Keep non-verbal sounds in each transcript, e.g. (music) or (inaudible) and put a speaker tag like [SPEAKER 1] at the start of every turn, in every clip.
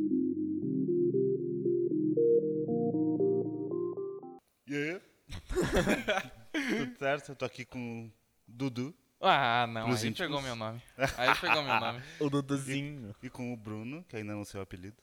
[SPEAKER 1] (laughs)
[SPEAKER 2] Tudo certo? Eu tô aqui com Dudu
[SPEAKER 1] Ah, não,
[SPEAKER 2] Pros
[SPEAKER 1] aí
[SPEAKER 2] íntimos.
[SPEAKER 1] pegou meu nome. Aí pegou
[SPEAKER 2] (laughs)
[SPEAKER 1] meu nome.
[SPEAKER 3] O Duduzinho.
[SPEAKER 2] e com o Bruno, que ainda não sei o apelido.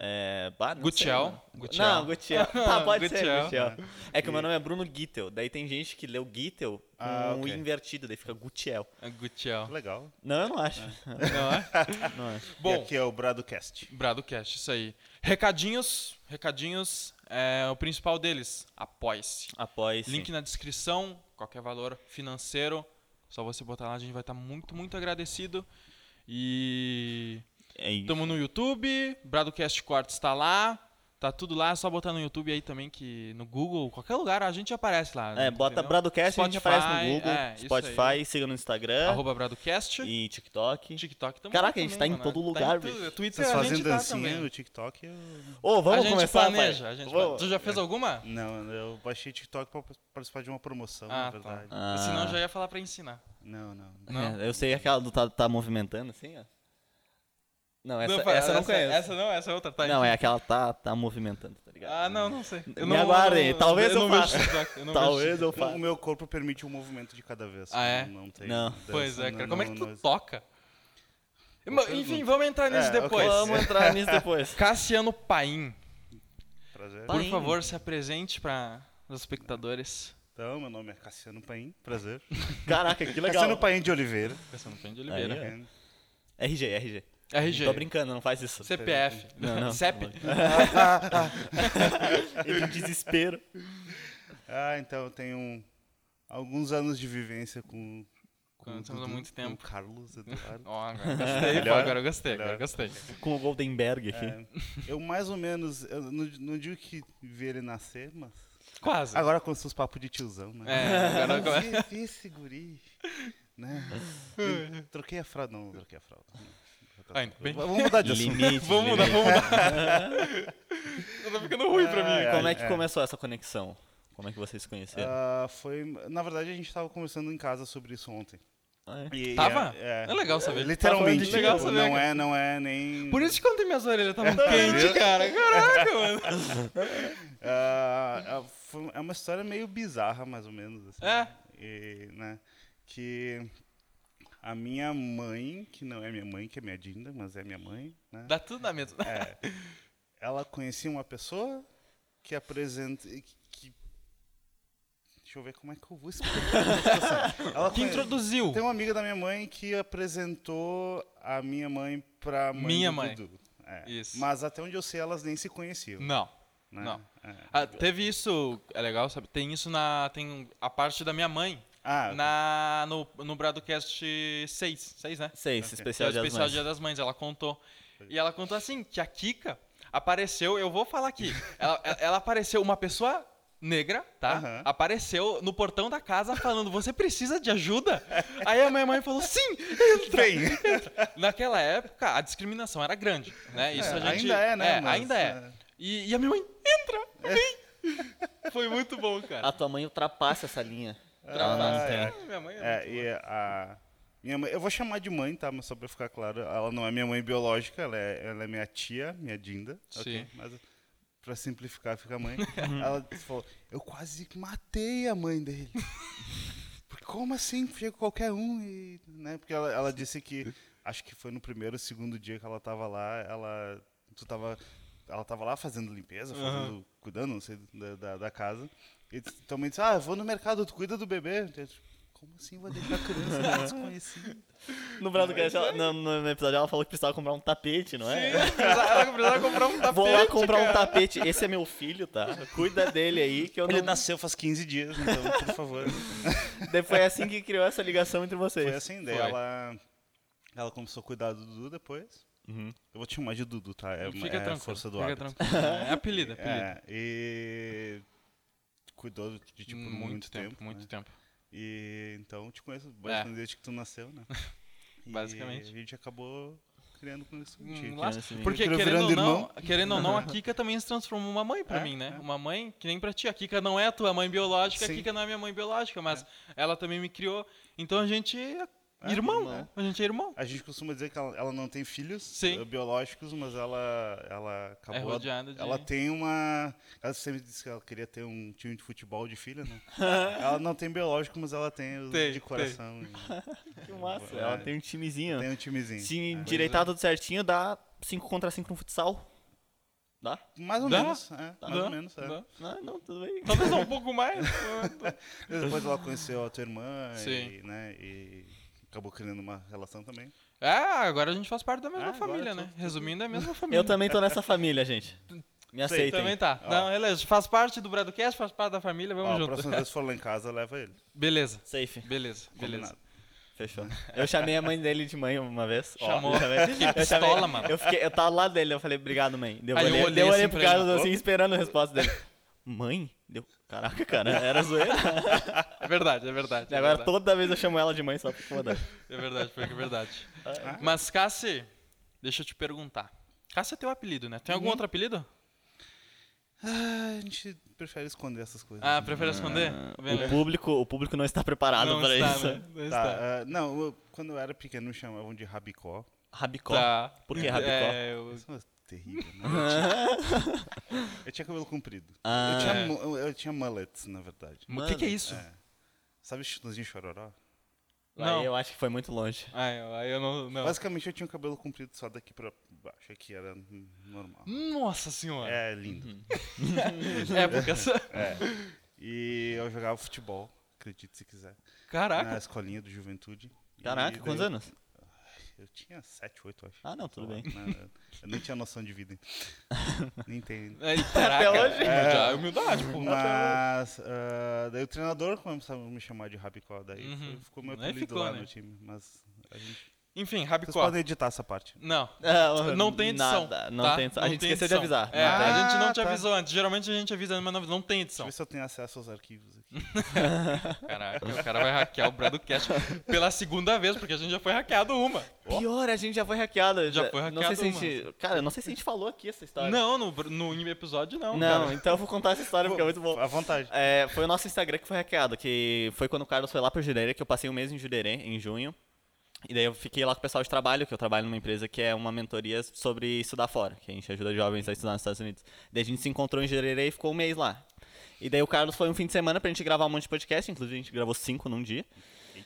[SPEAKER 3] É. Bah, não
[SPEAKER 1] Gutiel,
[SPEAKER 3] sei, mano.
[SPEAKER 1] Gutiel.
[SPEAKER 3] Não,
[SPEAKER 1] (laughs)
[SPEAKER 3] Gutiel. Ah, (laughs) pode
[SPEAKER 1] Gutiel.
[SPEAKER 3] ser, Gutiel. É que o meu nome é Bruno Gittel. Daí tem gente que leu Gittel com
[SPEAKER 2] Ah,
[SPEAKER 3] um
[SPEAKER 2] ok.
[SPEAKER 3] invertido, daí fica Gutiel.
[SPEAKER 1] É Gutiel.
[SPEAKER 2] Legal.
[SPEAKER 3] Não, eu não acho.
[SPEAKER 1] Não é?
[SPEAKER 3] não acho.
[SPEAKER 2] e
[SPEAKER 1] (laughs) Bom,
[SPEAKER 2] aqui é o Bradocast.
[SPEAKER 1] Bradocast, isso aí. Recadinhos, recadinhos, é, o principal deles, apoie-se.
[SPEAKER 3] Após.
[SPEAKER 1] Link na descrição, qualquer valor financeiro, só você botar lá, a gente vai estar muito, muito agradecido. E
[SPEAKER 3] É isso.
[SPEAKER 1] estamos no YouTube, Bradocast Cortes está lá, tá tudo lá, é só botar no YouTube aí também, que no Google, qualquer lugar, a gente aparece lá.
[SPEAKER 3] É, bota
[SPEAKER 1] entendeu?
[SPEAKER 3] Bradocast, a gente
[SPEAKER 1] Spotify,
[SPEAKER 3] aparece no Google,
[SPEAKER 1] é, isso aí.
[SPEAKER 3] Spotify, siga no Instagram
[SPEAKER 1] Arroba Bradocast.
[SPEAKER 3] e TikTok.
[SPEAKER 1] TikTok também. né,
[SPEAKER 3] Caraca, a gente tá em todo lugar,
[SPEAKER 1] velho.
[SPEAKER 3] velho.
[SPEAKER 1] Twitter
[SPEAKER 2] Vocês
[SPEAKER 1] a
[SPEAKER 2] fazem
[SPEAKER 1] gente tá
[SPEAKER 2] dancinha
[SPEAKER 1] também.
[SPEAKER 2] no TikTok? Eu...
[SPEAKER 3] Ô, vamos
[SPEAKER 1] a gente
[SPEAKER 3] começar,
[SPEAKER 1] planeja,
[SPEAKER 3] pai.
[SPEAKER 1] a gente
[SPEAKER 3] Vamos.
[SPEAKER 1] Tu já fez alguma?
[SPEAKER 2] Não, eu baixei TikTok pra participar de uma promoção,
[SPEAKER 1] Ah,
[SPEAKER 2] na
[SPEAKER 1] tá.
[SPEAKER 2] verdade.
[SPEAKER 3] Ah.
[SPEAKER 1] Senão eu já ia falar pra ensinar.
[SPEAKER 2] Não, não.
[SPEAKER 1] Não.
[SPEAKER 3] É, eu sei aquela do tá, tá movimentando assim, ó. Não, essa,
[SPEAKER 1] fa-
[SPEAKER 3] essa eu não conheço.
[SPEAKER 1] Essa não, essa é outra. Tá,
[SPEAKER 3] não,
[SPEAKER 1] enfim.
[SPEAKER 3] é aquela tá, tá movimentando, tá ligado?
[SPEAKER 1] Ah,
[SPEAKER 3] (laughs)
[SPEAKER 1] não, não sei. Eu
[SPEAKER 3] Me
[SPEAKER 1] não,
[SPEAKER 3] aguardem,
[SPEAKER 1] não-
[SPEAKER 3] talvez eu
[SPEAKER 1] não vejo
[SPEAKER 3] faça.
[SPEAKER 1] TikTok, eu não vejo
[SPEAKER 3] Talvez eu
[SPEAKER 2] O
[SPEAKER 3] faça.
[SPEAKER 2] meu corpo permite um movimento de cada vez.
[SPEAKER 1] Ah, é?
[SPEAKER 2] Não, não tem.
[SPEAKER 3] Não.
[SPEAKER 2] dança,
[SPEAKER 1] Pois é, cara.
[SPEAKER 2] não-
[SPEAKER 1] Como é que
[SPEAKER 2] não-
[SPEAKER 1] tu
[SPEAKER 2] não-
[SPEAKER 1] toca? Ma- Enfim, vamos entrar nisso
[SPEAKER 2] É, ok.
[SPEAKER 1] depois.
[SPEAKER 3] Vamos entrar nisso depois.
[SPEAKER 1] Cassiano Paim,
[SPEAKER 2] é Prazer.
[SPEAKER 1] por
[SPEAKER 3] Paim.
[SPEAKER 1] favor, se apresente para os espectadores.
[SPEAKER 2] Então, meu nome é Cassiano Paim. Prazer.
[SPEAKER 3] Caraca,
[SPEAKER 2] Tá
[SPEAKER 3] que legal.
[SPEAKER 2] Cassiano Paim de
[SPEAKER 1] (laughs)
[SPEAKER 2] Oliveira.
[SPEAKER 1] Cassiano Paim de Oliveira.
[SPEAKER 3] Aí, RG, RG.
[SPEAKER 1] RG.
[SPEAKER 3] Tô brincando, não faz isso.
[SPEAKER 1] CPF.
[SPEAKER 3] Não, não.
[SPEAKER 1] CEP.
[SPEAKER 3] Ele desespero.
[SPEAKER 2] Ah, então eu tenho um- alguns anos de vivência com. com o
[SPEAKER 1] Conhecemos há
[SPEAKER 2] Dudu,
[SPEAKER 1] muito
[SPEAKER 2] com o
[SPEAKER 1] tempo.
[SPEAKER 2] Carlos
[SPEAKER 1] (laughs)
[SPEAKER 2] Eduardo. (laughs)
[SPEAKER 1] Ó, agora gostei, pô,
[SPEAKER 2] Melhor?
[SPEAKER 1] agora eu gostei, agora eu
[SPEAKER 2] Melhor.
[SPEAKER 1] gostei.
[SPEAKER 3] Com o Goldenberg aqui.
[SPEAKER 2] É, eu mais ou menos, eu não, não digo que vi ele nascer, mas.
[SPEAKER 1] Quase.
[SPEAKER 2] Agora com seus papos de tiozão, né?
[SPEAKER 1] É, agora-
[SPEAKER 2] Eu
[SPEAKER 1] agora-
[SPEAKER 2] vi- vi esse guri.
[SPEAKER 1] (laughs)
[SPEAKER 2] Né? Eu troquei a fralda. Não, não troquei a fralda.
[SPEAKER 1] Ah, Ainda então bem.
[SPEAKER 2] Vamos mudar de assunto.
[SPEAKER 3] Limite.
[SPEAKER 1] (laughs) Vamos mudar, vamos mudar.
[SPEAKER 2] (laughs)
[SPEAKER 1] tá ficando ruim pra mim.
[SPEAKER 2] Ah,
[SPEAKER 3] Como é que
[SPEAKER 2] é.
[SPEAKER 3] começou essa conexão? Como é que vocês se conheceram?
[SPEAKER 2] Ah, foi, na verdade, a gente tava conversando em casa sobre isso ontem.
[SPEAKER 3] Ah, é.
[SPEAKER 2] E-
[SPEAKER 1] Tava?
[SPEAKER 2] É,
[SPEAKER 1] É legal saber.
[SPEAKER 2] Literalmente.
[SPEAKER 1] Tá legal
[SPEAKER 2] tipo,
[SPEAKER 1] saber,
[SPEAKER 2] não
[SPEAKER 1] cara.
[SPEAKER 2] é, não é nem.
[SPEAKER 1] Por isso que ontem minhas orelhas estavam quentes, cara. Caraca, mano.
[SPEAKER 2] Ah, ah, foi- é uma história meio bizarra, mais ou menos. Assim,
[SPEAKER 1] É.
[SPEAKER 2] E, né, que a minha mãe, que não é minha mãe, que é minha Dinda, mas é minha mãe, né,
[SPEAKER 1] (laughs) Dá tudo na mesma.
[SPEAKER 2] ela conhecia uma pessoa que apresenta. Que, deixa eu ver como é que eu vou explicar. essa
[SPEAKER 1] (laughs)
[SPEAKER 2] situação. Ela
[SPEAKER 1] Que
[SPEAKER 2] conhe-
[SPEAKER 1] introduziu.
[SPEAKER 2] Tem uma amiga da minha mãe que apresentou a minha mãe pra mãe
[SPEAKER 1] Minha
[SPEAKER 2] do
[SPEAKER 1] mãe.
[SPEAKER 2] Dudu. É.
[SPEAKER 1] Isso.
[SPEAKER 2] Mas até onde eu sei, elas nem se conheciam.
[SPEAKER 1] Não.
[SPEAKER 2] né?
[SPEAKER 1] não.
[SPEAKER 2] É.
[SPEAKER 1] Ah, teve isso, é legal, sabe? Tem isso na. Tem a parte da minha mãe.
[SPEAKER 2] Ah,
[SPEAKER 1] na, no, no Bradocast 6. 6, né?
[SPEAKER 3] Seis,
[SPEAKER 1] Que é o
[SPEAKER 3] especial de
[SPEAKER 1] especial
[SPEAKER 3] Asmãs.
[SPEAKER 1] Dia das Mães, ela contou. E ela contou assim, que a Kika apareceu, eu vou falar aqui, ela, ela apareceu, uma pessoa negra, tá?
[SPEAKER 2] Aham.
[SPEAKER 1] Apareceu no portão da casa falando, você precisa de ajuda? Aí a minha mãe falou, sim! (laughs)
[SPEAKER 2] Bem,
[SPEAKER 1] Naquela época, a discriminação era grande, né? Isso
[SPEAKER 2] É,
[SPEAKER 1] a gente...
[SPEAKER 2] ainda é, né, mas,
[SPEAKER 1] ainda é.
[SPEAKER 2] é.
[SPEAKER 1] E, e a minha mãe, entra, vem! Foi muito bom, cara.
[SPEAKER 3] A tua mãe ultrapassa essa linha.
[SPEAKER 1] Travado.
[SPEAKER 2] é.
[SPEAKER 1] Ah, Minha mãe é
[SPEAKER 2] É, (laughs) e a minha mãe, eu vou chamar de mãe, tá? Mas só pra ficar claro, ela não é minha mãe biológica, ela é, ela é minha tia, minha Dinda. ok?
[SPEAKER 1] Sim.
[SPEAKER 2] Mas pra simplificar, fica mãe. (laughs) ela falou: Eu quase matei a mãe dele. (laughs) Porque como assim? Chega qualquer um e. Né? Porque ela, ela disse que. Acho que foi no primeiro ou segundo dia que ela tava lá, ela. Tu tava. Ela tava lá fazendo limpeza, fazendo, cuidando, não sei, da, da, da casa. E tu- tua mãe disse, ah, eu vou no mercado, tu cuida do bebê. Eu disse, Como assim vou deixar a criança desconhecida?
[SPEAKER 3] No Bradocast, ela- no, no episódio, ela falou que precisava comprar um tapete, não é?
[SPEAKER 1] Sim, precisava, precisava comprar um tapete,
[SPEAKER 3] Vou lá comprar
[SPEAKER 1] cara.
[SPEAKER 3] um tapete. Esse é meu filho, tá? Cuida dele aí, que eu
[SPEAKER 2] Ele
[SPEAKER 3] não...
[SPEAKER 2] nasceu faz 15 dias, então,
[SPEAKER 1] (laughs)
[SPEAKER 2] por favor.
[SPEAKER 3] Daí Foi assim que criou essa ligação entre vocês.
[SPEAKER 2] Foi assim, daí
[SPEAKER 1] Foi.
[SPEAKER 2] ela. Ela começou a cuidar do Dudu depois. Eu vou te chamar de Dudu, tá? É,
[SPEAKER 1] Uhum. Fica
[SPEAKER 2] é
[SPEAKER 1] tranquilo,
[SPEAKER 2] força do
[SPEAKER 1] fica
[SPEAKER 2] hábito.
[SPEAKER 1] tranquilo. É apelido, apelido.
[SPEAKER 2] É, e cuidou de tipo
[SPEAKER 1] muito, tempo, muito
[SPEAKER 2] né?
[SPEAKER 1] tempo.
[SPEAKER 2] E então te conheço basicamente desde que tu nasceu, né? E
[SPEAKER 1] É. (laughs) Basicamente.
[SPEAKER 2] a gente acabou criando com isso.
[SPEAKER 1] Hum, lá-
[SPEAKER 3] assim,
[SPEAKER 1] Porque
[SPEAKER 2] virou
[SPEAKER 1] querendo ou,
[SPEAKER 2] virando
[SPEAKER 1] não,
[SPEAKER 2] irmão.
[SPEAKER 1] querendo ou não, a
[SPEAKER 2] (laughs)
[SPEAKER 1] Kika também se transformou em uma mãe pra
[SPEAKER 2] É,
[SPEAKER 1] mim, né?
[SPEAKER 2] é.
[SPEAKER 1] Uma mãe que nem pra ti. A Kika não é a tua mãe biológica, a
[SPEAKER 2] Sim.
[SPEAKER 1] Kika não é minha mãe biológica, mas ela também me criou. Então a gente irmão.
[SPEAKER 3] irmão.
[SPEAKER 1] A gente é irmão.
[SPEAKER 2] A gente costuma dizer que ela, ela não tem filhos
[SPEAKER 1] Sim.
[SPEAKER 2] eh, biológicos, mas ela, ela acabou.
[SPEAKER 1] É rodeada de-
[SPEAKER 2] Ela tá tem uma. Ela sempre disse que ela queria ter um time de futebol de filha,
[SPEAKER 1] (laughs)
[SPEAKER 2] né? ela não tem biológico, mas ela tem os
[SPEAKER 1] Tem,
[SPEAKER 2] de
[SPEAKER 1] tem.
[SPEAKER 2] coração.
[SPEAKER 3] Que massa.
[SPEAKER 2] É.
[SPEAKER 3] Ela tem um timezinho.
[SPEAKER 2] e Tem um
[SPEAKER 1] É,
[SPEAKER 2] timezinho.
[SPEAKER 3] Se endireitar tudo certinho, dá 5 contra 5 no futsal. Dá?
[SPEAKER 2] Mais ou
[SPEAKER 1] Dá?
[SPEAKER 2] menos, é. Mais
[SPEAKER 1] Dá,
[SPEAKER 2] ou menos, é.
[SPEAKER 1] dá.
[SPEAKER 3] Não, não, tudo bem.
[SPEAKER 2] (laughs)
[SPEAKER 1] Talvez um pouco mais.
[SPEAKER 2] Depois ela conheceu a tua irmã e,
[SPEAKER 1] Sim.
[SPEAKER 2] né, e acabou criando uma relação também.
[SPEAKER 1] ah, agora a gente faz parte da mesma
[SPEAKER 2] Ah, agora
[SPEAKER 1] família,
[SPEAKER 2] tu-
[SPEAKER 1] né? Resumindo, é
[SPEAKER 2] (laughs)
[SPEAKER 1] a mesma família.
[SPEAKER 3] Eu também tô nessa família, gente. Me
[SPEAKER 2] Sei,
[SPEAKER 3] aceitem.
[SPEAKER 1] Também tá.
[SPEAKER 2] Ó.
[SPEAKER 1] Não, beleza. Faz parte do Bradocast, faz parte da família, vamos
[SPEAKER 2] Ó, a
[SPEAKER 1] junto.
[SPEAKER 2] próxima
[SPEAKER 1] (laughs)
[SPEAKER 2] vez que for lá em casa, leva ele.
[SPEAKER 1] Beleza,
[SPEAKER 3] Safe.
[SPEAKER 1] beleza, beleza.
[SPEAKER 2] Combinado.
[SPEAKER 3] Fechou. Eu chamei a mãe dele de mãe uma vez. Ó,
[SPEAKER 1] Chamou.
[SPEAKER 3] eu chamei-
[SPEAKER 1] (laughs) Que
[SPEAKER 3] eu chamei-
[SPEAKER 1] pistola, mano.
[SPEAKER 3] Eu, fiquei, eu tava lá dele, eu falei, obrigado, mãe. Deu,
[SPEAKER 1] Aí eu
[SPEAKER 3] olhei,
[SPEAKER 1] olhei
[SPEAKER 3] deu,
[SPEAKER 1] assim
[SPEAKER 3] pro
[SPEAKER 1] pra
[SPEAKER 3] cara
[SPEAKER 1] ele.
[SPEAKER 3] assim, esperando a resposta dele. Mãe? Deu. Caraca, cara, era
[SPEAKER 1] (laughs)
[SPEAKER 3] zoeira.
[SPEAKER 1] É verdade, é verdade.
[SPEAKER 3] E
[SPEAKER 1] é
[SPEAKER 3] agora
[SPEAKER 1] verdade.
[SPEAKER 3] toda vez eu chamo ela de mãe só pra
[SPEAKER 1] (laughs)
[SPEAKER 3] incomodar.
[SPEAKER 1] É verdade, foi que é verdade.
[SPEAKER 3] Ah,
[SPEAKER 1] Mas, Cassi, deixa eu te perguntar. Cassi é teu apelido, né? Tem algum outro apelido?
[SPEAKER 2] Ah, a gente prefere esconder essas coisas.
[SPEAKER 1] Ah, prefere esconder?
[SPEAKER 3] O público, o público não está preparado
[SPEAKER 1] Não
[SPEAKER 3] pra
[SPEAKER 1] está,
[SPEAKER 3] isso.
[SPEAKER 1] né? Não
[SPEAKER 2] Tá,
[SPEAKER 1] está.
[SPEAKER 2] ah, não, eu- quando eu era pequeno me chamavam de rabicó.
[SPEAKER 3] Rabicó.
[SPEAKER 1] Tá.
[SPEAKER 3] Por que rabicó?
[SPEAKER 1] É, eu-
[SPEAKER 2] Isso é terrível, né? Eu tinha, eu tinha cabelo comprido.
[SPEAKER 3] Ah.
[SPEAKER 2] Eu, tinha, mu- eu, eu tinha mullets, na verdade.
[SPEAKER 1] O que, que é isso?
[SPEAKER 2] É. Sabe chitãozinho chororó?
[SPEAKER 3] Não.
[SPEAKER 1] Não.
[SPEAKER 3] eu acho que foi muito longe.
[SPEAKER 1] Ah, eu, aí eu não. não.
[SPEAKER 2] Basicamente eu tinha o cabelo comprido só daqui pra baixo, aqui era n- normal.
[SPEAKER 1] Nossa senhora.
[SPEAKER 2] É lindo.
[SPEAKER 1] É, porque essa.
[SPEAKER 2] É. E eu jogava futebol, acredite se quiser, na
[SPEAKER 1] Caraca.
[SPEAKER 2] escolinha do Juventude. E
[SPEAKER 3] Caraca,
[SPEAKER 2] daí-
[SPEAKER 3] quantos anos?
[SPEAKER 2] Eu tinha 7, 8, acho.
[SPEAKER 3] Ah, não, tudo
[SPEAKER 2] Sei lá,
[SPEAKER 3] bem.
[SPEAKER 2] né? Eu nem tinha noção de
[SPEAKER 1] (laughs)
[SPEAKER 2] vida. Nem tenho.
[SPEAKER 1] É, (laughs) caraca.
[SPEAKER 3] Até hoje.
[SPEAKER 1] É, já, é humildade, pô.
[SPEAKER 2] Mas ah, daí o treinador começou a me chamar de Rabicó, daí
[SPEAKER 1] Uhum.
[SPEAKER 2] foi- ficou meu
[SPEAKER 1] Aí
[SPEAKER 2] apelido
[SPEAKER 1] ficou,
[SPEAKER 2] lá
[SPEAKER 1] né?
[SPEAKER 2] no time. Mas a gente...
[SPEAKER 1] Enfim,
[SPEAKER 2] vocês
[SPEAKER 1] Rabicó.
[SPEAKER 2] podem editar essa parte.
[SPEAKER 1] Não.
[SPEAKER 3] Ah,
[SPEAKER 1] Não tem edição.
[SPEAKER 3] Nada, não
[SPEAKER 1] tá?
[SPEAKER 3] tem edição. A gente
[SPEAKER 1] tem
[SPEAKER 3] esqueceu de
[SPEAKER 1] edição.
[SPEAKER 3] avisar.
[SPEAKER 1] É,
[SPEAKER 3] Não tem.
[SPEAKER 1] a gente não te
[SPEAKER 2] Ah, tá.
[SPEAKER 1] avisou antes. Geralmente a gente avisa, mas não, não tem edição.
[SPEAKER 2] Deixa eu ver se eu tenho acesso aos arquivos aqui.
[SPEAKER 1] Caraca, o cara vai hackear o Bradocast pela segunda vez, porque a gente já foi hackeado uma.
[SPEAKER 3] Pior, a gente já foi hackeado.
[SPEAKER 1] Ah. Já foi
[SPEAKER 3] Não sei
[SPEAKER 1] hackeado,
[SPEAKER 3] se a gente. Cara, não sei se a gente falou aqui essa história.
[SPEAKER 1] Não, no, no episódio não.
[SPEAKER 3] Tá. Não,
[SPEAKER 1] cara.
[SPEAKER 3] então eu vou contar essa história porque é muito bom.
[SPEAKER 2] À
[SPEAKER 3] (laughs)
[SPEAKER 2] vontade.
[SPEAKER 3] É, foi o nosso Instagram que foi hackeado, que foi quando o Carlos foi lá pra Jurerê, que eu passei um mês em Jurerê, em junho. E daí eu fiquei lá com o pessoal de trabalho, que eu trabalho numa empresa que é uma mentoria sobre estudar fora, que a gente ajuda jovens a estudar nos Estados Unidos. Daí a gente se encontrou em Jurerê e ficou um mês lá. E daí o Carlos foi um fim de semana pra gente gravar um monte de podcast, inclusive a gente gravou cinco num dia.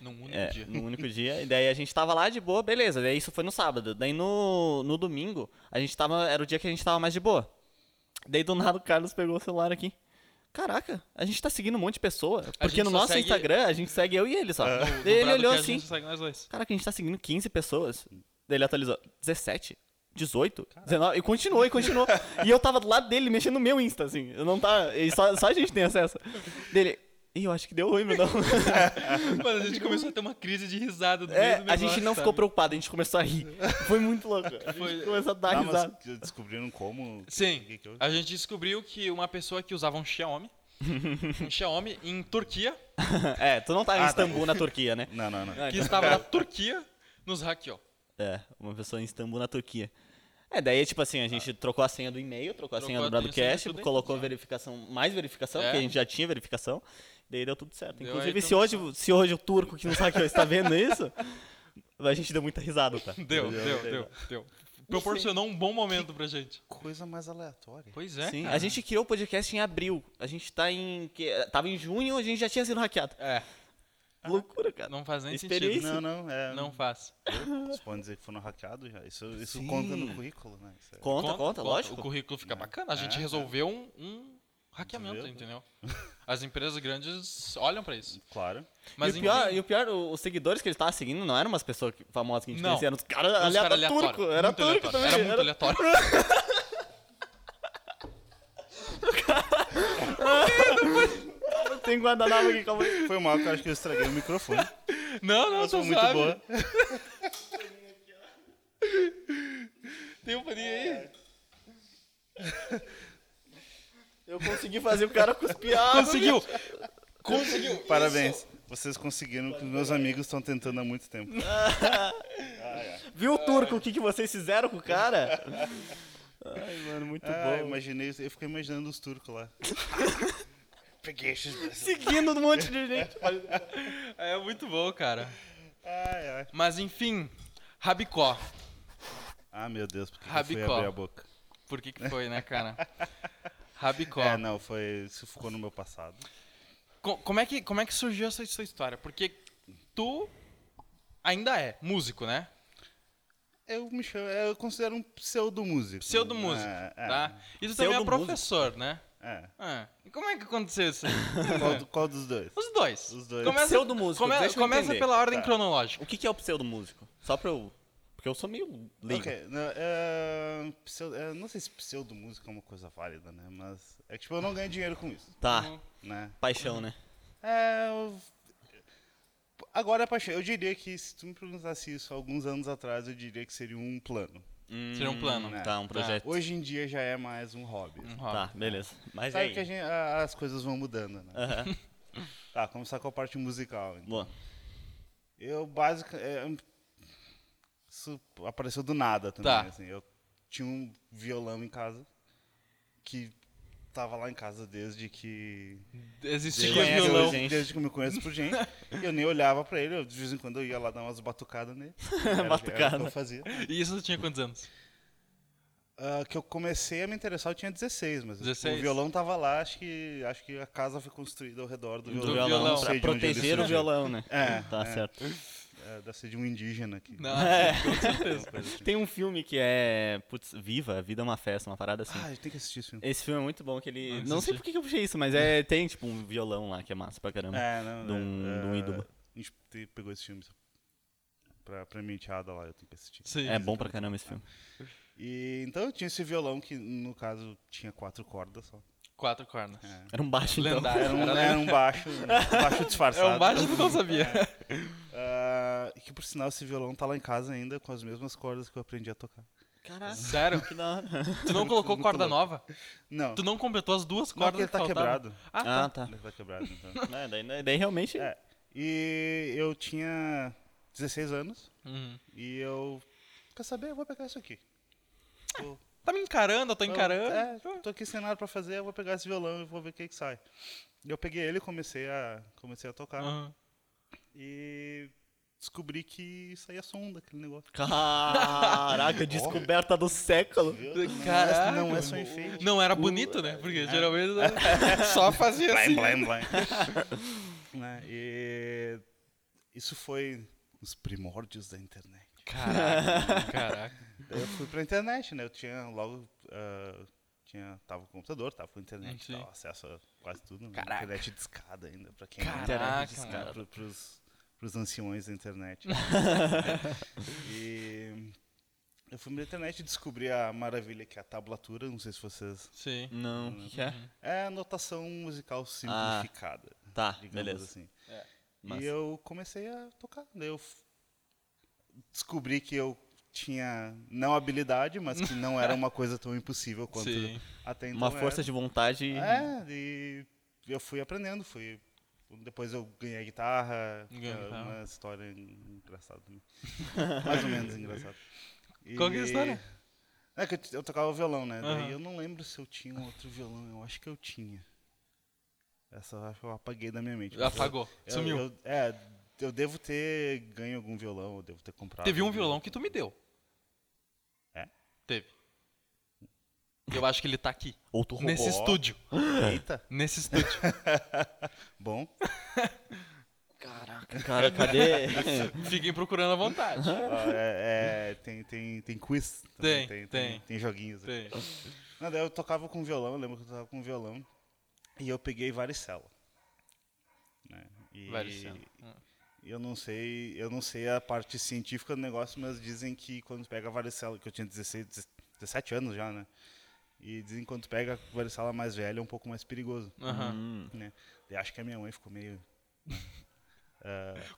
[SPEAKER 1] Num único
[SPEAKER 3] É,
[SPEAKER 1] dia.
[SPEAKER 3] num único dia. E daí a gente tava lá de boa, beleza. Daí isso foi no sábado. Daí no, no domingo, a gente tava. Era o dia que a gente tava mais de boa. Daí do nada o Carlos pegou o celular aqui. Caraca, a gente tá seguindo um monte de pessoa. Porque
[SPEAKER 1] gente
[SPEAKER 3] no
[SPEAKER 1] só
[SPEAKER 3] nosso
[SPEAKER 1] segue- É,
[SPEAKER 3] Instagram a gente segue eu e ele só.
[SPEAKER 1] No- no
[SPEAKER 3] Daí ele
[SPEAKER 1] Bradocast
[SPEAKER 3] olhou
[SPEAKER 1] a gente
[SPEAKER 3] assim.
[SPEAKER 1] só segue nós dois.
[SPEAKER 3] Caraca, a gente tá seguindo 15 pessoas. Daí ele atualizou. 17? 18? 19? E continuou, e continuou.
[SPEAKER 1] (laughs)
[SPEAKER 3] e eu tava do lado dele mexendo no meu Insta, assim. Eu não tava. e Só, só a gente tem acesso. Dele. Ih, eu acho que deu ruim, meu (laughs) nome.
[SPEAKER 1] Mano, a gente começou a ter uma crise de risada do
[SPEAKER 3] É,
[SPEAKER 1] meio do
[SPEAKER 3] a gente
[SPEAKER 1] negócio,
[SPEAKER 3] não ficou
[SPEAKER 1] sabe?
[SPEAKER 3] preocupado, a gente começou
[SPEAKER 1] (laughs)
[SPEAKER 3] a rir. Foi muito louco. A gente
[SPEAKER 1] Foi-
[SPEAKER 3] começou a dar
[SPEAKER 2] Ah,
[SPEAKER 3] risada.
[SPEAKER 2] mas descobriram como.
[SPEAKER 1] Sim,
[SPEAKER 2] o que que houve?
[SPEAKER 1] a gente descobriu que uma pessoa que usava um
[SPEAKER 3] (laughs)
[SPEAKER 1] Xiaomi, um Xiaomi em Turquia,
[SPEAKER 3] É, tu não tá em
[SPEAKER 2] Ah, tá.
[SPEAKER 3] Istambul,
[SPEAKER 1] (laughs)
[SPEAKER 3] na Turquia, né?
[SPEAKER 2] Não, não, não.
[SPEAKER 3] Ah,
[SPEAKER 1] que
[SPEAKER 3] então-
[SPEAKER 1] estava na Turquia, nos hackeou.
[SPEAKER 3] É, uma pessoa em Istambul, na Turquia. É, daí, tipo assim, a gente trocou a senha do e-mail, trocou a
[SPEAKER 1] Trocou
[SPEAKER 3] senha do
[SPEAKER 1] a senha,
[SPEAKER 3] broadcast,
[SPEAKER 1] tudo aí,
[SPEAKER 3] colocou
[SPEAKER 1] já.
[SPEAKER 3] verificação, mais verificação,
[SPEAKER 1] É.
[SPEAKER 3] porque a gente já tinha verificação. Daí deu tudo certo.
[SPEAKER 1] Deu aí,
[SPEAKER 3] Inclusive,
[SPEAKER 1] deu
[SPEAKER 3] se,
[SPEAKER 1] tudo
[SPEAKER 3] hoje, se hoje o turco que nos hackeou está vendo isso, (laughs) a gente deu muita risada, tá?
[SPEAKER 1] Deu, deu,
[SPEAKER 3] deu.
[SPEAKER 1] deu, deu. Proporcionou um bom momento pra gente.
[SPEAKER 2] Coisa mais aleatória.
[SPEAKER 1] Pois (laughs) é,
[SPEAKER 3] Sim,
[SPEAKER 1] cara.
[SPEAKER 3] a gente criou o podcast em abril. A gente tá em. que- Tava em junho, a gente já tinha sido hackeado.
[SPEAKER 1] É,
[SPEAKER 3] Loucura, cara.
[SPEAKER 1] não faz nem
[SPEAKER 3] Experiência.
[SPEAKER 1] sentido.
[SPEAKER 2] Não, não, é.
[SPEAKER 1] Não faz.
[SPEAKER 2] Vocês podem dizer que foram hackeados já. Isso, isso
[SPEAKER 3] Sim.
[SPEAKER 2] conta no currículo, né? Isso é-
[SPEAKER 3] Conta, conta, lógico.
[SPEAKER 1] O currículo fica bacana. A gente
[SPEAKER 2] É,
[SPEAKER 1] resolveu um, um hackeamento,
[SPEAKER 2] Entendeu?
[SPEAKER 1] entendeu? As empresas grandes olham pra isso.
[SPEAKER 2] Claro.
[SPEAKER 1] Mas
[SPEAKER 3] e o pior,
[SPEAKER 1] enfim,
[SPEAKER 3] e o pior, o- os seguidores que ele tava seguindo não eram umas pessoas que- famosas que a gente
[SPEAKER 1] Não.
[SPEAKER 3] conhecia, eram os caras
[SPEAKER 1] uns cara
[SPEAKER 3] aleatórios
[SPEAKER 1] aleatório,
[SPEAKER 3] turco. Era
[SPEAKER 1] muito
[SPEAKER 3] turco
[SPEAKER 1] aleatório,
[SPEAKER 3] também.
[SPEAKER 1] Era muito aleatório.
[SPEAKER 3] Tem guardanapo aqui, calma aí.
[SPEAKER 2] Foi mal que eu acho que eu estraguei o
[SPEAKER 1] (laughs)
[SPEAKER 2] microfone.
[SPEAKER 1] (laughs) Não, não,
[SPEAKER 2] Mas
[SPEAKER 3] é
[SPEAKER 2] foi
[SPEAKER 1] tu
[SPEAKER 2] muito
[SPEAKER 1] sabe.
[SPEAKER 2] boa.
[SPEAKER 1] Tem um paninho aí.
[SPEAKER 3] Eu consegui fazer o cara cuspir água.
[SPEAKER 1] Conseguiu. Conseguiu.
[SPEAKER 2] Parabéns. Vocês conseguiram o que meus amigos estão tentando há muito tempo.
[SPEAKER 3] Viu, turco, o que, que vocês fizeram com o cara? Ai, mano, muito
[SPEAKER 2] Ah,
[SPEAKER 3] bom.
[SPEAKER 2] imaginei, eu fiquei imaginando os turcos lá. (laughs) Peguei esses brasileiros.
[SPEAKER 3] Seguindo um monte de gente.
[SPEAKER 1] É muito bom, cara.
[SPEAKER 2] Ai, ai.
[SPEAKER 1] Mas enfim, Rabicó.
[SPEAKER 2] Ah, meu Deus, porque eu fui
[SPEAKER 1] Rabicó.
[SPEAKER 2] abrir a boca.
[SPEAKER 1] Por que que foi, né, cara?
[SPEAKER 3] (laughs)
[SPEAKER 1] Rabicó.
[SPEAKER 2] É, não, foi. Isso ficou no meu passado.
[SPEAKER 1] Co- como, é que, como é que surgiu essa sua história? Porque tu ainda é músico, né?
[SPEAKER 2] Eu me chamo, eu considero um pseudo-músico.
[SPEAKER 1] Pseudo-músico,
[SPEAKER 2] É, é,
[SPEAKER 1] tá? E tu também é
[SPEAKER 3] Pseudo-músico.
[SPEAKER 1] professor, né?
[SPEAKER 2] É.
[SPEAKER 1] Ah, e como é que
[SPEAKER 2] (laughs)
[SPEAKER 1] aconteceu isso aí?
[SPEAKER 2] Qual, do- qual dos dois?
[SPEAKER 1] Os dois.
[SPEAKER 2] Os dois.
[SPEAKER 1] Começa,
[SPEAKER 3] Pseudo-músico,
[SPEAKER 1] come-
[SPEAKER 3] deixa eu
[SPEAKER 1] começa
[SPEAKER 3] entender.
[SPEAKER 1] pela ordem
[SPEAKER 2] Tá.
[SPEAKER 1] cronológica.
[SPEAKER 3] O que, que é o pseudo-músico? Só pra eu. Porque eu sou meio leigo.
[SPEAKER 2] Ok, não, é, pseudo- é, não sei se pseudo-música é uma coisa válida, né? Mas é que tipo, eu não ganho dinheiro com isso,
[SPEAKER 3] Tá,
[SPEAKER 1] Uhum.
[SPEAKER 2] né?
[SPEAKER 3] paixão, né?
[SPEAKER 2] É, eu- Agora, Paixão, eu diria que se tu me perguntasse isso alguns anos atrás, eu diria que seria um plano.
[SPEAKER 1] Seria um plano.
[SPEAKER 2] né?
[SPEAKER 3] Tá, um projeto.
[SPEAKER 2] Hoje em dia já é mais um hobby.
[SPEAKER 1] Um hobby.
[SPEAKER 3] Tá, beleza. Mas
[SPEAKER 2] Sabe
[SPEAKER 3] aí.
[SPEAKER 2] que a gente- a- as coisas vão mudando, né?
[SPEAKER 3] Aham,
[SPEAKER 2] Tá, começar com a parte musical. então.
[SPEAKER 3] boa.
[SPEAKER 2] Eu basicamente. Isso apareceu do nada também.
[SPEAKER 1] Tá.
[SPEAKER 2] assim. Eu tinha um violão em casa que tava lá em casa desde que.
[SPEAKER 1] Existia um
[SPEAKER 3] Desde que eu-
[SPEAKER 1] violão.
[SPEAKER 3] gente.
[SPEAKER 2] Desde que eu me conheço por gente. e eu nem olhava pra ele, eu, de vez em quando eu ia lá dar umas batucadas
[SPEAKER 1] (laughs)
[SPEAKER 2] nele. Era- era o que
[SPEAKER 3] Batucada.
[SPEAKER 2] eu fazia.
[SPEAKER 1] E isso tu tinha quantos anos?
[SPEAKER 2] Ah, que eu comecei a me interessar, eu tinha 16, mas
[SPEAKER 1] 16?
[SPEAKER 2] o violão tava lá, acho que, acho que a casa foi construída ao redor (laughs) do
[SPEAKER 3] Do
[SPEAKER 2] violão.
[SPEAKER 3] violão,
[SPEAKER 1] violão.
[SPEAKER 2] Não
[SPEAKER 3] pra
[SPEAKER 2] sei de onde ele
[SPEAKER 3] proteger o
[SPEAKER 2] surgiu.
[SPEAKER 3] violão, né?
[SPEAKER 2] É,
[SPEAKER 3] Tá
[SPEAKER 2] é.
[SPEAKER 3] certo.
[SPEAKER 2] É, deve ser de um indígena aqui. assim.
[SPEAKER 1] Não,
[SPEAKER 3] É.
[SPEAKER 1] com certeza.
[SPEAKER 3] Tem um filme que é. Putz, Viva, a Vida é uma Festa, uma parada assim.
[SPEAKER 2] Ah, a gente tem que assistir esse filme.
[SPEAKER 3] Esse filme é muito bom, que ele.
[SPEAKER 1] Não
[SPEAKER 3] Não sei
[SPEAKER 1] assisti.
[SPEAKER 3] por que que eu puxei isso, mas é. Tem tipo um violão lá que é massa pra caramba.
[SPEAKER 2] É, não,
[SPEAKER 3] de um-
[SPEAKER 2] é,
[SPEAKER 3] de um
[SPEAKER 2] é,
[SPEAKER 3] ídolo.
[SPEAKER 2] A gente te- pegou esse filme pra, pra minha enteada lá, eu tenho que assistir.
[SPEAKER 1] Sim.
[SPEAKER 3] É bom pra caramba esse filme.
[SPEAKER 2] E, então eu tinha esse violão que, no caso, tinha quatro cordas só.
[SPEAKER 1] Quatro cordas.
[SPEAKER 2] É.
[SPEAKER 3] Era um baixo então.
[SPEAKER 1] Lendário.
[SPEAKER 2] Era um,
[SPEAKER 1] Ah, Era-
[SPEAKER 2] era um baixo, um baixo
[SPEAKER 1] É
[SPEAKER 2] disfarçado.
[SPEAKER 1] um baixo que eu não sabia.
[SPEAKER 2] É. Ah, e que, por sinal, esse violão tá lá em casa ainda com as mesmas cordas que eu aprendi a tocar.
[SPEAKER 3] Caraca,
[SPEAKER 1] Sério?
[SPEAKER 3] (laughs) que da hora.
[SPEAKER 2] (laughs)
[SPEAKER 1] Tu não colocou
[SPEAKER 2] Muito
[SPEAKER 1] corda
[SPEAKER 2] louco.
[SPEAKER 1] nova?
[SPEAKER 2] Não,
[SPEAKER 1] Tu não completou as duas
[SPEAKER 2] não porque
[SPEAKER 1] cordas
[SPEAKER 2] ele
[SPEAKER 1] que
[SPEAKER 2] tá
[SPEAKER 1] faltavam?
[SPEAKER 2] quebrado.
[SPEAKER 1] Ah, tá.
[SPEAKER 3] Ah, tá.
[SPEAKER 2] Ele tá quebrado, então.
[SPEAKER 3] É, daí, daí realmente.
[SPEAKER 2] É. E eu tinha 16 anos
[SPEAKER 1] Uhum.
[SPEAKER 2] e eu... Quer saber? Eu vou pegar isso aqui. Vou-
[SPEAKER 1] Tá me encarando, eu tô
[SPEAKER 2] Eu-
[SPEAKER 1] encarando.
[SPEAKER 2] É, tô aqui sem nada pra fazer, eu vou pegar esse violão e vou ver o que que sai. E eu peguei ele e comecei a, comecei a tocar.
[SPEAKER 1] Uhum.
[SPEAKER 2] E descobri que saía som daquele negócio.
[SPEAKER 3] Caraca, descoberta do século.
[SPEAKER 1] Caraca,
[SPEAKER 2] não é só
[SPEAKER 1] meu.
[SPEAKER 2] enfeite. é.
[SPEAKER 1] Não era bonito, né? Porque
[SPEAKER 2] (laughs)
[SPEAKER 1] geralmente só fazia
[SPEAKER 2] Blam,
[SPEAKER 1] (laughs) assim.
[SPEAKER 2] blam, blam. (laughs) Né, E isso foi os primórdios da internet.
[SPEAKER 1] Caraca, caraca.
[SPEAKER 2] Daí Eu fui pra internet, né? Eu tinha logo. ah, tinha, tava com computador, tava com internet,
[SPEAKER 1] Sim.
[SPEAKER 2] tava acesso a quase tudo. Né?
[SPEAKER 1] Caraca.
[SPEAKER 2] Internet discada ainda, pra quem
[SPEAKER 3] Internet
[SPEAKER 1] Caraca,
[SPEAKER 3] discada.
[SPEAKER 1] mano.
[SPEAKER 2] Para pro, pros, pros anciões da internet.
[SPEAKER 1] (laughs)
[SPEAKER 2] e eu fui na internet e descobri a maravilha que é a tablatura, não sei se vocês.
[SPEAKER 1] Sim.
[SPEAKER 3] Não, o que, que é?
[SPEAKER 2] É a notação
[SPEAKER 1] Ah.
[SPEAKER 2] musical simplificada,
[SPEAKER 3] Tá,
[SPEAKER 2] digamos
[SPEAKER 3] beleza.
[SPEAKER 2] assim.
[SPEAKER 3] Mas
[SPEAKER 2] E eu comecei a tocar. Daí eu f- descobri que eu tinha não habilidade, mas que não era uma coisa tão impossível quanto
[SPEAKER 1] Sim.
[SPEAKER 2] até então
[SPEAKER 3] uma força
[SPEAKER 2] era.
[SPEAKER 3] de vontade.
[SPEAKER 2] É, e eu fui aprendendo, fui. Depois eu ganhei a guitarra,
[SPEAKER 1] Ganhou a
[SPEAKER 2] é
[SPEAKER 1] guitarra.
[SPEAKER 2] uma história engraçada. também. Mais ou
[SPEAKER 1] (laughs)
[SPEAKER 2] menos engraçada. E-
[SPEAKER 1] Qual que é a história?
[SPEAKER 2] É que eu, eu tocava violão, né?
[SPEAKER 1] Aham.
[SPEAKER 2] Daí eu não lembro se eu tinha um outro violão, eu acho que eu tinha. Essa eu acho que eu apaguei da minha mente. mas eu-
[SPEAKER 1] Apagou,
[SPEAKER 2] eu-
[SPEAKER 1] sumiu.
[SPEAKER 2] eu- é, eu devo ter ganho algum violão, eu devo ter comprado.
[SPEAKER 1] Teve um
[SPEAKER 2] algum
[SPEAKER 1] violão que tu me deu.
[SPEAKER 2] É?
[SPEAKER 1] Teve. Eu acho que ele tá aqui.
[SPEAKER 3] Ou tu roubou.
[SPEAKER 1] Nesse estúdio.
[SPEAKER 2] Eita, (laughs)
[SPEAKER 1] Nesse estúdio. (laughs)
[SPEAKER 2] bom.
[SPEAKER 3] Caraca, cara, cadê?
[SPEAKER 1] Fiquem procurando à vontade.
[SPEAKER 2] Ah, é, é, tem, tem, tem quiz. também,
[SPEAKER 1] Tem, tem.
[SPEAKER 2] tem joguinhos. aqui.
[SPEAKER 1] Tem.
[SPEAKER 2] Não, daí eu tocava com violão, eu lembro que eu tocava com violão. E eu peguei varicela. Né? E,
[SPEAKER 1] Varicela. ah.
[SPEAKER 2] e eu não sei, eu não sei a parte científica do negócio, mas dizem que quando tu pega varicela, que eu tinha 16, 17 anos já, né? E dizem que quando tu pega varicela mais velha é um pouco mais perigoso.
[SPEAKER 1] Aham.
[SPEAKER 2] Né? E acho que a minha mãe ficou meio.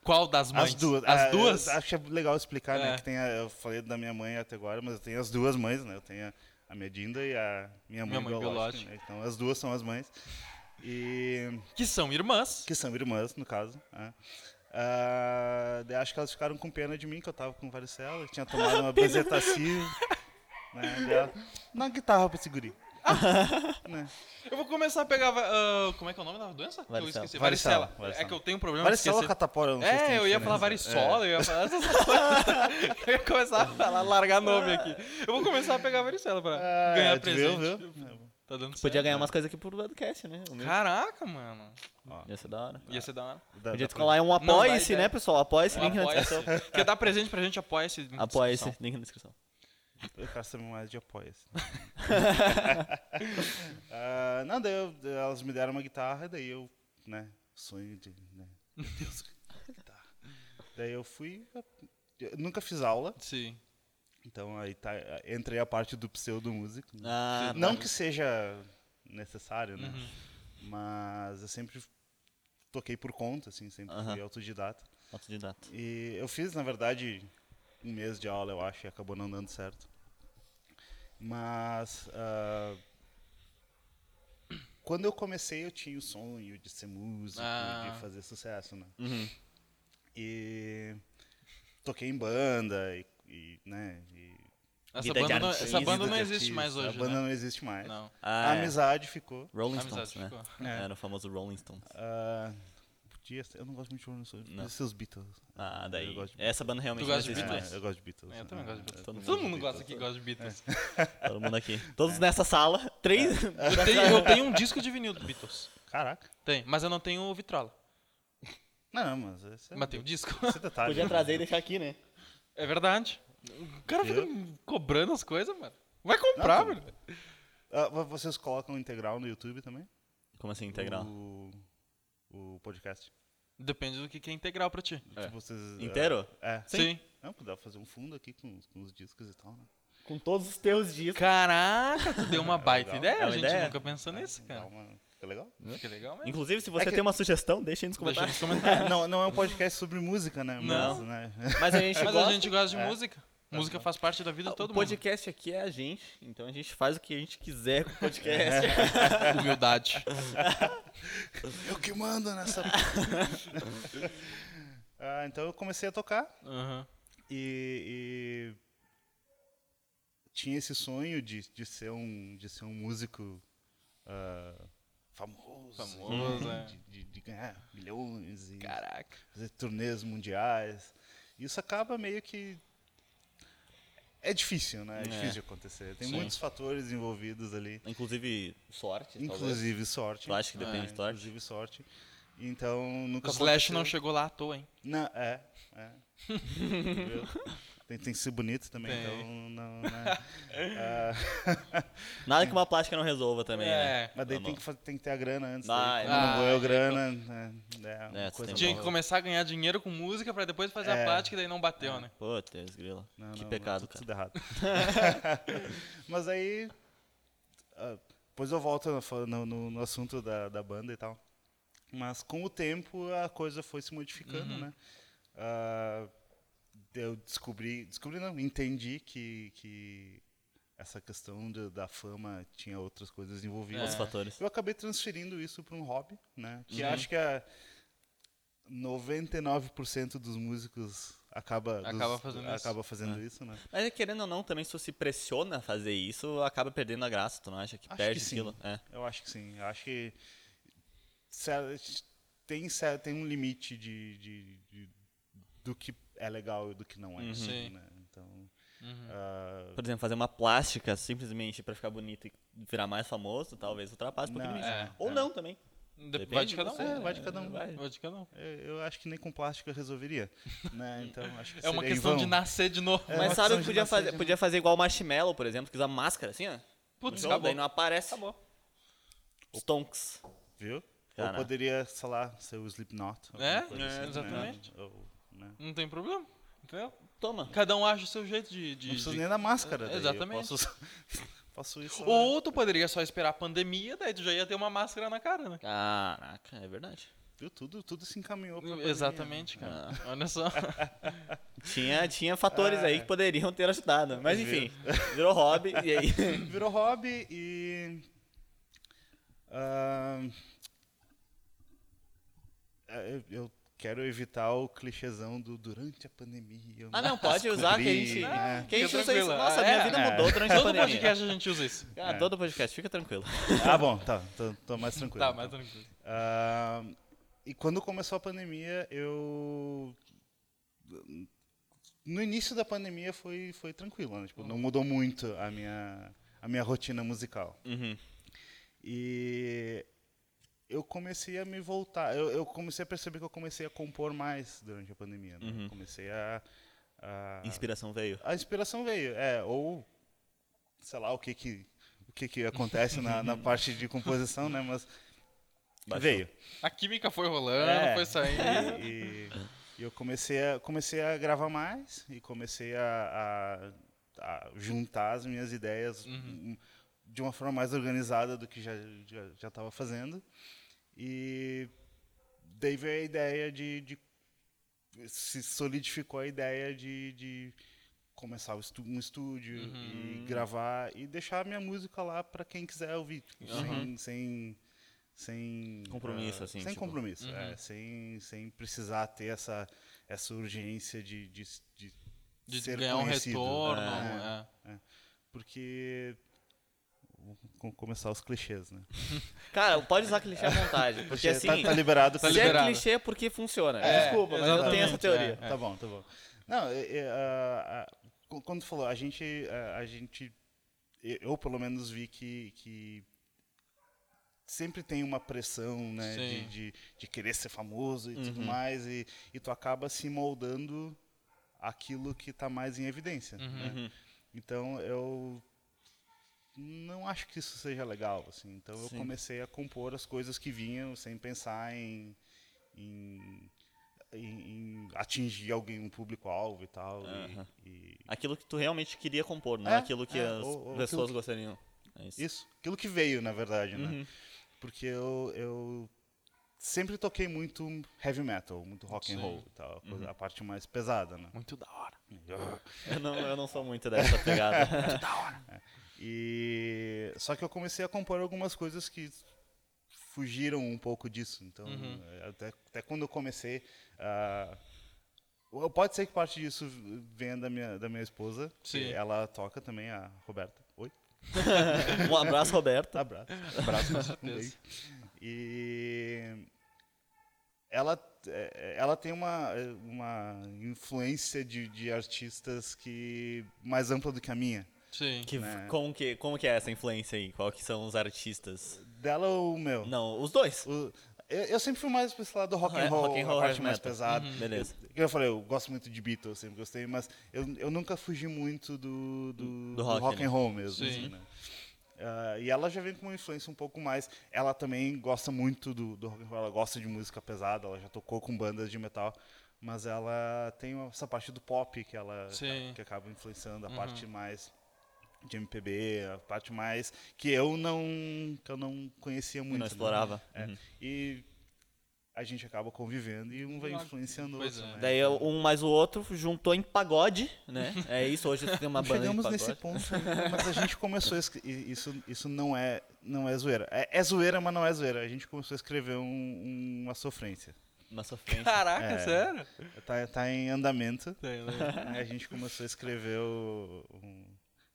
[SPEAKER 1] Qual das
[SPEAKER 2] As
[SPEAKER 1] mães?
[SPEAKER 2] duas.
[SPEAKER 1] As
[SPEAKER 2] Ah, eu
[SPEAKER 1] duas?
[SPEAKER 2] acho que é legal explicar,
[SPEAKER 1] É.
[SPEAKER 2] né? Que tem a- eu falei da minha mãe até agora, mas eu tenho as duas mães, né? Eu tenho a, a minha Dinda e a minha mãe,
[SPEAKER 1] Minha mãe
[SPEAKER 2] biológica.
[SPEAKER 1] biológica.
[SPEAKER 2] né? Então as duas são as mães. E.
[SPEAKER 1] Que são irmãs.
[SPEAKER 2] Que são irmãs, no caso. né? Ah, daí acho que elas ficaram com pena de mim, que eu tava com
[SPEAKER 1] (laughs)
[SPEAKER 2] varicela, que tinha tomado uma bezetacil. né? Daí ela, Na guitarra pra esse guri. Né?
[SPEAKER 1] Eu vou começar a pegar. ah, como é que é o nome da doença? Que Eu
[SPEAKER 3] Varicela.
[SPEAKER 1] esqueci.
[SPEAKER 2] Varicela.
[SPEAKER 1] Varicela. É
[SPEAKER 2] Varicela.
[SPEAKER 1] que eu tenho um problema
[SPEAKER 2] Varicela ou
[SPEAKER 1] de esquecer.
[SPEAKER 2] catapora, eu não sei se tem
[SPEAKER 1] É, eu ia
[SPEAKER 2] diferença. É.
[SPEAKER 1] falar varisola, eu ia falar essas coisas. (laughs) eu ia começar a falar, largar nome aqui. Eu vou começar a pegar varicela pra
[SPEAKER 2] É.
[SPEAKER 1] ganhar
[SPEAKER 2] É, tu
[SPEAKER 1] presente.
[SPEAKER 2] Viu, viu?
[SPEAKER 1] Tá dando certo.
[SPEAKER 3] Podia ganhar umas coisas aqui pro podcast, né? Ah. O meu.
[SPEAKER 1] Caraca, mano.
[SPEAKER 3] Ia ser da hora.
[SPEAKER 1] Ia ser da hora.
[SPEAKER 2] Da-
[SPEAKER 3] Podia
[SPEAKER 2] da-
[SPEAKER 3] descolar um
[SPEAKER 1] dá
[SPEAKER 3] apoia-se,
[SPEAKER 1] ideia. Um
[SPEAKER 3] né, pessoal? Apoia-se, link na (laughs)
[SPEAKER 1] Apoia-se.
[SPEAKER 3] descrição.
[SPEAKER 1] Quer dar presente pra gente? Apoia-se. na
[SPEAKER 3] Apoia-se,
[SPEAKER 1] descrição.
[SPEAKER 3] link na descrição.
[SPEAKER 2] Eu quero saber mais de apoia assim.
[SPEAKER 3] (laughs)
[SPEAKER 2] Ah, não, daí eu- elas me deram uma guitarra, daí eu, né, sonho de, né, meu Deus, (laughs) guitarra. Daí eu fui, eu nunca fiz aula,
[SPEAKER 1] Sim.
[SPEAKER 2] então aí tá, entrei a parte do pseudo-músico.
[SPEAKER 3] Ah,
[SPEAKER 2] não
[SPEAKER 3] tá.
[SPEAKER 2] que seja necessário, né,
[SPEAKER 3] Uhum.
[SPEAKER 2] mas eu sempre toquei por conta, assim, sempre fui
[SPEAKER 3] Aham.
[SPEAKER 2] autodidata.
[SPEAKER 3] Autodidata.
[SPEAKER 2] E eu fiz, na verdade, um mês de aula, eu acho, e acabou não dando certo. Mas. ah, quando eu comecei, eu tinha o sonho de ser músico,
[SPEAKER 1] Ah. Uhum.
[SPEAKER 2] de fazer sucesso, né? E. Toquei em banda, e. e, né? e-
[SPEAKER 1] Essa
[SPEAKER 3] Vida de
[SPEAKER 1] banda, não,
[SPEAKER 3] artista,
[SPEAKER 1] essa banda não
[SPEAKER 2] de
[SPEAKER 1] existe
[SPEAKER 2] artista.
[SPEAKER 1] mais hoje,
[SPEAKER 2] A banda
[SPEAKER 1] né?
[SPEAKER 2] não existe mais.
[SPEAKER 1] Não.
[SPEAKER 2] A
[SPEAKER 3] Ah, é.
[SPEAKER 2] amizade ficou.
[SPEAKER 3] Rolling
[SPEAKER 1] Amizade
[SPEAKER 3] Stones, né?
[SPEAKER 1] ficou.
[SPEAKER 2] É.
[SPEAKER 3] Era o famoso Rolling Stones.
[SPEAKER 2] ah, podia ser- eu não gosto muito de Rolling Stones,
[SPEAKER 3] Não.
[SPEAKER 2] mas seus Beatles.
[SPEAKER 3] Ah, daí.
[SPEAKER 2] Eu gosto de-
[SPEAKER 3] Essa banda realmente
[SPEAKER 1] Tu
[SPEAKER 3] não
[SPEAKER 1] gosta de
[SPEAKER 3] existe
[SPEAKER 1] Beatles?
[SPEAKER 3] mais.
[SPEAKER 2] É, eu gosto de Beatles.
[SPEAKER 1] Eu também
[SPEAKER 2] né?
[SPEAKER 1] gosto de Beatles.
[SPEAKER 3] todo
[SPEAKER 1] Todo,
[SPEAKER 3] mundo
[SPEAKER 1] mundo
[SPEAKER 2] gosta
[SPEAKER 1] gosta
[SPEAKER 2] de
[SPEAKER 1] aqui gosta de Beatles.
[SPEAKER 3] Todo
[SPEAKER 1] (laughs)
[SPEAKER 3] mundo aqui. Todos
[SPEAKER 1] É.
[SPEAKER 3] nessa sala. Três.
[SPEAKER 1] Eu, tenho, eu tenho um disco de vinil do Beatles.
[SPEAKER 2] Caraca.
[SPEAKER 1] Tem, mas eu não tenho o vitrola.
[SPEAKER 2] Não, não, mas esse é,
[SPEAKER 1] Mas tem o disco. (laughs)
[SPEAKER 2] esse é detalhe.
[SPEAKER 3] (laughs) Podia trazer e deixar aqui, né?
[SPEAKER 1] É verdade. O cara fica
[SPEAKER 2] Eu?
[SPEAKER 3] É.
[SPEAKER 1] cobrando as coisas, mano. Vai comprar,
[SPEAKER 2] Não,
[SPEAKER 1] velho.
[SPEAKER 2] Ah, vo- vocês colocam integral no YouTube também?
[SPEAKER 3] Como assim, integral?
[SPEAKER 2] O, o podcast.
[SPEAKER 1] Depende do que que é integral pra ti.
[SPEAKER 3] É.
[SPEAKER 2] Tipo, vocês, ah,
[SPEAKER 3] Inteiro?
[SPEAKER 2] É.
[SPEAKER 1] Sim.
[SPEAKER 2] Não, dá pra fazer um fundo aqui com, os- com os discos e tal, né?
[SPEAKER 3] Com todos os teus discos.
[SPEAKER 1] Caraca, tu deu uma baita
[SPEAKER 2] legal.
[SPEAKER 1] ideia.
[SPEAKER 3] (laughs) É
[SPEAKER 1] a
[SPEAKER 3] uma
[SPEAKER 1] gente
[SPEAKER 3] ideia?
[SPEAKER 1] nunca pensou nisso,
[SPEAKER 2] Dá
[SPEAKER 1] cara.
[SPEAKER 2] uma- Fica legal? (laughs)
[SPEAKER 1] Fica legal mesmo.
[SPEAKER 3] Inclusive, se você
[SPEAKER 2] que-
[SPEAKER 3] tem uma sugestão, deixa aí nos
[SPEAKER 1] Deixa
[SPEAKER 3] comentários.
[SPEAKER 1] nos comentários.
[SPEAKER 2] Não, não é um podcast sobre música, né?
[SPEAKER 3] Não.
[SPEAKER 2] Mas, né? (laughs)
[SPEAKER 3] Mas a gente
[SPEAKER 1] (laughs) Mas
[SPEAKER 3] gosta.
[SPEAKER 1] a gente gosta
[SPEAKER 2] É.
[SPEAKER 1] de música. Música faz parte da vida de todo
[SPEAKER 3] o
[SPEAKER 1] mundo.
[SPEAKER 3] podcast aqui é a gente, então a gente faz o que a gente quiser com o podcast.
[SPEAKER 1] (laughs) Humildade.
[SPEAKER 2] Eu que mando nessa. (laughs) Ah, então eu comecei a tocar
[SPEAKER 1] Aham.
[SPEAKER 2] e, e tinha esse sonho de, de ser um de ser um músico ah, famoso,
[SPEAKER 1] Famoso,
[SPEAKER 2] de,
[SPEAKER 1] é.
[SPEAKER 2] de- de- de ganhar milhões e
[SPEAKER 1] Caraca.
[SPEAKER 2] fazer turnês mundiais. Isso acaba meio que é difícil, né? É,
[SPEAKER 3] É.
[SPEAKER 2] difícil de acontecer. Tem
[SPEAKER 1] Sim.
[SPEAKER 2] muitos fatores envolvidos ali,
[SPEAKER 3] (laughs) Inclusive, sorte, talvez.
[SPEAKER 2] inclusive sorte. né?
[SPEAKER 3] Eu acho que depende
[SPEAKER 1] É,
[SPEAKER 3] de sorte.
[SPEAKER 2] Inclusive sorte. Então nunca.
[SPEAKER 1] O Slash
[SPEAKER 2] aconteceu.
[SPEAKER 1] não chegou lá à toa, hein?
[SPEAKER 2] Não, é, é. Entendeu? tem, tem que ser bonito também,
[SPEAKER 1] Tem.
[SPEAKER 2] então não, né? Ah,
[SPEAKER 3] Nada que uma plástica não resolva também, né?
[SPEAKER 1] É.
[SPEAKER 2] mas daí
[SPEAKER 3] Tá
[SPEAKER 2] tem
[SPEAKER 3] bom.
[SPEAKER 2] que, fa- tem que ter a grana antes.
[SPEAKER 3] Ah,
[SPEAKER 2] daí,
[SPEAKER 3] é.
[SPEAKER 2] quando não
[SPEAKER 1] Ah,
[SPEAKER 2] ganhou
[SPEAKER 1] é,
[SPEAKER 2] grana, né? É, uma
[SPEAKER 3] É, tu
[SPEAKER 2] coisa
[SPEAKER 3] tem
[SPEAKER 1] Tinha
[SPEAKER 2] boa.
[SPEAKER 1] que começar a ganhar dinheiro com música pra depois fazer a
[SPEAKER 2] É.
[SPEAKER 1] plástica e daí não bateu, né?
[SPEAKER 3] Pô, Deus, grila.
[SPEAKER 2] Não,
[SPEAKER 3] que
[SPEAKER 2] não,
[SPEAKER 3] pecado,
[SPEAKER 2] tudo,
[SPEAKER 3] cara.
[SPEAKER 2] tudo errado. (laughs) mas aí. ah, depois eu volto na fa- no, no- no assunto da, da banda e tal. Mas com o tempo a coisa foi se modificando,
[SPEAKER 3] Uhum.
[SPEAKER 2] né? Ah, eu descobri. Descobri não, entendi que. que essa questão de- da fama tinha outras coisas envolvidas.
[SPEAKER 3] Outros
[SPEAKER 1] É.
[SPEAKER 3] fatores.
[SPEAKER 2] Eu acabei transferindo isso para um hobby, né? Que
[SPEAKER 1] Uhum.
[SPEAKER 2] acho que a 99% dos músicos acaba, dos-
[SPEAKER 1] Acaba fazendo isso.
[SPEAKER 2] acaba fazendo isso, né?
[SPEAKER 3] Mas é, querendo ou não, também se tu se pressiona a fazer isso, acaba perdendo a graça, tu não acha? Que
[SPEAKER 2] Acho
[SPEAKER 3] perde
[SPEAKER 2] que sim.
[SPEAKER 3] aquilo. É.
[SPEAKER 2] Eu acho que sim. Eu acho que se a- tem, se a- tem um limite de, de- de- do que é legal e do que não é.
[SPEAKER 1] Uhum. Sim.
[SPEAKER 2] né? Então,
[SPEAKER 1] Uhum.
[SPEAKER 2] ah,
[SPEAKER 3] Por exemplo, fazer uma plástica simplesmente pra ficar bonito e virar mais famoso, talvez ultrapasse um
[SPEAKER 2] Não,
[SPEAKER 3] pouquinho isso.
[SPEAKER 1] é,
[SPEAKER 3] Ou
[SPEAKER 2] é.
[SPEAKER 3] não também.
[SPEAKER 1] Dep-
[SPEAKER 3] Depende
[SPEAKER 1] Vai de cada um.
[SPEAKER 3] de você,
[SPEAKER 2] é,
[SPEAKER 3] né?
[SPEAKER 2] vai de cada um.
[SPEAKER 3] Vai.
[SPEAKER 1] Vai de cada um.
[SPEAKER 2] eu, eu acho que nem com plástica eu
[SPEAKER 1] (laughs)
[SPEAKER 2] resolveria. né? Então, acho que
[SPEAKER 1] É uma
[SPEAKER 2] seria em
[SPEAKER 1] questão de
[SPEAKER 2] vão.
[SPEAKER 1] nascer de novo.
[SPEAKER 2] É,
[SPEAKER 3] Mas
[SPEAKER 2] uma questão
[SPEAKER 3] sabe o que
[SPEAKER 2] de
[SPEAKER 3] podia
[SPEAKER 2] nascer
[SPEAKER 3] fazer?
[SPEAKER 2] de-
[SPEAKER 3] Podia fazer igual o Marshmallow, por exemplo, que usa máscara assim, ó.
[SPEAKER 1] Putz,
[SPEAKER 3] Então,
[SPEAKER 1] acabou.
[SPEAKER 3] Daí não aparece. Acabou. Stonks.
[SPEAKER 2] Viu?
[SPEAKER 3] Cara.
[SPEAKER 2] Ou poderia, sei lá, ser o Slipknot. alguma
[SPEAKER 1] É?
[SPEAKER 2] coisa
[SPEAKER 1] É,
[SPEAKER 2] né?
[SPEAKER 1] exatamente.
[SPEAKER 2] Ou, né?
[SPEAKER 1] Não tem problema. Entendeu?
[SPEAKER 3] Toma.
[SPEAKER 1] Cada um acha o seu jeito de. de-
[SPEAKER 2] Não preciso
[SPEAKER 1] de-
[SPEAKER 2] nem da máscara.
[SPEAKER 1] É,
[SPEAKER 2] daí eu (laughs)
[SPEAKER 1] exatamente.
[SPEAKER 2] Posso, posso isso. né?
[SPEAKER 1] Ou tu poderia só esperar a pandemia, daí tu já ia ter uma máscara na cara, né?
[SPEAKER 3] Caraca, é verdade.
[SPEAKER 2] Viu? Tudo, tudo se encaminhou pra
[SPEAKER 1] Exatamente, cara. Olha só.
[SPEAKER 2] (laughs)
[SPEAKER 3] Tinha, tinha fatores
[SPEAKER 2] É.
[SPEAKER 3] aí que poderiam ter ajudado. Mas enfim, virou hobby e
[SPEAKER 2] (laughs)
[SPEAKER 3] aí.
[SPEAKER 2] pandemia. (clears throat) Virou hobby e. ah, eu, eu quero evitar o clichêzão do durante a pandemia. eu
[SPEAKER 3] Ah, não,
[SPEAKER 2] me
[SPEAKER 3] pode usar, que a
[SPEAKER 2] descobri",
[SPEAKER 3] gente.
[SPEAKER 2] né?
[SPEAKER 3] Que a gente
[SPEAKER 1] Fica
[SPEAKER 3] usa isso.
[SPEAKER 1] tranquila.
[SPEAKER 3] Nossa,
[SPEAKER 1] É,
[SPEAKER 3] minha vida
[SPEAKER 2] é.
[SPEAKER 3] mudou durante a
[SPEAKER 1] Todo
[SPEAKER 3] pandemia.
[SPEAKER 1] podcast a gente usa isso.
[SPEAKER 3] Ah, todo podcast, fica tranquilo.
[SPEAKER 2] Ah, bom, tá. Tô, tô mais tranquilo.
[SPEAKER 1] (laughs) Tá,
[SPEAKER 2] então.
[SPEAKER 1] mas tranquilo.
[SPEAKER 2] Ah, e quando começou a pandemia, eu. No início da pandemia foi, foi tranquilo, né? Tipo, não mudou muito a minha, a minha rotina musical.
[SPEAKER 3] Uhum.
[SPEAKER 2] E eu comecei a me voltar. Eu, eu comecei a perceber que eu comecei a compor mais durante a pandemia. Né?
[SPEAKER 3] Uhum.
[SPEAKER 2] Comecei a. a-
[SPEAKER 3] Inspiração veio.
[SPEAKER 2] a inspiração veio, é, ou sei lá o que que o que que acontece na,
[SPEAKER 3] (laughs)
[SPEAKER 2] na parte de composição, né, mas
[SPEAKER 3] Baixou.
[SPEAKER 2] veio.
[SPEAKER 1] A química foi rolando,
[SPEAKER 2] É.
[SPEAKER 1] foi saindo.
[SPEAKER 2] E, e eu comecei a comecei a gravar mais e comecei a, a- a juntar as minhas ideias um, de uma forma mais organizada do que já já já estava fazendo e daí veio a ideia de, de se solidificou a ideia de, de começar o estu- um estúdio e gravar e deixar a minha música lá para quem quiser ouvir tipo, sem, sem sem
[SPEAKER 3] Compromisso,
[SPEAKER 2] ah,
[SPEAKER 3] assim,
[SPEAKER 2] sem
[SPEAKER 3] tipo.
[SPEAKER 2] compromisso é, sem sem precisar ter essa essa urgência de, de, de
[SPEAKER 1] De
[SPEAKER 2] ser
[SPEAKER 1] ganhar um
[SPEAKER 2] conhecido.
[SPEAKER 1] retorno.
[SPEAKER 2] É.
[SPEAKER 1] é.
[SPEAKER 2] porque vou com- começar os clichês né
[SPEAKER 3] Cara, pode usar clichê à vontade. Porque
[SPEAKER 2] Clichê
[SPEAKER 3] assim,
[SPEAKER 2] tá, tá liberado
[SPEAKER 1] tá
[SPEAKER 2] pra-
[SPEAKER 3] (laughs) se é
[SPEAKER 1] liberado.
[SPEAKER 3] clichê é porque funciona.
[SPEAKER 1] É,
[SPEAKER 3] Desculpa, mas eu tenho essa
[SPEAKER 1] exatamente,
[SPEAKER 3] teoria.
[SPEAKER 1] é.
[SPEAKER 2] Tá bom, tá bom. Não, é, é, a- a- qu- quando tu falou, a gente, a, a gente, eu eu, pelo menos vi que, que sempre tem uma pressão, né, de,
[SPEAKER 1] Sim. Uhum.
[SPEAKER 2] de, de querer ser famoso e tudo mais, e, e tu acaba se moldando aquilo que tá mais em evidência,
[SPEAKER 1] Uhum.
[SPEAKER 2] né?
[SPEAKER 3] Uhum.
[SPEAKER 2] Então, eu não acho que isso seja legal, assim. Então, eu
[SPEAKER 3] Sim.
[SPEAKER 2] comecei a compor as coisas que vinham sem pensar em- em em, em atingir alguém, um público-alvo e tal. e-
[SPEAKER 3] Aham.
[SPEAKER 2] E,
[SPEAKER 3] Aquilo que tu realmente queria compor, não
[SPEAKER 2] É,
[SPEAKER 3] aquilo que
[SPEAKER 2] é,
[SPEAKER 3] as
[SPEAKER 2] ou- ou
[SPEAKER 3] pessoas
[SPEAKER 2] aquilo que-
[SPEAKER 3] gostariam. É isso.
[SPEAKER 2] isso. Aquilo que veio, na verdade, né?
[SPEAKER 3] Uhum.
[SPEAKER 2] Porque eu, eu sempre toquei muito heavy metal, muito rock and
[SPEAKER 1] Sim.
[SPEAKER 2] roll e tal. a coisa-
[SPEAKER 3] Uhum.
[SPEAKER 2] A parte mais pesada, né?
[SPEAKER 1] Muito da hora.
[SPEAKER 3] Ah. Eu, não, eu não sou muito dessa pegada.
[SPEAKER 2] (laughs) E só que eu comecei a compor algumas coisas que fugiram um pouco disso. Então, até, até quando eu comecei a Pode ser que parte disso venha da minha, da minha esposa. que
[SPEAKER 1] Sim.
[SPEAKER 2] Ela toca também, a Roberta. Oi?
[SPEAKER 3] um abraço, Roberto.
[SPEAKER 2] Abraço. Abraço. um beijo. E ela, eh, ela tem uma, eh, uma influência de, de artistas que mais ampla do que a minha.
[SPEAKER 1] Sim.
[SPEAKER 3] Que, como, que, como que é essa influência aí? Qual que são os artistas?
[SPEAKER 2] Dela ou o meu?
[SPEAKER 3] Não, os dois.
[SPEAKER 2] O- eu, eu sempre fui mais pra esse lado do rock
[SPEAKER 3] É,
[SPEAKER 2] and roll,
[SPEAKER 3] rock and roll,
[SPEAKER 2] a parte
[SPEAKER 3] heavy
[SPEAKER 2] mais
[SPEAKER 3] metal. Uhum.
[SPEAKER 2] pesada.
[SPEAKER 3] Beleza.
[SPEAKER 2] Eu, que eu falei, eu gosto muito de Beatles, sempre gostei, mas eu, eu nunca fugi muito do, do, do
[SPEAKER 3] rock,
[SPEAKER 2] rock,
[SPEAKER 3] né?
[SPEAKER 2] and roll mesmo.
[SPEAKER 1] Sim.
[SPEAKER 2] assim, né? Ah, e ela já vem com uma influência um pouco mais. Ela também gosta muito do, do rock and roll, ela gosta de música pesada, ela já tocou com bandas de metal, mas ela tem uma- essa parte do pop que ela
[SPEAKER 1] Sim.
[SPEAKER 2] que acaba influenciando,
[SPEAKER 3] Uhum.
[SPEAKER 2] a parte mais de MPB, a parte mais que eu não que eu não conhecia muito. né?
[SPEAKER 3] não explorava. Uhum.
[SPEAKER 2] É. E a gente acaba convivendo e um vai influenciando o
[SPEAKER 1] Pois
[SPEAKER 2] outro.
[SPEAKER 1] é.
[SPEAKER 2] né?
[SPEAKER 3] Daí eu- um mais o outro juntou em pagode, né? É isso, hoje você tem uma
[SPEAKER 2] Não
[SPEAKER 3] banda
[SPEAKER 2] chegamos
[SPEAKER 3] de
[SPEAKER 2] nesse
[SPEAKER 3] pagode.
[SPEAKER 2] ponto, ainda, mas a gente começou a escre- e isso isso não é não é zoeira. É, é zoeira, mas não é zoeira. A gente começou a escrever um- uma sofrência.
[SPEAKER 3] Uma sofrência.
[SPEAKER 1] Caraca,
[SPEAKER 2] É.
[SPEAKER 1] sério?
[SPEAKER 2] Tá, tá em andamento.
[SPEAKER 1] Tem, né?
[SPEAKER 2] né? A gente começou a escrever o, um-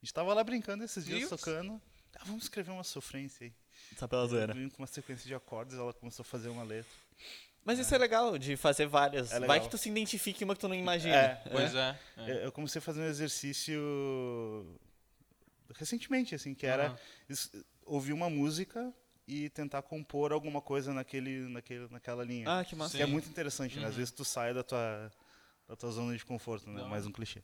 [SPEAKER 2] a gente tava lá brincando esses dias
[SPEAKER 1] Isso.
[SPEAKER 2] tocando. Ah, vamos escrever uma sofrência aí.
[SPEAKER 3] Só pela zoeira.
[SPEAKER 2] Vim com uma sequência de acordes, ela começou a fazer uma letra.
[SPEAKER 3] Mas isso é legal, de fazer várias.
[SPEAKER 2] É legal.
[SPEAKER 3] Vai que tu se identifique em uma que tu não imagina.
[SPEAKER 2] É,
[SPEAKER 1] (laughs) Pois é. é.
[SPEAKER 2] Eu, eu comecei a fazer um exercício recentemente, assim, que era
[SPEAKER 1] Aham.
[SPEAKER 2] es- ouvir uma música e tentar compor alguma coisa naquele, naquele, naquela linha.
[SPEAKER 3] Ah, que massa.
[SPEAKER 2] Que é
[SPEAKER 1] sim.
[SPEAKER 2] muito interessante,
[SPEAKER 1] Uhum.
[SPEAKER 2] né? Às vezes tu sai da tua, da tua zona de conforto, né?
[SPEAKER 1] Não.
[SPEAKER 2] Mais um clichê.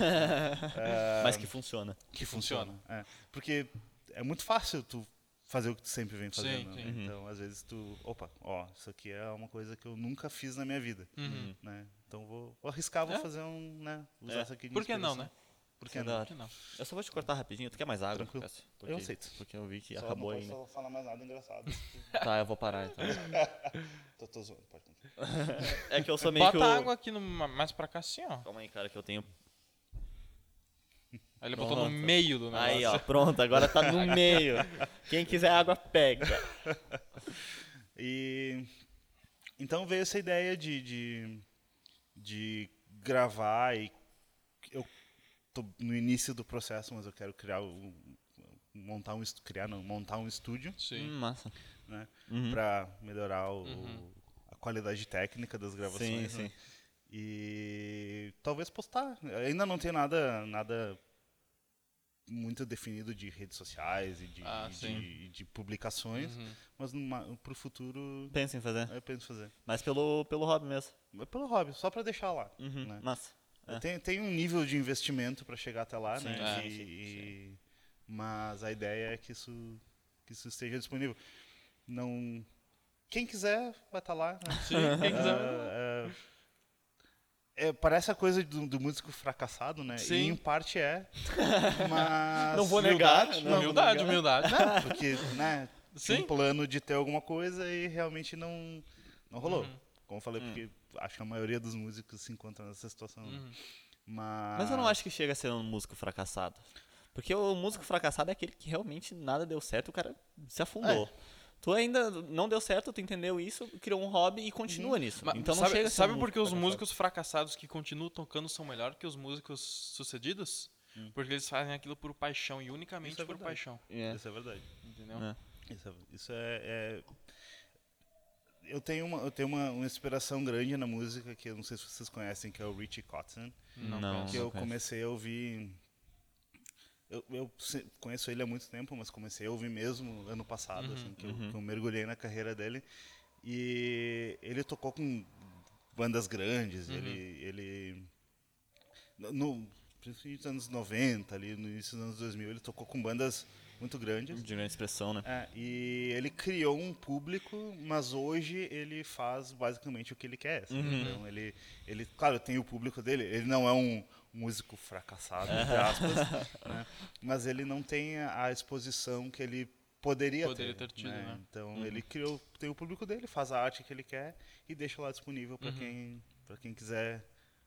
[SPEAKER 2] é.
[SPEAKER 3] Mas que funciona.
[SPEAKER 2] Que funciona. É. Porque é muito fácil tu fazer o que tu sempre vem fazendo.
[SPEAKER 1] sim.
[SPEAKER 2] né? Então, às vezes tu, opa, ó, isso aqui é uma coisa que eu nunca fiz na minha vida, né? Então vou, vou arriscar, vou
[SPEAKER 1] Uhum. É.
[SPEAKER 2] fazer um, né? Usar
[SPEAKER 3] É.
[SPEAKER 2] isso aqui de
[SPEAKER 1] Por que não,
[SPEAKER 2] inspiração.
[SPEAKER 1] né?
[SPEAKER 2] Por que
[SPEAKER 3] Isso
[SPEAKER 2] não?
[SPEAKER 3] é da
[SPEAKER 1] Por
[SPEAKER 3] hora.
[SPEAKER 1] que não?
[SPEAKER 3] Eu só vou te cortar rapidinho. Tu quer mais água?
[SPEAKER 2] Tranquilo.
[SPEAKER 3] Cássio? Porque,
[SPEAKER 2] Eu aceito.
[SPEAKER 3] Porque eu vi que
[SPEAKER 2] Só
[SPEAKER 3] acabou
[SPEAKER 2] não
[SPEAKER 3] ainda.
[SPEAKER 2] posso falar mais nada engraçado. (laughs)
[SPEAKER 3] Tá, eu vou parar então.
[SPEAKER 2] tô, tô zoando, pode continuar.
[SPEAKER 3] É que eu sou meio
[SPEAKER 1] Bota
[SPEAKER 3] que o...
[SPEAKER 1] água aqui no, mais pra cá assim, ó.
[SPEAKER 3] Calma aí, cara, que eu tenho...
[SPEAKER 1] Aí ele botou
[SPEAKER 3] Pronto.
[SPEAKER 1] no meio do negócio.
[SPEAKER 3] Aí, ó, pronto. Agora tá
[SPEAKER 2] (laughs)
[SPEAKER 3] no meio. Quem quiser água, pega.
[SPEAKER 2] E Então veio essa ideia de, de, de gravar e eu tô no início do processo, mas eu quero criar um, montar um estu- criar não, montar um estúdio,
[SPEAKER 1] Sim.
[SPEAKER 3] Hum, massa.
[SPEAKER 2] né,
[SPEAKER 3] Uhum.
[SPEAKER 2] para melhorar o-
[SPEAKER 1] Uhum.
[SPEAKER 2] a qualidade técnica das
[SPEAKER 3] Sim,
[SPEAKER 2] gravações. né?
[SPEAKER 3] sim.
[SPEAKER 2] E talvez postar. Ainda não tem nada, nada muito definido de redes sociais e de,
[SPEAKER 1] Ah,
[SPEAKER 2] e
[SPEAKER 1] sim.
[SPEAKER 2] de- e de publicações,
[SPEAKER 1] Uhum.
[SPEAKER 2] mas para o futuro
[SPEAKER 3] Pensa em fazer.
[SPEAKER 2] eu penso fazer.
[SPEAKER 3] Mas pelo, pelo hobby mesmo.
[SPEAKER 2] É pelo hobby, só para deixar lá.
[SPEAKER 3] Uhum.
[SPEAKER 2] Né?
[SPEAKER 3] Massa. É.
[SPEAKER 2] Tem, tem um nível de investimento para chegar até lá, né?
[SPEAKER 1] Sim,
[SPEAKER 2] e-
[SPEAKER 1] sim, sim,
[SPEAKER 2] e- Mas a ideia é que isso, que isso esteja disponível. Não, quem quiser vai estar lá. Né?
[SPEAKER 1] Sim, quem
[SPEAKER 2] (laughs)
[SPEAKER 1] quiser.
[SPEAKER 2] Ah, é, é, parece a coisa do, do músico fracassado, né?
[SPEAKER 1] Sim.
[SPEAKER 2] E em parte
[SPEAKER 1] (laughs)
[SPEAKER 2] é. Mas.
[SPEAKER 3] Não vou negar,
[SPEAKER 2] Humildade,
[SPEAKER 3] não vou
[SPEAKER 1] Humildade,
[SPEAKER 3] negar.
[SPEAKER 1] humildade.
[SPEAKER 3] (laughs)
[SPEAKER 2] Não, porque, né? Tinha
[SPEAKER 1] Sim.
[SPEAKER 2] um plano de ter alguma coisa e realmente não, não rolou.
[SPEAKER 1] Uhum.
[SPEAKER 2] Como eu falei, porque acho que a maioria dos músicos se encontra nessa situação. né?
[SPEAKER 1] Uhum.
[SPEAKER 2] Mas.
[SPEAKER 3] Mas eu não acho que chega a ser um músico fracassado. Porque o músico fracassado é aquele que realmente nada deu certo, o cara se afundou. Tu ainda não deu certo, tu entendeu isso, criou um hobby e continua nisso.
[SPEAKER 1] Mas
[SPEAKER 3] Então não
[SPEAKER 1] sabe,
[SPEAKER 3] chega a ser
[SPEAKER 1] Sabe
[SPEAKER 3] um
[SPEAKER 1] por que os
[SPEAKER 3] fracassado.
[SPEAKER 1] músicos fracassados que continuam tocando são melhor que os músicos sucedidos? Porque eles fazem aquilo por paixão e unicamente
[SPEAKER 2] Isso é
[SPEAKER 1] por
[SPEAKER 2] verdade.
[SPEAKER 1] paixão.
[SPEAKER 3] Hum. É.
[SPEAKER 2] Isso é verdade.
[SPEAKER 1] Entendeu?
[SPEAKER 3] É.
[SPEAKER 2] Isso é. Isso é, é- Eu tenho, uma, eu tenho uma, uma inspiração grande na música que eu não sei se vocês conhecem, que é o Richie Cotton.
[SPEAKER 3] Ah, Não.
[SPEAKER 1] conheço.
[SPEAKER 2] que eu
[SPEAKER 3] conheço.
[SPEAKER 2] comecei a ouvir. Eu, eu se- conheço ele há muito tempo, mas comecei a ouvir mesmo ano passado,
[SPEAKER 3] Uhum,
[SPEAKER 2] assim, que, eu, que eu mergulhei na carreira dele. E ele tocou com bandas grandes,
[SPEAKER 3] Uhum.
[SPEAKER 2] ele. ele no- no, principalmente nos anos 90, ali, no início dos anos 2000, ele tocou com bandas muito grandes.
[SPEAKER 3] De grande expressão, né?
[SPEAKER 2] É, e ele criou um público, mas hoje ele faz basicamente o que ele quer. assim.
[SPEAKER 1] Uhum.
[SPEAKER 2] Então ele, ele, claro, tem o público dele. Ele não é um músico fracassado, entre aspas,
[SPEAKER 1] (laughs)
[SPEAKER 2] né? mas ele não tem a a exposição que ele poderia,
[SPEAKER 1] Poderia ter tido, né?
[SPEAKER 2] Então ele criou, tem o público dele, faz a arte que ele quer e deixa lá disponível para quem, para quem quiser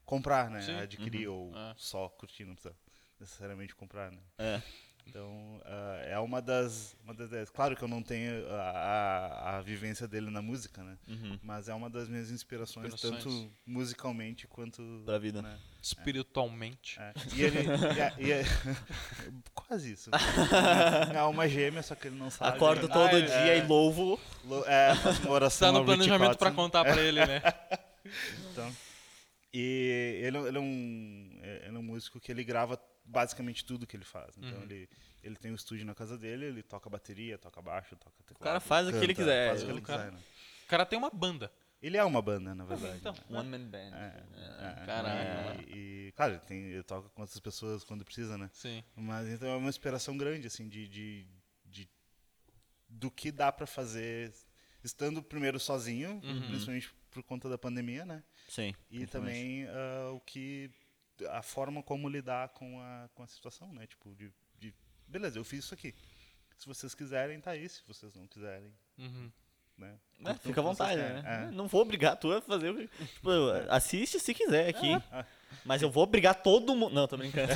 [SPEAKER 2] comprar, né?
[SPEAKER 1] Uhum. Sim.
[SPEAKER 2] Adquirir ou
[SPEAKER 1] É.
[SPEAKER 2] só curtir, não precisa necessariamente comprar, né?
[SPEAKER 3] É.
[SPEAKER 2] Então, ah, é uma das, uma das ideias. Claro que eu não tenho a, a, a vivência dele na música, né? Mas é uma das minhas inspirações,
[SPEAKER 1] Uhum. Inspirações.
[SPEAKER 2] tanto musicalmente quanto.
[SPEAKER 3] Pra vida.
[SPEAKER 2] Né?
[SPEAKER 1] Espiritualmente.
[SPEAKER 2] É. E ele. e a- (laughs) e a- quase
[SPEAKER 1] (laughs)
[SPEAKER 2] isso. É uma gêmea, só que ele não sabe.
[SPEAKER 3] Acordo
[SPEAKER 2] né?
[SPEAKER 1] Ah,
[SPEAKER 3] todo
[SPEAKER 1] ele-
[SPEAKER 3] dia
[SPEAKER 2] é.
[SPEAKER 3] e louvo.
[SPEAKER 2] Lo- É, faço uma oração.
[SPEAKER 1] Tá no
[SPEAKER 2] ao Richie
[SPEAKER 1] planejamento pra
[SPEAKER 2] Kotzen.
[SPEAKER 1] contar pra ele, né?
[SPEAKER 2] Então, e ele, é- ele é um, é- ele é um músico que ele grava basicamente tudo que ele faz. Então
[SPEAKER 3] Uhum.
[SPEAKER 2] ele, ele tem um estúdio na casa dele, ele toca bateria, toca baixo, toca teclado.
[SPEAKER 3] cara faz o que ele quiser.
[SPEAKER 2] Faz o que ele
[SPEAKER 1] O cara-
[SPEAKER 2] quiser. né?
[SPEAKER 1] (laughs) O cara tem uma banda.
[SPEAKER 2] Ele é uma banda,
[SPEAKER 3] Ah,
[SPEAKER 2] na verdade.
[SPEAKER 1] Então,
[SPEAKER 2] né?
[SPEAKER 3] One Man Band.
[SPEAKER 2] É, é.
[SPEAKER 1] Caralho.
[SPEAKER 2] E, e, cara, ele, tem, ele toca com outras pessoas quando precisa, né?
[SPEAKER 1] sim.
[SPEAKER 2] Mas então é uma inspiração grande, assim, de, de, de- do que dá pra fazer estando primeiro sozinho,
[SPEAKER 3] Uhum.
[SPEAKER 2] principalmente por conta da pandemia, né?
[SPEAKER 3] Sim.
[SPEAKER 2] E também ah, o que. a forma como lidar com a, com a situação, né? Tipo, de, de. Beleza, eu fiz isso aqui. Se vocês quiserem, tá aí. Se vocês não quiserem,
[SPEAKER 1] Uhum.
[SPEAKER 2] né?
[SPEAKER 3] É,
[SPEAKER 2] Curtam
[SPEAKER 3] fica à
[SPEAKER 2] o que vocês
[SPEAKER 3] vontade,
[SPEAKER 2] querem.
[SPEAKER 3] né?
[SPEAKER 2] É.
[SPEAKER 3] Não vou obrigar tu a fazer o. Tipo, assiste se quiser aqui. Mas eu vou obrigar todo mundo. Não, tô brincando.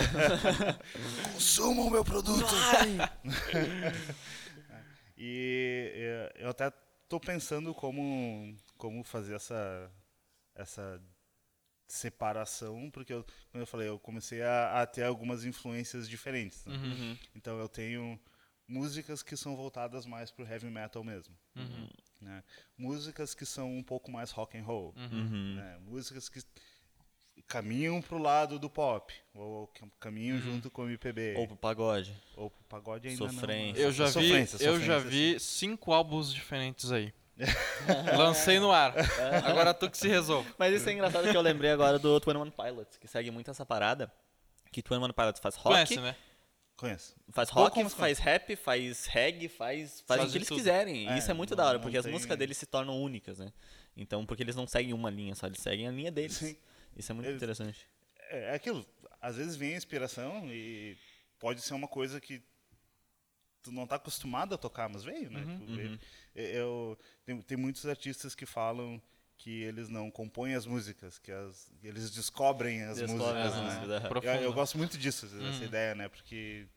[SPEAKER 2] Consumam o meu produto! (laughs) É. e é, eu até tô pensando como, como fazer essa, essa separação, porque eu, como eu falei, eu comecei a, a ter algumas influências diferentes. né? Então eu tenho músicas que são voltadas mais pro heavy metal mesmo.
[SPEAKER 3] Uhum.
[SPEAKER 2] né? Músicas que são um pouco mais rock and roll.
[SPEAKER 3] Uhum.
[SPEAKER 2] né? Músicas que caminham pro lado do pop, ou cam- caminham junto com o MPB.
[SPEAKER 3] Uhum. Ou pro pagode.
[SPEAKER 2] Ou pro pagode ainda
[SPEAKER 3] Sofrência.
[SPEAKER 2] não.
[SPEAKER 1] Eu já vi,
[SPEAKER 2] é Sofrência,
[SPEAKER 1] eu já
[SPEAKER 2] sofrência,
[SPEAKER 1] vi cinco álbuns
[SPEAKER 2] (laughs)
[SPEAKER 1] diferentes aí. Lancei no ar. Agora tu que se resolve.
[SPEAKER 3] Mas isso é engraçado que eu lembrei agora do Twin One Pilots, que segue muito essa parada. Que Twin One Pilots faz rock,
[SPEAKER 1] Conhece, né?
[SPEAKER 2] Conheço.
[SPEAKER 3] faz
[SPEAKER 2] Pouco
[SPEAKER 3] rock,
[SPEAKER 2] como se
[SPEAKER 3] faz rap, faz reggae, faz, faz o
[SPEAKER 1] Fazem
[SPEAKER 3] que eles
[SPEAKER 1] tudo.
[SPEAKER 3] quiserem.
[SPEAKER 2] É,
[SPEAKER 3] E isso é muito
[SPEAKER 2] não-
[SPEAKER 3] da hora,
[SPEAKER 2] não
[SPEAKER 3] porque as
[SPEAKER 2] tem-
[SPEAKER 3] músicas deles se tornam únicas, né? Então, porque eles não seguem uma linha só, eles seguem a linha deles.
[SPEAKER 2] Sim.
[SPEAKER 3] Isso é muito
[SPEAKER 2] Eles-
[SPEAKER 3] interessante.
[SPEAKER 2] É, é aquilo. Às vezes vem a inspiração e pode ser uma coisa que tu não tá acostumado a tocar, mas veio, né? Tipo, veio. E- Eu, tem, tem muitos artistas que falam que eles não compõem as músicas, que as, eles descobrem as
[SPEAKER 1] Ah,
[SPEAKER 3] Descobrem
[SPEAKER 2] músicas, Uhum.
[SPEAKER 3] as
[SPEAKER 2] né?
[SPEAKER 3] músicas, aham.
[SPEAKER 2] Eu,
[SPEAKER 1] Profundo.
[SPEAKER 2] eu gosto muito disso, dessa ideia, né? Porque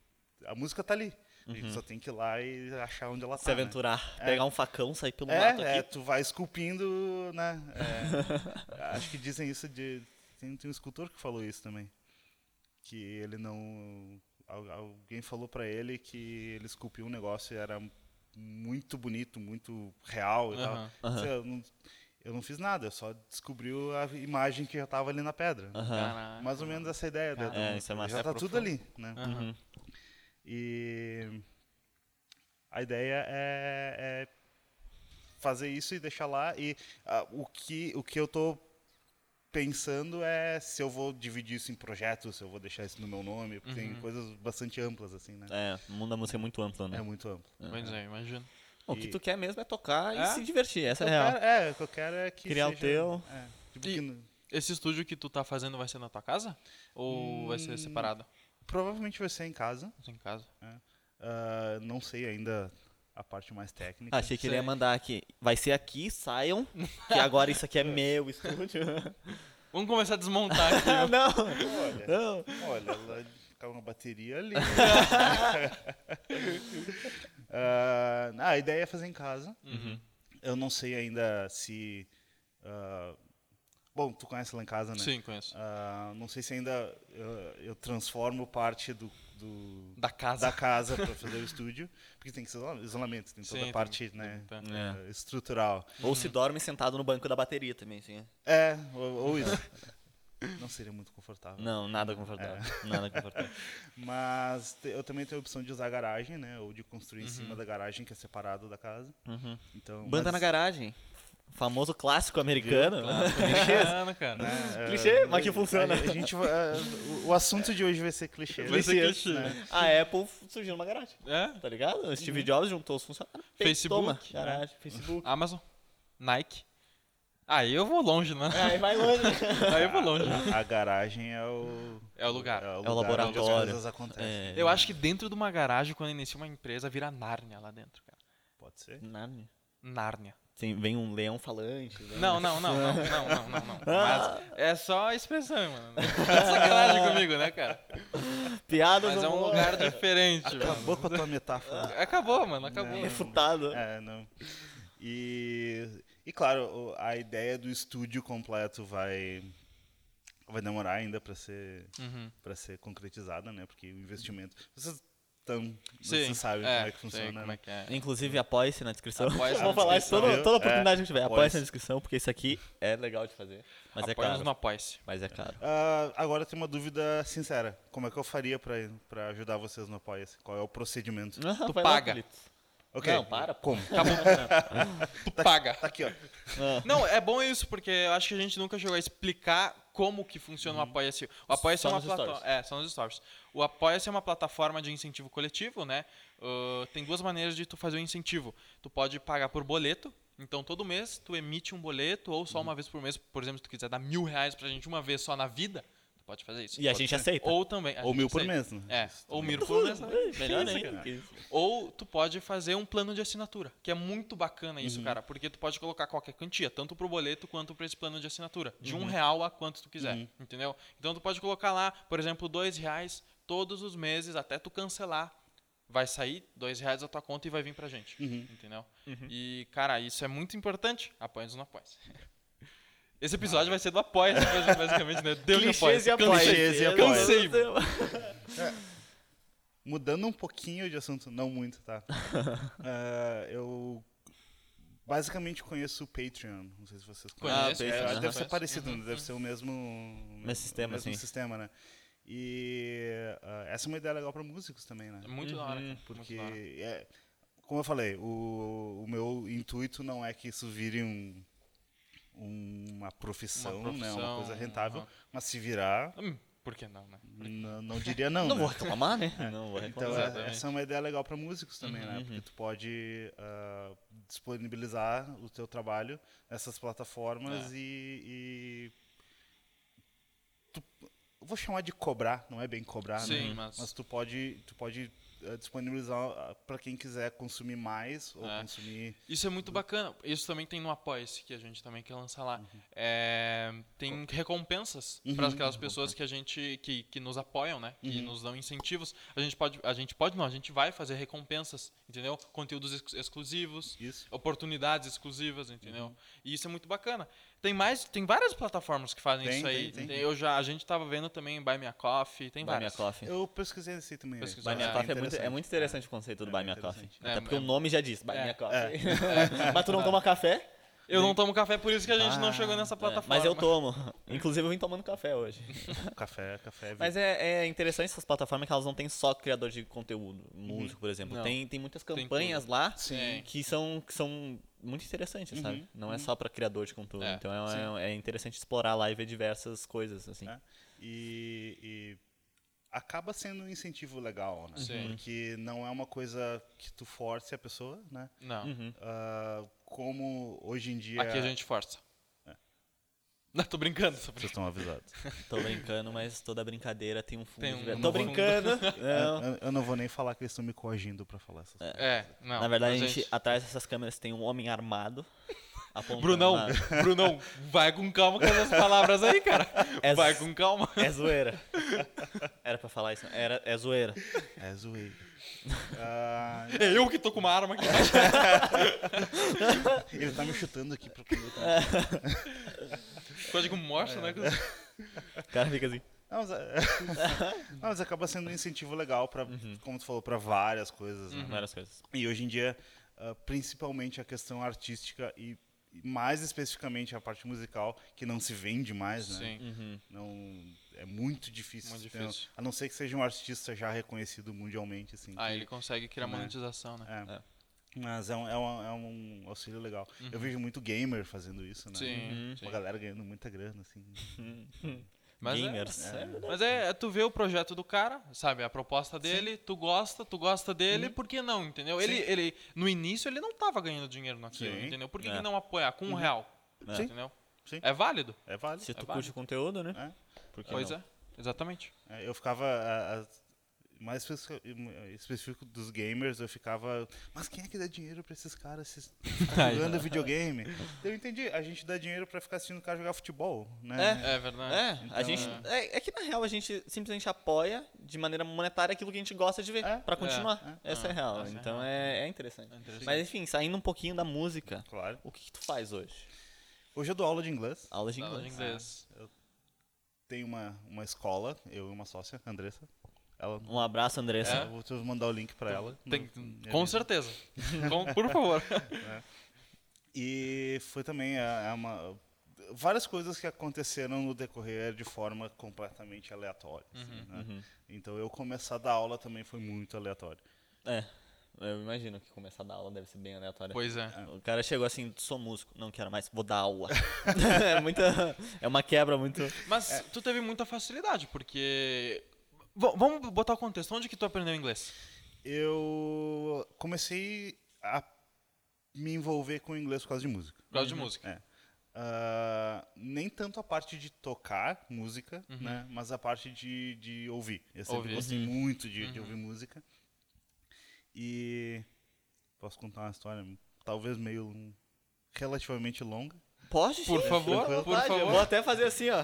[SPEAKER 2] a música tá ali. A gente só tem que ir lá e achar onde ela
[SPEAKER 3] Se
[SPEAKER 2] tá. né?
[SPEAKER 3] aventurar, pegar um facão, sair pelo mato
[SPEAKER 2] É, é,
[SPEAKER 3] aqui.
[SPEAKER 2] tu vai esculpindo, né? É, acho que dizem isso de. Tem, tem um escultor que falou isso também. Que ele não. al- Alguém falou pra ele que ele esculpiu um negócio e era muito bonito, muito real e
[SPEAKER 1] Aham.
[SPEAKER 2] tal. Disse, Eu, não, eu não fiz nada, eu só descobri a imagem que já tava ali na pedra.
[SPEAKER 3] Aham.
[SPEAKER 1] Caraca.
[SPEAKER 2] Mais ou menos essa ideia dele.
[SPEAKER 3] Ah. É, isso é massa.
[SPEAKER 2] Já
[SPEAKER 3] É
[SPEAKER 2] tá
[SPEAKER 3] profundo.
[SPEAKER 2] tudo ali, né?
[SPEAKER 1] Aham.
[SPEAKER 2] E a ideia é, é fazer isso e deixar lá. E ah, o, que, o que eu tô pensando é se eu vou dividir isso em projetos, se eu vou deixar isso no meu nome, porque tem coisas bastante amplas, assim, né?
[SPEAKER 3] Uhum. É, o mundo da música é muito amplo,
[SPEAKER 2] É,
[SPEAKER 3] né?
[SPEAKER 2] muito amplo.
[SPEAKER 1] Pois é, imagino.
[SPEAKER 3] O que tu quer mesmo é tocar
[SPEAKER 1] É?
[SPEAKER 3] e se divertir, essa é
[SPEAKER 2] Eu
[SPEAKER 3] a real.
[SPEAKER 2] quero- é, o que eu quero é que
[SPEAKER 3] Criar o
[SPEAKER 2] seja-
[SPEAKER 3] teu.
[SPEAKER 2] é, tipo
[SPEAKER 1] E-
[SPEAKER 2] que no-
[SPEAKER 1] Esse estúdio que tu tá fazendo vai ser na tua casa? Ou vai
[SPEAKER 2] Hum.
[SPEAKER 1] ser separado?
[SPEAKER 2] provavelmente vai ser em casa.
[SPEAKER 1] Em casa.
[SPEAKER 2] Ah, não sei ainda a parte mais técnica.
[SPEAKER 3] Ah, Achei que ele ia
[SPEAKER 1] Sei.
[SPEAKER 3] mandar aqui. Vai ser aqui, saiam, que agora isso
[SPEAKER 2] (laughs)
[SPEAKER 3] aqui é meu estúdio.
[SPEAKER 1] Vamos começar a desmontar
[SPEAKER 2] (laughs)
[SPEAKER 1] aqui.
[SPEAKER 3] Ah, não,
[SPEAKER 2] Olha,
[SPEAKER 3] não.
[SPEAKER 2] Olha, ela ficava uma bateria
[SPEAKER 1] (laughs)
[SPEAKER 2] ali. (laughs) Ah, a ideia é fazer em casa.
[SPEAKER 1] Uhum.
[SPEAKER 2] Eu não sei ainda se. ah, bom, tu conhece lá em casa, né?
[SPEAKER 1] Sim, conheço.
[SPEAKER 2] Ah, não sei se ainda ah, eu transformo parte do, do-
[SPEAKER 1] Da casa.
[SPEAKER 2] da casa
[SPEAKER 1] (laughs)
[SPEAKER 2] para fazer o estúdio, porque tem que ser isola- isolamento, tem toda
[SPEAKER 1] Sim,
[SPEAKER 2] a parte
[SPEAKER 1] tem-
[SPEAKER 2] né,
[SPEAKER 1] tem-
[SPEAKER 3] tem.
[SPEAKER 2] ah, estrutural.
[SPEAKER 3] Ou se dorme sentado no banco da bateria também, assim.
[SPEAKER 2] É, ou, ou
[SPEAKER 1] (laughs)
[SPEAKER 2] isso. não seria muito confortável.
[SPEAKER 3] Não, nada confortável. Nada confortável.
[SPEAKER 2] Mas te- eu também tenho a opção de usar a garagem, né? Ou de construir em cima da garagem, que é separado da casa.
[SPEAKER 3] Uhum.
[SPEAKER 2] Então,
[SPEAKER 3] (laughs)
[SPEAKER 2] mas,
[SPEAKER 3] Banda na garagem. Famoso clássico americano.
[SPEAKER 1] Bacana, Tá cara.
[SPEAKER 2] né, é,
[SPEAKER 3] (laughs) Clichê, mas que
[SPEAKER 2] a-
[SPEAKER 3] funciona.
[SPEAKER 2] A, gente, vai- é, o- o assunto de hoje vai ser clichê.
[SPEAKER 1] Vai ser
[SPEAKER 2] Clichês,
[SPEAKER 1] clichê.
[SPEAKER 2] né?
[SPEAKER 3] (laughs) A Apple surgiu numa garagem.
[SPEAKER 1] É?
[SPEAKER 3] Tá ligado? O Steve Jobs juntou os funcionários. fez,
[SPEAKER 1] Facebook,
[SPEAKER 3] Toma, garagem, (laughs) Facebook.
[SPEAKER 1] Amazon. Nike. Aí eu vou longe, né?
[SPEAKER 3] Aí vai longe.
[SPEAKER 1] (laughs) Aí eu vou longe.
[SPEAKER 2] A, a garagem é o...
[SPEAKER 1] É o lugar.
[SPEAKER 2] É o, onde as
[SPEAKER 3] laboratório.
[SPEAKER 2] coisas acontecem.
[SPEAKER 3] (laughs) É,
[SPEAKER 1] Eu acho que dentro de uma garagem, quando inicia uma empresa, vira Nárnia lá dentro, cara.
[SPEAKER 2] Pode ser.
[SPEAKER 3] Nárnia.
[SPEAKER 1] Nárnia.
[SPEAKER 3] Tem- vem um leão falante. né?
[SPEAKER 1] Não, não, não, (laughs) não, não, não, não, não. Mas é só a expressão, mano. (laughs) Tá de Sacanagem comigo, né, cara?
[SPEAKER 3] Piadas
[SPEAKER 1] Mas é
[SPEAKER 3] não
[SPEAKER 1] um
[SPEAKER 3] vão-
[SPEAKER 1] lugar diferente, mano.
[SPEAKER 2] Acabou com a tua metáfora.
[SPEAKER 1] Acabou, mano, acabou.
[SPEAKER 3] refutado.
[SPEAKER 2] É, não. E, e claro, o- a ideia do estúdio completo vai, vai demorar ainda para ser
[SPEAKER 1] Uhum.
[SPEAKER 2] para ser concretizada, né? Porque o investimento. Vocês estão.
[SPEAKER 1] Sim.
[SPEAKER 2] Vocês sabem
[SPEAKER 1] é,
[SPEAKER 2] como é que
[SPEAKER 1] sei
[SPEAKER 2] funciona.
[SPEAKER 1] como é que Então, é.
[SPEAKER 3] Inclusive, apoie-se na descrição.
[SPEAKER 1] (laughs) Apoie-se na
[SPEAKER 3] Vou falar isso
[SPEAKER 2] descrição,
[SPEAKER 3] toda,
[SPEAKER 2] viu?
[SPEAKER 3] toda
[SPEAKER 2] É,
[SPEAKER 3] oportunidade que tiver. Apoie-se
[SPEAKER 2] apoie-se.
[SPEAKER 3] na descrição, porque isso aqui é legal de fazer. Mas é
[SPEAKER 1] Apoia-nos
[SPEAKER 3] caro.
[SPEAKER 1] no Apoia-se.
[SPEAKER 3] Mas é caro.
[SPEAKER 2] Ah, agora tem uma dúvida sincera. Como é que eu faria para ajudar vocês no Apoia-se? Qual é o procedimento?
[SPEAKER 3] Tu
[SPEAKER 1] paga.
[SPEAKER 2] Ok.
[SPEAKER 3] Não, para, pô.
[SPEAKER 2] Como?
[SPEAKER 1] (laughs) Acabou. tu paga.
[SPEAKER 2] Tá aqui, ó.
[SPEAKER 1] Não, é bom isso, porque eu acho que a gente nunca chegou a explicar como que funciona o Apoia-se. O Apoia-se
[SPEAKER 3] Uhum. Só
[SPEAKER 1] é uma
[SPEAKER 3] nos
[SPEAKER 1] plataforma.
[SPEAKER 3] stories.
[SPEAKER 1] É, só nos stories. O Apoia-se é uma plataforma de incentivo coletivo, né? Ah, tem duas maneiras de tu fazer o incentivo. Tu pode pagar por boleto. Então, todo mês, tu emite um boleto, ou só
[SPEAKER 3] Uhum.
[SPEAKER 1] uma vez por mês. Por exemplo, se tu quiser dar mil reais pra gente uma vez só na vida, tu pode fazer isso.
[SPEAKER 3] E a
[SPEAKER 1] Pode.
[SPEAKER 3] gente aceita. (laughs)
[SPEAKER 1] Ou também... a
[SPEAKER 2] Ou
[SPEAKER 1] gente
[SPEAKER 2] mil por
[SPEAKER 1] aceita.
[SPEAKER 2] mês, né?
[SPEAKER 1] É,
[SPEAKER 2] Isso
[SPEAKER 1] ou
[SPEAKER 2] também.
[SPEAKER 1] mil por mês.
[SPEAKER 3] Melhor
[SPEAKER 1] Isso,
[SPEAKER 3] ainda.
[SPEAKER 1] cara.
[SPEAKER 3] né? que isso.
[SPEAKER 1] Ou tu pode fazer um plano de assinatura, que é muito bacana
[SPEAKER 3] Uhum.
[SPEAKER 1] isso, cara, porque tu pode colocar qualquer quantia, tanto pro boleto quanto pra esse plano de assinatura, de
[SPEAKER 3] Uhum.
[SPEAKER 1] um real a quanto tu quiser, entendeu? Então tu pode colocar lá, por exemplo, dois reais todos os meses até tu cancelar, vai sair dois reais da tua conta e vai vir pra gente,
[SPEAKER 2] Uhum.
[SPEAKER 3] Uhum.
[SPEAKER 1] entendeu? E cara, isso é muito importante. Apoia-nos no
[SPEAKER 3] (laughs)
[SPEAKER 1] apoia Esse episódio vai ser do apoia basicamente, né? Deus me apoia.
[SPEAKER 3] Clichês
[SPEAKER 2] apoia-se.
[SPEAKER 3] e apoia-se.
[SPEAKER 2] Eu
[SPEAKER 1] cansei,
[SPEAKER 2] Mudando um pouquinho de assunto, não muito,
[SPEAKER 3] (laughs)
[SPEAKER 2] tá? Ah, eu basicamente conheço o Patreon. Não sei se vocês conhecem.
[SPEAKER 1] Conheço,
[SPEAKER 2] É,
[SPEAKER 3] conheço,
[SPEAKER 2] deve
[SPEAKER 3] aham.
[SPEAKER 2] ser parecido,
[SPEAKER 1] Uhum,
[SPEAKER 2] né? deve ser o mesmo, mesmo
[SPEAKER 3] sistema,
[SPEAKER 2] mesmo
[SPEAKER 3] sim.
[SPEAKER 2] sistema, né? E ah, essa é uma ideia legal para músicos também, né?
[SPEAKER 1] É Muito da hora,
[SPEAKER 3] Uhum,
[SPEAKER 1] cara, muito
[SPEAKER 2] Porque,
[SPEAKER 1] da hora.
[SPEAKER 2] é, como eu falei, o, o meu intuito não é que isso vire um, uma, profissão,
[SPEAKER 1] Uma
[SPEAKER 2] né?
[SPEAKER 1] profissão,
[SPEAKER 2] Uma coisa rentável.
[SPEAKER 1] aham.
[SPEAKER 2] Mas se virar,
[SPEAKER 1] Hum, por que não, né?
[SPEAKER 2] n- não diria não,
[SPEAKER 3] Não
[SPEAKER 2] né?
[SPEAKER 3] vou reclamar, né? Não vou
[SPEAKER 2] Então,
[SPEAKER 3] reclamar.
[SPEAKER 2] é-
[SPEAKER 1] Exatamente. Uhum,
[SPEAKER 2] essa é uma ideia legal para músicos também, né? Porque tu pode ah, disponibilizar o teu trabalho
[SPEAKER 1] É.
[SPEAKER 2] nessas plataformas e, e tu- eu vou chamar de cobrar, não é bem cobrar, né?
[SPEAKER 1] Sim, mas-
[SPEAKER 2] tu pode, tu pode eh, disponibilizar para quem quiser consumir mais ou
[SPEAKER 1] É.
[SPEAKER 2] consumir
[SPEAKER 1] Isso é muito bacana. Isso também tem no Apoia-se, que a gente também quer lançar lá.
[SPEAKER 3] Uhum.
[SPEAKER 1] É, tem recompensas para aquelas
[SPEAKER 3] Uhum.
[SPEAKER 1] pessoas que a gente que, que nos apoiam, né? Que nos dão incentivos. A gente pode, a gente pode não, a gente vai fazer recompensas, entendeu? Conteúdos ex- exclusivos,
[SPEAKER 2] Isso.
[SPEAKER 1] oportunidades exclusivas, entendeu?
[SPEAKER 3] Uhum.
[SPEAKER 1] E isso é muito bacana. Tem mais, tem várias plataformas que fazem
[SPEAKER 2] Tem,
[SPEAKER 1] isso
[SPEAKER 2] tem,
[SPEAKER 1] aí.
[SPEAKER 2] tem.
[SPEAKER 1] Eu já, a gente tava vendo também Buy Me a Coffee, tem
[SPEAKER 3] Buy Me a
[SPEAKER 1] várias.
[SPEAKER 3] Coffee.
[SPEAKER 2] Eu pesquisei esse aí também. né?
[SPEAKER 1] Pesquisou.
[SPEAKER 3] Buy Me a
[SPEAKER 1] É
[SPEAKER 3] Coffee é muito, é muito interessante o conceito do
[SPEAKER 2] É
[SPEAKER 3] Buy
[SPEAKER 2] bem
[SPEAKER 3] Me a Coffee.
[SPEAKER 2] interessante.
[SPEAKER 1] É,
[SPEAKER 3] Até porque
[SPEAKER 1] é-
[SPEAKER 3] o nome já diz, Buy
[SPEAKER 1] É.
[SPEAKER 3] Me a Coffee. (laughs) Mas tu não toma café?
[SPEAKER 1] Eu não tomo café, por isso que a gente não
[SPEAKER 2] Ah,
[SPEAKER 1] chegou nessa
[SPEAKER 3] É,
[SPEAKER 1] plataforma.
[SPEAKER 3] Mas eu tomo. Inclusive eu vim tomando café hoje.
[SPEAKER 2] Café,
[SPEAKER 3] (laughs)
[SPEAKER 1] Uhum.
[SPEAKER 2] café.
[SPEAKER 3] Mas é, é interessante essas plataformas que elas não têm só criador de conteúdo, músico, por exemplo.
[SPEAKER 1] Uhum. Não.
[SPEAKER 3] Tem, tem muitas
[SPEAKER 1] Tem
[SPEAKER 3] campanhas lá
[SPEAKER 1] Sim.
[SPEAKER 3] que são, que são muito interessantes, sabe? Não é só pra criador de conteúdo.
[SPEAKER 1] Uhum. É,
[SPEAKER 3] Então é, é interessante explorar lá e ver diversas coisas, assim.
[SPEAKER 1] É.
[SPEAKER 2] né? E, e acaba sendo um incentivo legal, né?
[SPEAKER 1] Sim. Uhum.
[SPEAKER 2] Porque não é uma coisa que tu force a pessoa, né?
[SPEAKER 1] Não.
[SPEAKER 2] Ah, como hoje em dia.
[SPEAKER 1] Aqui a gente força. Não, tô brincando. Tô
[SPEAKER 2] Vocês
[SPEAKER 1] brincando.
[SPEAKER 2] estão avisados.
[SPEAKER 3] Tô brincando, mas toda brincadeira tem um fundo.
[SPEAKER 1] Tem
[SPEAKER 3] de
[SPEAKER 1] um
[SPEAKER 3] ver-
[SPEAKER 1] fundo. (laughs)
[SPEAKER 3] Tô brincando! É. Não.
[SPEAKER 2] Eu, eu não vou nem falar que eles estão me coagindo pra falar essas coisas.
[SPEAKER 1] É, não.
[SPEAKER 3] Na verdade, a
[SPEAKER 1] mas,
[SPEAKER 3] gente, atrás dessas câmeras tem um homem armado. (laughs) apontando
[SPEAKER 1] Brunão,
[SPEAKER 3] lá.
[SPEAKER 1] (laughs) Brunão, vai com calma com essas palavras aí, cara.
[SPEAKER 3] É
[SPEAKER 1] Vai
[SPEAKER 3] z-
[SPEAKER 1] com calma.
[SPEAKER 3] É zoeira. Era pra falar isso. Era, é zoeira.
[SPEAKER 2] É zoeira. Ah,
[SPEAKER 1] É eu que tô com uma arma aqui.
[SPEAKER 2] ele tá me chutando aqui pra comer.
[SPEAKER 1] Código morte, né?
[SPEAKER 3] O cara fica assim.
[SPEAKER 2] Não, mas, é- (laughs) não, mas acaba sendo um incentivo legal para,
[SPEAKER 1] Uhum.
[SPEAKER 2] como tu falou, para várias coisas. né?
[SPEAKER 3] Várias coisas.
[SPEAKER 2] E hoje em dia, ah, principalmente a questão artística e e mais especificamente a parte musical, que não se vende mais, né?
[SPEAKER 1] Sim.
[SPEAKER 2] Não, é muito difícil.
[SPEAKER 1] Muito
[SPEAKER 2] tu ter um-
[SPEAKER 1] difícil.
[SPEAKER 2] a não ser que seja um artista já reconhecido mundialmente, assim.
[SPEAKER 1] Ah,
[SPEAKER 2] que-
[SPEAKER 1] ele consegue criar monetização, né?
[SPEAKER 2] é.
[SPEAKER 3] É.
[SPEAKER 2] Mas é um, é um- é um auxílio legal. Eu vejo muito gamer fazendo isso, né?
[SPEAKER 1] Uhum. Sim,
[SPEAKER 2] Uma
[SPEAKER 1] sim.
[SPEAKER 2] galera ganhando muita grana, assim.
[SPEAKER 1] Mas é-
[SPEAKER 3] Gamers. É.
[SPEAKER 1] Mas é, é tu vê o projeto do cara, sabe? A proposta dele, tu gosta, tu gosta dele, por que não, entendeu? Ele, ele, no início, ele não tava ganhando dinheiro naquilo,
[SPEAKER 2] Sim.
[SPEAKER 1] entendeu? Por que,
[SPEAKER 3] É.
[SPEAKER 1] que não apoiar com um real?
[SPEAKER 2] Sim.
[SPEAKER 1] Entendeu?
[SPEAKER 2] Sim.
[SPEAKER 1] É válido.
[SPEAKER 2] É válido.
[SPEAKER 3] Se tu
[SPEAKER 1] É válido.
[SPEAKER 3] curte o conteúdo, né?
[SPEAKER 2] É.
[SPEAKER 3] Por que
[SPEAKER 1] Pois
[SPEAKER 3] não?
[SPEAKER 1] é, exatamente.
[SPEAKER 2] É, Eu ficava. a- a- mais especi- específico dos gamers, eu ficava. Mas quem é que dá dinheiro pra esses caras se
[SPEAKER 1] (laughs)
[SPEAKER 2] ficar jogando videogame? Eu entendi, a gente dá dinheiro pra ficar assistindo o cara jogar futebol, né?
[SPEAKER 1] É verdade.
[SPEAKER 3] É, a
[SPEAKER 2] Então,
[SPEAKER 3] gente, é, é que na real a gente simplesmente apoia de maneira monetária aquilo que a gente gosta de ver
[SPEAKER 2] É,
[SPEAKER 3] pra continuar. Essa é, a real.
[SPEAKER 1] essa é a
[SPEAKER 3] então é, é interessante.
[SPEAKER 1] É interessante.
[SPEAKER 3] Mas enfim, saindo um pouquinho da música,
[SPEAKER 2] Claro.
[SPEAKER 3] o que, que tu faz hoje?
[SPEAKER 2] Hoje eu dou aula de inglês.
[SPEAKER 3] Aula de
[SPEAKER 1] Aula de
[SPEAKER 3] inglês.
[SPEAKER 1] inglês.
[SPEAKER 2] Tem uma, uma escola, eu e uma sócia, Andressa. Ela.
[SPEAKER 3] Um abraço, Andressa.
[SPEAKER 1] É.
[SPEAKER 2] Eu vou te mandar o link pra ela.
[SPEAKER 1] Tem-
[SPEAKER 2] no- no-
[SPEAKER 1] com (laughs) certeza. Com- por (laughs) favor.
[SPEAKER 2] E foi também é, é uma, várias coisas que aconteceram no decorrer de forma completamente aleatória. assim, né? Então eu começar a dar aula também foi muito aleatório.
[SPEAKER 3] É. Eu imagino que começar a dar aula deve ser bem aleatório.
[SPEAKER 1] Pois é.
[SPEAKER 3] O cara chegou assim, sou músico, não quero mais, vou dar aula. (laughs) é, muita, é uma quebra muito.
[SPEAKER 1] Mas tu teve muita facilidade, porque. V- vamos botar o contexto. Onde que tu aprendeu inglês?
[SPEAKER 2] Eu comecei a me envolver com o inglês por causa de música.
[SPEAKER 1] Por causa de música.
[SPEAKER 2] É. Ah, nem tanto a parte de tocar música,
[SPEAKER 3] Uhum.
[SPEAKER 2] né? Mas a parte de, de ouvir. Eu sempre
[SPEAKER 1] Ouvir.
[SPEAKER 2] gostei muito de,
[SPEAKER 3] Uhum.
[SPEAKER 2] de ouvir música. E posso contar uma história, talvez meio relativamente longa. (laughs)
[SPEAKER 3] Pode?
[SPEAKER 1] Por favor,
[SPEAKER 2] Tranquilo.
[SPEAKER 1] por
[SPEAKER 3] Eu vou
[SPEAKER 1] favor.
[SPEAKER 3] até fazer assim, ó.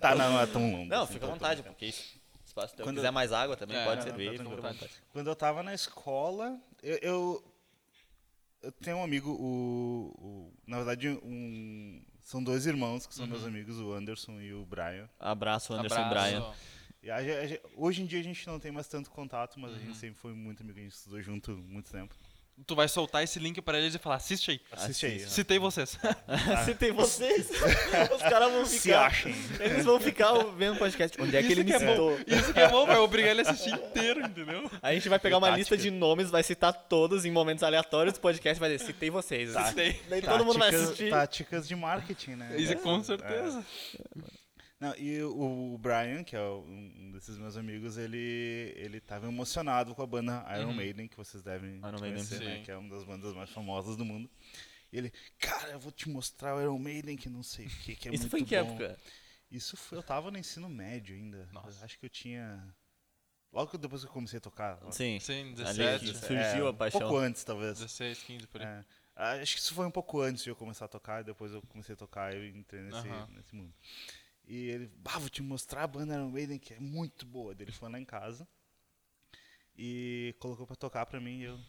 [SPEAKER 2] Tá, não, é tão longo.
[SPEAKER 3] Não,
[SPEAKER 2] assim,
[SPEAKER 3] fica à
[SPEAKER 2] tá-
[SPEAKER 3] vontade, porque isso. Espaço teu.
[SPEAKER 2] Quando-
[SPEAKER 3] quiser mais água também,
[SPEAKER 1] É,
[SPEAKER 3] pode
[SPEAKER 1] não,
[SPEAKER 3] servir.
[SPEAKER 2] tá
[SPEAKER 3] fica à
[SPEAKER 2] tranquilo.
[SPEAKER 3] vontade.
[SPEAKER 2] Quando eu tava na escola, eu, eu, eu tenho um amigo, o, o- na verdade, um, são dois irmãos que são
[SPEAKER 3] Uhum.
[SPEAKER 2] meus amigos, o Anderson e o Brian.
[SPEAKER 3] Abraço, Anderson
[SPEAKER 1] Abraço.
[SPEAKER 3] Bryan.
[SPEAKER 2] E a ge- a ge- hoje em dia a gente não tem mais tanto contato, mas a
[SPEAKER 3] Uhum.
[SPEAKER 2] gente sempre foi muito amigo, a gente estudou junto muito tempo.
[SPEAKER 1] Tu vai soltar esse link pra eles e falar: assiste aí.
[SPEAKER 2] Assiste aí. ó.
[SPEAKER 1] Citei vocês. (laughs)
[SPEAKER 3] (laughs) Se tem vocês, os caras vão
[SPEAKER 2] Se
[SPEAKER 3] ficar. (laughs)
[SPEAKER 2] achem.
[SPEAKER 3] Eles vão ficar vendo o podcast. Onde é que ele me
[SPEAKER 1] é bom.
[SPEAKER 3] citou?
[SPEAKER 1] Isso que é bom, vai obrigar ele a assistir inteiro, entendeu?
[SPEAKER 3] A gente vai pegar uma
[SPEAKER 2] Tática.
[SPEAKER 3] lista de nomes, vai citar todos em momentos aleatórios do podcast, vai dizer, citei vocês.
[SPEAKER 1] Citei.
[SPEAKER 3] Daí
[SPEAKER 2] tá
[SPEAKER 3] todo mundo vai
[SPEAKER 2] Táticas-
[SPEAKER 3] assistir.
[SPEAKER 2] Táticas de marketing, né?
[SPEAKER 1] Isso, com
[SPEAKER 2] É.
[SPEAKER 1] certeza.
[SPEAKER 2] Não, e o o Brian, que é o- um desses meus amigos, ele, ele tava emocionado com a banda Iron Maiden, que vocês devem
[SPEAKER 3] Uhum. Iron Maiden,
[SPEAKER 2] conhecer, né?
[SPEAKER 1] sim.
[SPEAKER 2] Que é uma das bandas mais famosas do mundo. E ele, cara, eu vou te mostrar o Iron Maiden, que não sei o que, que é
[SPEAKER 3] Isso
[SPEAKER 2] muito
[SPEAKER 3] foi em que
[SPEAKER 2] bom."
[SPEAKER 3] época?
[SPEAKER 2] Isso foi- eu tava no ensino médio ainda.
[SPEAKER 1] Nossa.
[SPEAKER 2] Eu Acho que eu tinha. Logo depois que eu comecei a tocar. logo-
[SPEAKER 3] Sim.
[SPEAKER 1] Sim,
[SPEAKER 3] É. Ali que
[SPEAKER 1] 17,
[SPEAKER 3] surgiu
[SPEAKER 2] É,
[SPEAKER 3] a paixão.
[SPEAKER 2] Um pouco antes, talvez.
[SPEAKER 1] 16, 15 por aí.
[SPEAKER 2] É. Acho que isso foi um pouco antes de eu começar a tocar, e depois eu comecei a tocar e eu entrei nesse,
[SPEAKER 1] Aham.
[SPEAKER 2] nesse mundo. E ele, bah, vou te mostrar a banda Iron Maiden, que é muito boa. Daí Ele foi lá em casa e colocou pra tocar pra mim e eu...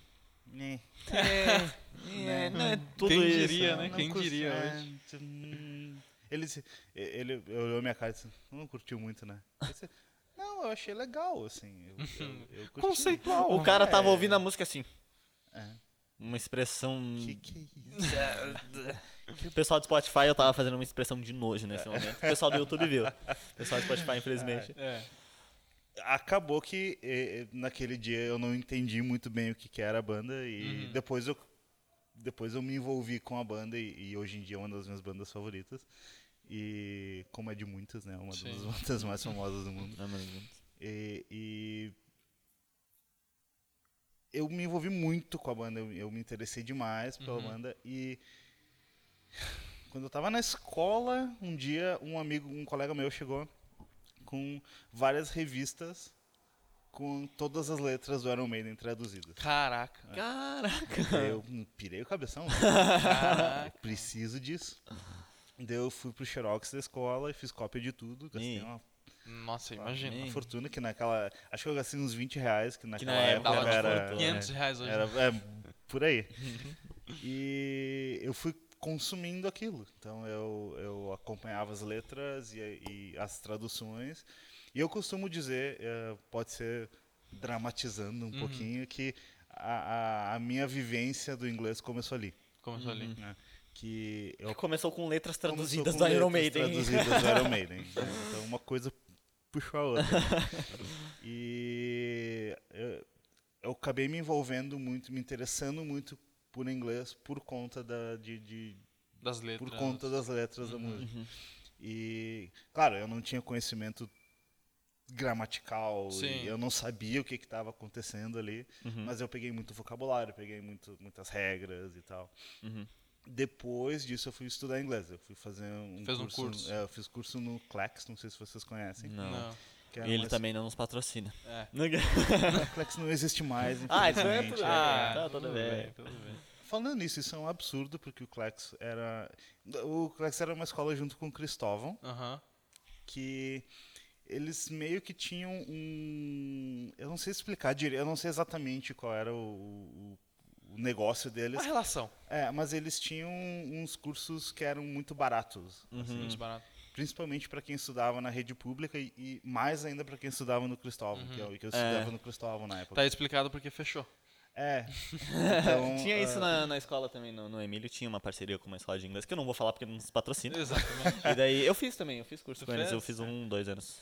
[SPEAKER 2] Né,
[SPEAKER 3] É, não é tudo
[SPEAKER 1] Quem
[SPEAKER 3] isso.
[SPEAKER 1] diria,
[SPEAKER 2] não
[SPEAKER 1] né? Quem
[SPEAKER 2] curti-
[SPEAKER 1] diria
[SPEAKER 2] é,
[SPEAKER 1] hoje?
[SPEAKER 2] tipo, hum. Ele, disse- ele olhou minha cara e disse, não curtiu muito, né? Eu disse, não, eu achei legal, assim. Eu, eu, eu curti.
[SPEAKER 1] (laughs) Conceitual.
[SPEAKER 3] O cara tava
[SPEAKER 2] É.
[SPEAKER 3] ouvindo a música assim.
[SPEAKER 2] É.
[SPEAKER 3] Uma expressão.
[SPEAKER 2] Que que é isso?
[SPEAKER 3] O pessoal do Spotify eu tava fazendo uma expressão de nojo nesse momento. O pessoal do YouTube viu. O pessoal do Spotify, infelizmente.
[SPEAKER 1] É.
[SPEAKER 2] acabou que eh, eh, naquele dia eu não entendi muito bem o que, que era a banda e depois eu depois eu me envolvi com a banda e, e hoje em dia é uma das minhas bandas favoritas e como é de muitas né uma
[SPEAKER 1] Sim.
[SPEAKER 2] das (laughs) bandas mais famosas do mundo
[SPEAKER 3] Ah, mano.
[SPEAKER 2] e, e eu me envolvi muito com a banda eu, eu me interessei demais pela banda e quando eu tava na escola um dia um amigo um colega meu chegou com várias revistas com todas as letras do Iron Maiden
[SPEAKER 1] (laughs)
[SPEAKER 2] traduzidas.
[SPEAKER 1] Caraca.
[SPEAKER 3] Caraca.
[SPEAKER 2] Daí eu hum, pirei o cabeção, né? Eu
[SPEAKER 1] Caraca.
[SPEAKER 2] preciso disso. Daí eu fui pro Xerox da escola e fiz cópia de tudo, gastei
[SPEAKER 3] Ih.
[SPEAKER 2] uma,
[SPEAKER 1] Nossa,
[SPEAKER 2] uma
[SPEAKER 1] imagina.
[SPEAKER 2] fortuna que naquela, acho que eu gastei uns 20 reais, que naquela
[SPEAKER 3] na época
[SPEAKER 2] época,
[SPEAKER 1] Tava tipo
[SPEAKER 2] era,
[SPEAKER 1] 500 reais hoje.
[SPEAKER 2] era é, por aí. E eu fui consumindo aquilo. Então eu, eu acompanhava as letras e, e as traduções. E eu costumo dizer, eh, pode ser dramatizando um pouquinho, que a, a, a minha vivência do inglês começou ali.
[SPEAKER 1] Começou ali.
[SPEAKER 2] né? Que eu
[SPEAKER 3] Que começou com letras
[SPEAKER 2] começou
[SPEAKER 3] traduzidas
[SPEAKER 2] com
[SPEAKER 3] do Iron
[SPEAKER 2] letras
[SPEAKER 3] Maiden.
[SPEAKER 2] Traduzidas do Iron Maiden.
[SPEAKER 3] (laughs)
[SPEAKER 2] né? Então uma coisa puxou a outra. E eu, eu acabei me envolvendo muito, me interessando muito por inglês por conta da, de- de,
[SPEAKER 1] Das letras.
[SPEAKER 2] por conta das letras
[SPEAKER 3] Uhum.
[SPEAKER 2] da música. E, claro, eu não tinha conhecimento gramatical, e
[SPEAKER 1] Sim.
[SPEAKER 2] eu não sabia o que estava acontecendo ali,
[SPEAKER 3] Uhum.
[SPEAKER 2] mas eu peguei muito vocabulário, peguei muito, muitas regras e tal.
[SPEAKER 3] Uhum.
[SPEAKER 2] Depois disso, eu fui estudar inglês. Eu fui fazer um
[SPEAKER 1] Fez um
[SPEAKER 2] curso.
[SPEAKER 1] curso.
[SPEAKER 2] é, eu fiz curso no Clex, não sei se vocês conhecem.
[SPEAKER 3] Não.
[SPEAKER 1] Não.
[SPEAKER 2] que era
[SPEAKER 3] Ele
[SPEAKER 2] uma-
[SPEAKER 3] também não nos patrocina.
[SPEAKER 1] É.
[SPEAKER 2] O Clex não existe mais.
[SPEAKER 3] (laughs) Ah, isso é
[SPEAKER 2] infelizmente.
[SPEAKER 3] tudo-
[SPEAKER 1] Ah,
[SPEAKER 3] tá, tudo bem.
[SPEAKER 1] Tudo bem.
[SPEAKER 2] Falando nisso, isso é um absurdo, porque o Clex era. O Clex era uma escola junto com o Cristóvão.
[SPEAKER 1] Aham.
[SPEAKER 2] que eles meio que tinham um. Eu não sei explicar direito, eu não sei exatamente qual era o, o- o negócio deles.
[SPEAKER 1] Uma relação.
[SPEAKER 2] É, mas eles tinham uns cursos que eram muito baratos,
[SPEAKER 3] Hum.
[SPEAKER 1] Assim, muito barato.
[SPEAKER 2] principalmente para quem estudava na rede pública e, e mais ainda para quem estudava no Cristóvão, que,
[SPEAKER 3] Uhum.
[SPEAKER 2] eu, que eu
[SPEAKER 3] É.
[SPEAKER 2] estudava no Cristóvão na época.
[SPEAKER 1] Tá explicado porque fechou.
[SPEAKER 3] (laughs)
[SPEAKER 2] É. Então,
[SPEAKER 3] Tinha isso
[SPEAKER 2] ah,
[SPEAKER 3] na, na escola também, no, no Emílio tinha uma parceria com uma escola de inglês, que eu não vou falar porque não nos
[SPEAKER 2] (laughs)
[SPEAKER 3] patrocina. (laughs)
[SPEAKER 1] Exatamente.
[SPEAKER 3] E daí eu fiz também, eu fiz curso
[SPEAKER 1] Tu
[SPEAKER 3] com eles, eu
[SPEAKER 1] fez?
[SPEAKER 3] fiz um, dois anos.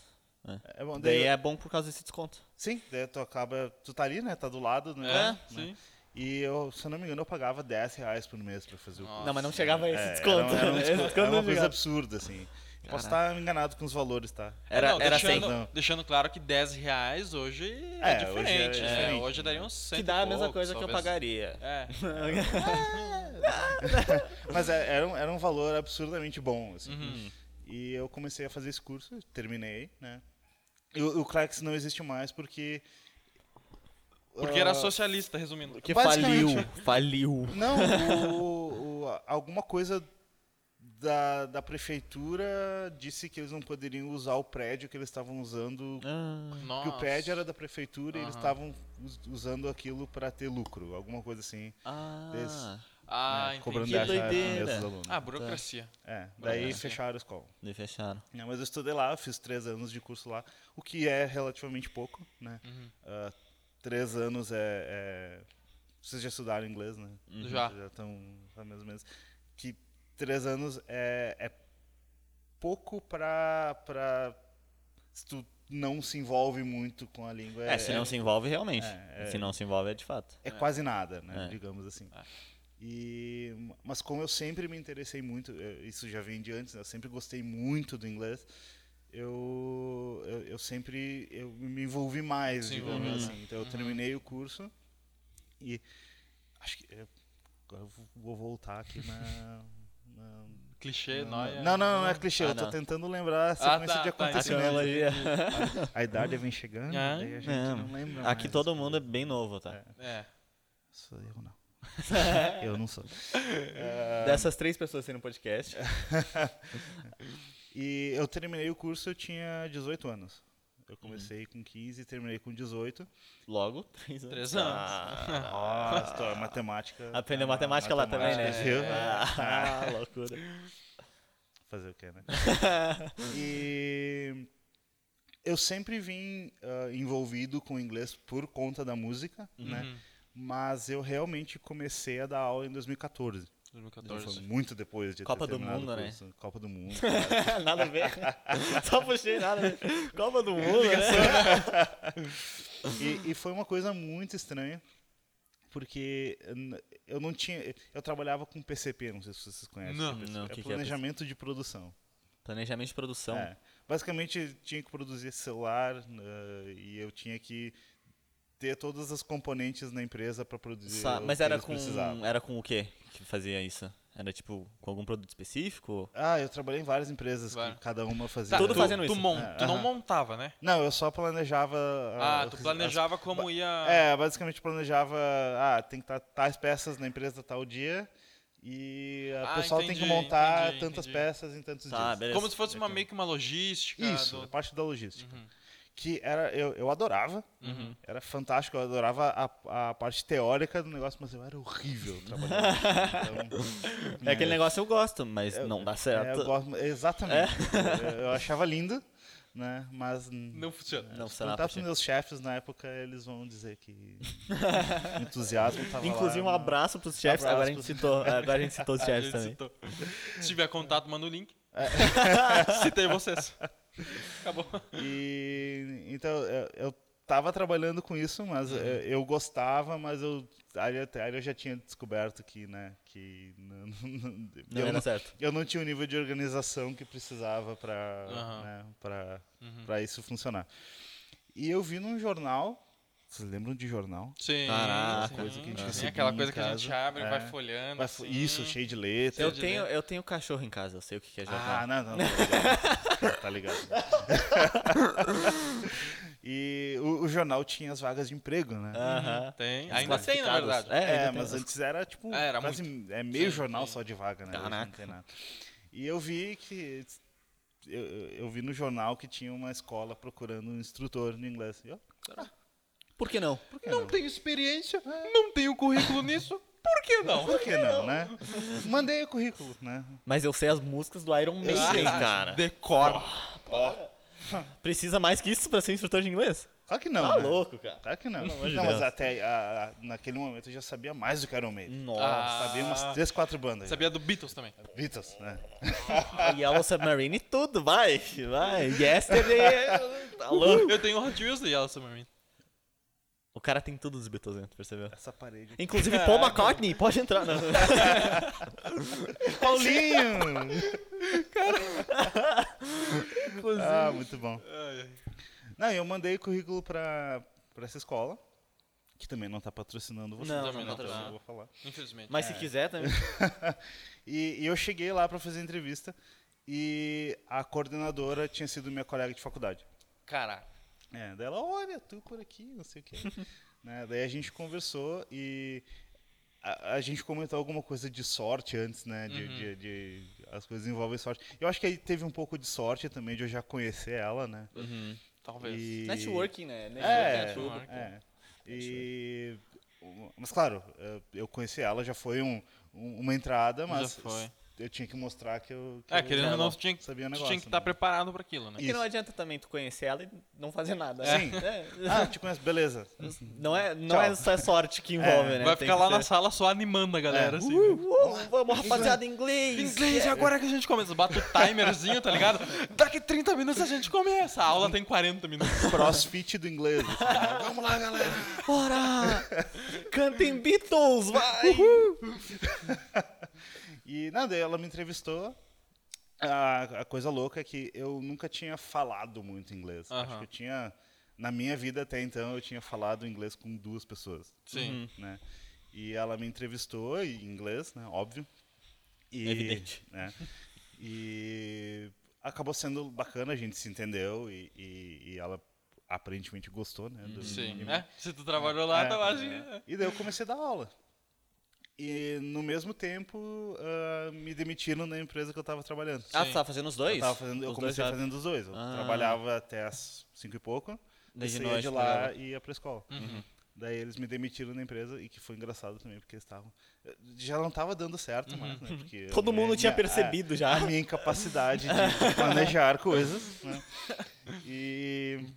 [SPEAKER 2] é bom, daí-
[SPEAKER 3] Daí é bom por causa desse desconto.
[SPEAKER 2] Sim, daí tu acaba. Tu tá ali, né? Tá do lado, né?
[SPEAKER 1] É,
[SPEAKER 2] né?
[SPEAKER 1] sim.
[SPEAKER 2] E eu, se eu não me engano, eu pagava 10 reais por mês pra fazer o curso.
[SPEAKER 3] Não, mas não chegava a esse
[SPEAKER 2] É,
[SPEAKER 3] desconto.
[SPEAKER 2] Era,
[SPEAKER 3] né?
[SPEAKER 2] um- era um
[SPEAKER 3] Esse
[SPEAKER 2] desconto-
[SPEAKER 3] desconto é
[SPEAKER 2] era uma
[SPEAKER 3] não
[SPEAKER 2] coisa
[SPEAKER 3] chegava.
[SPEAKER 2] absurda, assim. Posso estar enganado com os valores, tá?
[SPEAKER 3] Era,
[SPEAKER 1] Não,
[SPEAKER 3] era
[SPEAKER 1] deixando,
[SPEAKER 3] 100.
[SPEAKER 2] Não.
[SPEAKER 1] Deixando claro que 10 reais hoje é,
[SPEAKER 2] É, hoje é
[SPEAKER 1] diferente. né? Hoje,
[SPEAKER 2] diferente,
[SPEAKER 1] daria uns 100
[SPEAKER 3] Que dá
[SPEAKER 1] e
[SPEAKER 3] a mesma
[SPEAKER 1] poucos,
[SPEAKER 3] coisa que eu
[SPEAKER 1] talvez.
[SPEAKER 3] pagaria. (laughs)
[SPEAKER 1] É.
[SPEAKER 2] Mas é- era um, era um valor absurdamente bom, assim. E eu comecei a fazer esse curso, terminei, né? E o, o Clax não existe mais porque...
[SPEAKER 1] Porque era
[SPEAKER 2] ah,
[SPEAKER 1] socialista, resumindo.
[SPEAKER 3] Porque faliu,
[SPEAKER 2] Basicamente-
[SPEAKER 3] faliu.
[SPEAKER 2] Não, o- o- alguma coisa da, da prefeitura disse que eles não poderiam usar o prédio que eles estavam usando
[SPEAKER 3] Ah,
[SPEAKER 2] Porque
[SPEAKER 1] Nossa.
[SPEAKER 2] o prédio era da prefeitura e eles
[SPEAKER 1] Aham.
[SPEAKER 2] estavam us- usando aquilo para ter lucro, alguma coisa assim,
[SPEAKER 3] ah
[SPEAKER 2] Desse.
[SPEAKER 1] Ah,
[SPEAKER 2] né,
[SPEAKER 1] entendi.
[SPEAKER 2] cobrando
[SPEAKER 3] Que
[SPEAKER 2] essa
[SPEAKER 3] doideira.
[SPEAKER 2] mesmo dos alunos.
[SPEAKER 1] Ah, burocracia.
[SPEAKER 2] é, daí
[SPEAKER 1] bacana.
[SPEAKER 2] fecharam a escola.
[SPEAKER 3] daí fecharam.
[SPEAKER 2] Não, mas eu estudei lá, eu fiz três anos de curso lá, o que é relativamente pouco, né?
[SPEAKER 1] Uhum.
[SPEAKER 2] Ah, três anos é, é- Vocês já estudaram inglês, né?
[SPEAKER 3] Uhum.
[SPEAKER 1] Já.
[SPEAKER 2] Vocês Já estão há mais ou menos. Que três anos é, é pouco pra, pra. Se tu não se envolve muito com a língua.
[SPEAKER 3] É, se não se envolve, realmente.
[SPEAKER 2] é, é.
[SPEAKER 3] Se não se envolve, é de fato.
[SPEAKER 2] é quase nada, né?
[SPEAKER 3] É.
[SPEAKER 2] Digamos assim.
[SPEAKER 1] É.
[SPEAKER 2] E, mas como eu sempre me interessei muito, eh, isso já vem de antes, né, eu sempre gostei muito do inglês, eu, eu, eu sempre eu me envolvi mais,
[SPEAKER 1] Se
[SPEAKER 2] digamos
[SPEAKER 1] envolveu,
[SPEAKER 2] assim. Então eu terminei o curso e acho que... eh, Agora eu vou- vou voltar aqui na... na
[SPEAKER 1] Clichê, nóia.
[SPEAKER 2] Não, não, não é clichê.
[SPEAKER 3] Ah,
[SPEAKER 2] eu tô
[SPEAKER 3] não.
[SPEAKER 2] tentando lembrar a
[SPEAKER 1] Ah,
[SPEAKER 2] sequência
[SPEAKER 1] tá,
[SPEAKER 2] de
[SPEAKER 1] tá,
[SPEAKER 2] acontecimento.
[SPEAKER 1] entendi.
[SPEAKER 3] Tecnologia. (laughs)
[SPEAKER 2] a idade vem chegando,
[SPEAKER 1] Ah,
[SPEAKER 2] daí a gente não, lembra.
[SPEAKER 3] Aqui
[SPEAKER 2] mais.
[SPEAKER 3] todo mundo é bem novo, tá?
[SPEAKER 1] É.
[SPEAKER 2] Sou eu, não. (laughs) eu não sou. É.
[SPEAKER 3] Dessas três pessoas aqui no podcast.
[SPEAKER 2] E eu terminei o curso, eu tinha 18 anos. Eu comecei com 15 e terminei com 18.
[SPEAKER 3] Logo, três anos.
[SPEAKER 1] Três anos.
[SPEAKER 3] Ah,
[SPEAKER 2] Nossa, tô- matemática.
[SPEAKER 3] Aprendeu
[SPEAKER 2] ah,
[SPEAKER 3] matemática lá também, né?
[SPEAKER 2] viu?
[SPEAKER 3] (laughs) Ah, loucura.
[SPEAKER 2] Fazer o
[SPEAKER 3] (laughs)
[SPEAKER 2] quê, né? e eu sempre vim ah, envolvido com o inglês por conta da música, né? Mas eu realmente comecei a dar aula em 2014. Então
[SPEAKER 1] 2014.
[SPEAKER 2] foi muito depois de
[SPEAKER 3] Copa
[SPEAKER 2] ter
[SPEAKER 3] do
[SPEAKER 2] terminado
[SPEAKER 3] Mundo,
[SPEAKER 2] o
[SPEAKER 3] né?
[SPEAKER 2] curso. Copa do
[SPEAKER 3] (laughs)
[SPEAKER 2] Mundo.
[SPEAKER 3] nada a ver. (laughs) Só puxei nada a ver. Copa do Mundo, né?
[SPEAKER 2] E, e foi uma coisa muito estranha, porque n- eu não tinha. Eu trabalhava com PCP, não sei se vocês conhecem.
[SPEAKER 1] Não.
[SPEAKER 2] PCP.
[SPEAKER 3] Não, o
[SPEAKER 2] é
[SPEAKER 3] que que é
[SPEAKER 2] planejamento de produção.
[SPEAKER 3] Planejamento de produção.
[SPEAKER 2] É. Basicamente, tinha que produzir celular eh, e eu tinha que ter todas as componentes na empresa para produzir.
[SPEAKER 3] Sa-
[SPEAKER 2] o
[SPEAKER 3] mas
[SPEAKER 2] que
[SPEAKER 3] era
[SPEAKER 2] eles
[SPEAKER 3] com,
[SPEAKER 2] precisavam.
[SPEAKER 3] era com o quê que fazia isso? Era tipo com algum produto específico?
[SPEAKER 2] Ah, eu trabalhei em várias empresas,
[SPEAKER 1] Vai.
[SPEAKER 2] que cada uma fazia.
[SPEAKER 1] Tá,
[SPEAKER 3] Tudo
[SPEAKER 1] tu,
[SPEAKER 3] fazendo
[SPEAKER 1] tu
[SPEAKER 3] isso.
[SPEAKER 1] mon-
[SPEAKER 2] É,
[SPEAKER 1] tu não
[SPEAKER 2] aham.
[SPEAKER 1] montava, né?
[SPEAKER 2] Não, eu só planejava.
[SPEAKER 1] Ah,
[SPEAKER 2] ah,
[SPEAKER 1] tu
[SPEAKER 2] as-
[SPEAKER 1] planejava como ia.
[SPEAKER 3] Ah.
[SPEAKER 2] É, basicamente planejava, ah, tem que estar tais peças na empresa tal dia e a
[SPEAKER 1] Ah,
[SPEAKER 2] pessoal tem
[SPEAKER 1] entendi,
[SPEAKER 2] que montar
[SPEAKER 1] entendi,
[SPEAKER 2] tantas
[SPEAKER 1] entendi.
[SPEAKER 2] peças em tantos
[SPEAKER 3] Tá,
[SPEAKER 2] dias.
[SPEAKER 3] beleza.
[SPEAKER 1] como se fosse uma, meio que uma logística.
[SPEAKER 2] Isso,
[SPEAKER 1] do-
[SPEAKER 2] a parte da logística.
[SPEAKER 3] Uhum.
[SPEAKER 2] Que era, eu, eu adorava, era fantástico, eu adorava a, a parte teórica do negócio, mas eu era
[SPEAKER 3] (laughs)
[SPEAKER 2] horrível trabalhando. Então,
[SPEAKER 3] É aquele
[SPEAKER 2] né,
[SPEAKER 3] negócio eu gosto, mas não dá
[SPEAKER 2] é, eu
[SPEAKER 3] certo. É.
[SPEAKER 2] gosto- exatamente. Eu, eu achava lindo, né, mas...
[SPEAKER 1] Não funciona.
[SPEAKER 3] não
[SPEAKER 2] Se
[SPEAKER 3] será.
[SPEAKER 2] Perguntar pros meus chefes na época, eles vão dizer
[SPEAKER 3] (laughs)
[SPEAKER 2] que o entusiasmo tava lá, né?
[SPEAKER 3] Inclusive, um
[SPEAKER 2] não-
[SPEAKER 3] abraço pros chefes.
[SPEAKER 2] Abraço
[SPEAKER 3] Agora a gente
[SPEAKER 2] pros-
[SPEAKER 3] citou, agora a gente
[SPEAKER 1] (laughs)
[SPEAKER 3] citou os
[SPEAKER 1] A
[SPEAKER 3] chefes
[SPEAKER 1] gente
[SPEAKER 3] também.
[SPEAKER 1] citou. Se tiver contato, manda o link. (laughs) Citei vocês. Acabou.
[SPEAKER 2] E então eu, eu tava trabalhando com isso,
[SPEAKER 3] Uhum.
[SPEAKER 2] mas eu, eu gostava, mas eu aí eu, aí eu já tinha descoberto que, né, que não, (laughs)
[SPEAKER 3] Não
[SPEAKER 2] eu,
[SPEAKER 3] era
[SPEAKER 2] não,
[SPEAKER 3] certo.
[SPEAKER 2] eu não tinha o nível de organização que precisava para
[SPEAKER 1] Aham.
[SPEAKER 2] né, para
[SPEAKER 3] Uhum.
[SPEAKER 2] para isso funcionar. E eu vi num jornal, vocês lembram de jornal?
[SPEAKER 1] Sim.
[SPEAKER 3] Caraca,
[SPEAKER 1] sim.
[SPEAKER 3] coisa que a gente
[SPEAKER 1] Sim,
[SPEAKER 2] recebia
[SPEAKER 1] aquela
[SPEAKER 2] em
[SPEAKER 1] coisa que a gente
[SPEAKER 2] casa.
[SPEAKER 1] abre e
[SPEAKER 2] É.
[SPEAKER 1] vai folhando.
[SPEAKER 2] Mas foi-
[SPEAKER 1] assim.
[SPEAKER 2] Isso, cheio de letra.
[SPEAKER 3] Eu
[SPEAKER 1] de
[SPEAKER 3] tenho,
[SPEAKER 1] lembro.
[SPEAKER 3] eu tenho cachorro em casa, eu sei o que que é
[SPEAKER 2] Ah,
[SPEAKER 3] jornal.
[SPEAKER 2] não, não. não. tá ligado. Tá (laughs) e o, o jornal tinha as vagas de emprego, né?
[SPEAKER 3] Aham.
[SPEAKER 1] Tem.
[SPEAKER 3] Os
[SPEAKER 1] Ah, uhum. Ainda tem, na
[SPEAKER 3] classificados.
[SPEAKER 1] verdade.
[SPEAKER 3] É, ainda
[SPEAKER 2] É,
[SPEAKER 3] tem
[SPEAKER 2] mas
[SPEAKER 3] os-
[SPEAKER 2] antes era tipo
[SPEAKER 1] É, era
[SPEAKER 2] quase é meio
[SPEAKER 1] Sim,
[SPEAKER 2] jornal
[SPEAKER 1] sim.
[SPEAKER 2] só de vaga, né? Hoje Não
[SPEAKER 3] Caraca.
[SPEAKER 2] tem nada. E eu vi que eu, eu vi no jornal que tinha uma escola procurando um instrutor de inglês. E eu,
[SPEAKER 3] Por que não?
[SPEAKER 2] por que
[SPEAKER 1] não,
[SPEAKER 2] não?
[SPEAKER 1] tenho experiência, não tenho currículo nisso, por que não?
[SPEAKER 2] Por que não, né? Mandei o currículo, né?
[SPEAKER 3] Mas eu sei as músicas do Iron Maiden,
[SPEAKER 1] Ah,
[SPEAKER 3] cara.
[SPEAKER 1] Decora.
[SPEAKER 3] Precisa mais que isso pra ser instrutor de inglês?
[SPEAKER 2] Claro que não.
[SPEAKER 3] Tá
[SPEAKER 2] né?
[SPEAKER 3] louco, cara.
[SPEAKER 2] Claro que não.
[SPEAKER 3] Pelo amor de
[SPEAKER 2] não, mas
[SPEAKER 3] Deus.
[SPEAKER 2] até a- a- naquele momento eu já sabia mais do que era o meio.
[SPEAKER 3] Nossa.
[SPEAKER 2] Sabia umas três, quatro bandas.
[SPEAKER 1] Sabia do Beatles também.
[SPEAKER 2] Beatles, né?
[SPEAKER 1] Ah.
[SPEAKER 3] Yellow Submarine e tudo, vai, vai. Yesterday. Tá louco.
[SPEAKER 1] Eu tenho Hot Wheels e ela também.
[SPEAKER 3] O cara tem tudo dos Beatles, né? Tu percebeu?
[SPEAKER 2] Essa (laughs) parede.
[SPEAKER 3] Inclusive Paul McCartney, pode entrar. né?
[SPEAKER 1] (laughs)
[SPEAKER 3] Não.
[SPEAKER 2] Paulinho! ah, muito bom. Não, eu mandei currículo pra, pra essa escola, que também não tá patrocinando vocês.
[SPEAKER 3] Não,
[SPEAKER 1] não
[SPEAKER 2] então
[SPEAKER 1] tá.
[SPEAKER 2] eu vou falar.
[SPEAKER 1] Infelizmente.
[SPEAKER 3] Mas se quiser também.
[SPEAKER 2] (laughs) E, e eu cheguei lá pra fazer entrevista e a coordenadora tinha sido minha colega de faculdade.
[SPEAKER 1] Caraca.
[SPEAKER 2] É, daí ela, olha, tu por aqui, não sei o
[SPEAKER 1] (laughs)
[SPEAKER 2] quê. né? Daí a gente conversou e a, a gente comentou alguma coisa de sorte antes, né? De,
[SPEAKER 1] Uhum.
[SPEAKER 2] de- de- as coisas envolvem sorte. Eu acho que aí teve um pouco de sorte também de eu já conhecer ela, né?
[SPEAKER 1] Talvez.
[SPEAKER 2] E-
[SPEAKER 3] Networking, né?
[SPEAKER 2] É,
[SPEAKER 1] tudo. né?
[SPEAKER 2] é. E, mas claro, eh, eu conheci ela, já foi um- um- uma entrada, mas
[SPEAKER 1] foi.
[SPEAKER 2] eu tinha que mostrar que eu.
[SPEAKER 1] É,
[SPEAKER 2] eu
[SPEAKER 1] querendo ou não,
[SPEAKER 2] já
[SPEAKER 1] tu tinha, que-
[SPEAKER 2] sabia o
[SPEAKER 1] tu
[SPEAKER 2] né? negócio,
[SPEAKER 1] tinha que estar
[SPEAKER 2] né?
[SPEAKER 1] preparado pra aquilo, né?
[SPEAKER 2] E-
[SPEAKER 3] Porque não
[SPEAKER 2] Isso.
[SPEAKER 3] adianta também tu conhecer ela e não fazer nada.
[SPEAKER 2] Sim.
[SPEAKER 3] né?
[SPEAKER 2] Ah, te conheço,
[SPEAKER 1] (laughs)
[SPEAKER 2] beleza.
[SPEAKER 3] Não é, não é
[SPEAKER 2] Tchau.
[SPEAKER 3] só sorte que envolve, né?
[SPEAKER 1] Vai
[SPEAKER 3] Tem
[SPEAKER 1] ficar
[SPEAKER 3] que
[SPEAKER 1] lá
[SPEAKER 3] ser-
[SPEAKER 1] na sala só animando a galera, assim. né?
[SPEAKER 3] Uh, uh, vamos, rapaziada, inglês!
[SPEAKER 1] Inglês, agora que a gente começa. Bate o timerzinho, tá ligado? Daqui 30 minutos a gente começa. A aula tem 40 minutos.
[SPEAKER 2] Crossfit do inglês. Vamos lá, galera.
[SPEAKER 3] Bora! Cantem Beatles, vai!
[SPEAKER 2] E nada, ela me entrevistou. A, a coisa louca é que eu nunca tinha falado muito inglês. Acho
[SPEAKER 1] Aham.
[SPEAKER 2] que eu tinha. Na minha vida até então, eu tinha falado inglês com duas pessoas.
[SPEAKER 1] Sim.
[SPEAKER 2] né? E ela me entrevistou em inglês, né? Óbvio. E,
[SPEAKER 3] Evidente.
[SPEAKER 2] né? E acabou sendo bacana, a gente se entendeu e, e- e ela aparentemente gostou, né? do-
[SPEAKER 1] Sim,
[SPEAKER 2] de-
[SPEAKER 1] né? Se tu trabalhou lá,
[SPEAKER 2] É,
[SPEAKER 1] tá acho
[SPEAKER 2] é.
[SPEAKER 1] que.
[SPEAKER 2] E daí eu comecei a dar aula. E no mesmo tempo, ah, me demitiram na empresa que eu tava trabalhando.
[SPEAKER 3] Ah,
[SPEAKER 1] Sim.
[SPEAKER 3] tu tava fazendo os
[SPEAKER 2] Eu,
[SPEAKER 3] dois?
[SPEAKER 2] tava fazendo, eu
[SPEAKER 3] Os dois
[SPEAKER 2] comecei
[SPEAKER 3] já-
[SPEAKER 2] fazendo os dois. Eu
[SPEAKER 3] Ah.
[SPEAKER 2] trabalhava até as cinco e pouco. Daí
[SPEAKER 3] Daí de
[SPEAKER 2] saía
[SPEAKER 3] noite
[SPEAKER 2] de
[SPEAKER 3] tu Uhum.
[SPEAKER 2] lá
[SPEAKER 3] pegava.
[SPEAKER 2] e ia pra escola. Uhum. Daí eles me demitiram da empresa e que foi engraçado também, porque eles estavam. Já não tava dando certo mais, né?
[SPEAKER 3] Uhum. (laughs)
[SPEAKER 2] Porque
[SPEAKER 4] Todo
[SPEAKER 2] a minha-
[SPEAKER 4] mundo tinha
[SPEAKER 2] minha-
[SPEAKER 4] percebido
[SPEAKER 2] a-
[SPEAKER 4] já.
[SPEAKER 2] A minha incapacidade de,
[SPEAKER 3] (laughs)
[SPEAKER 2] de planejar coisas, né? E.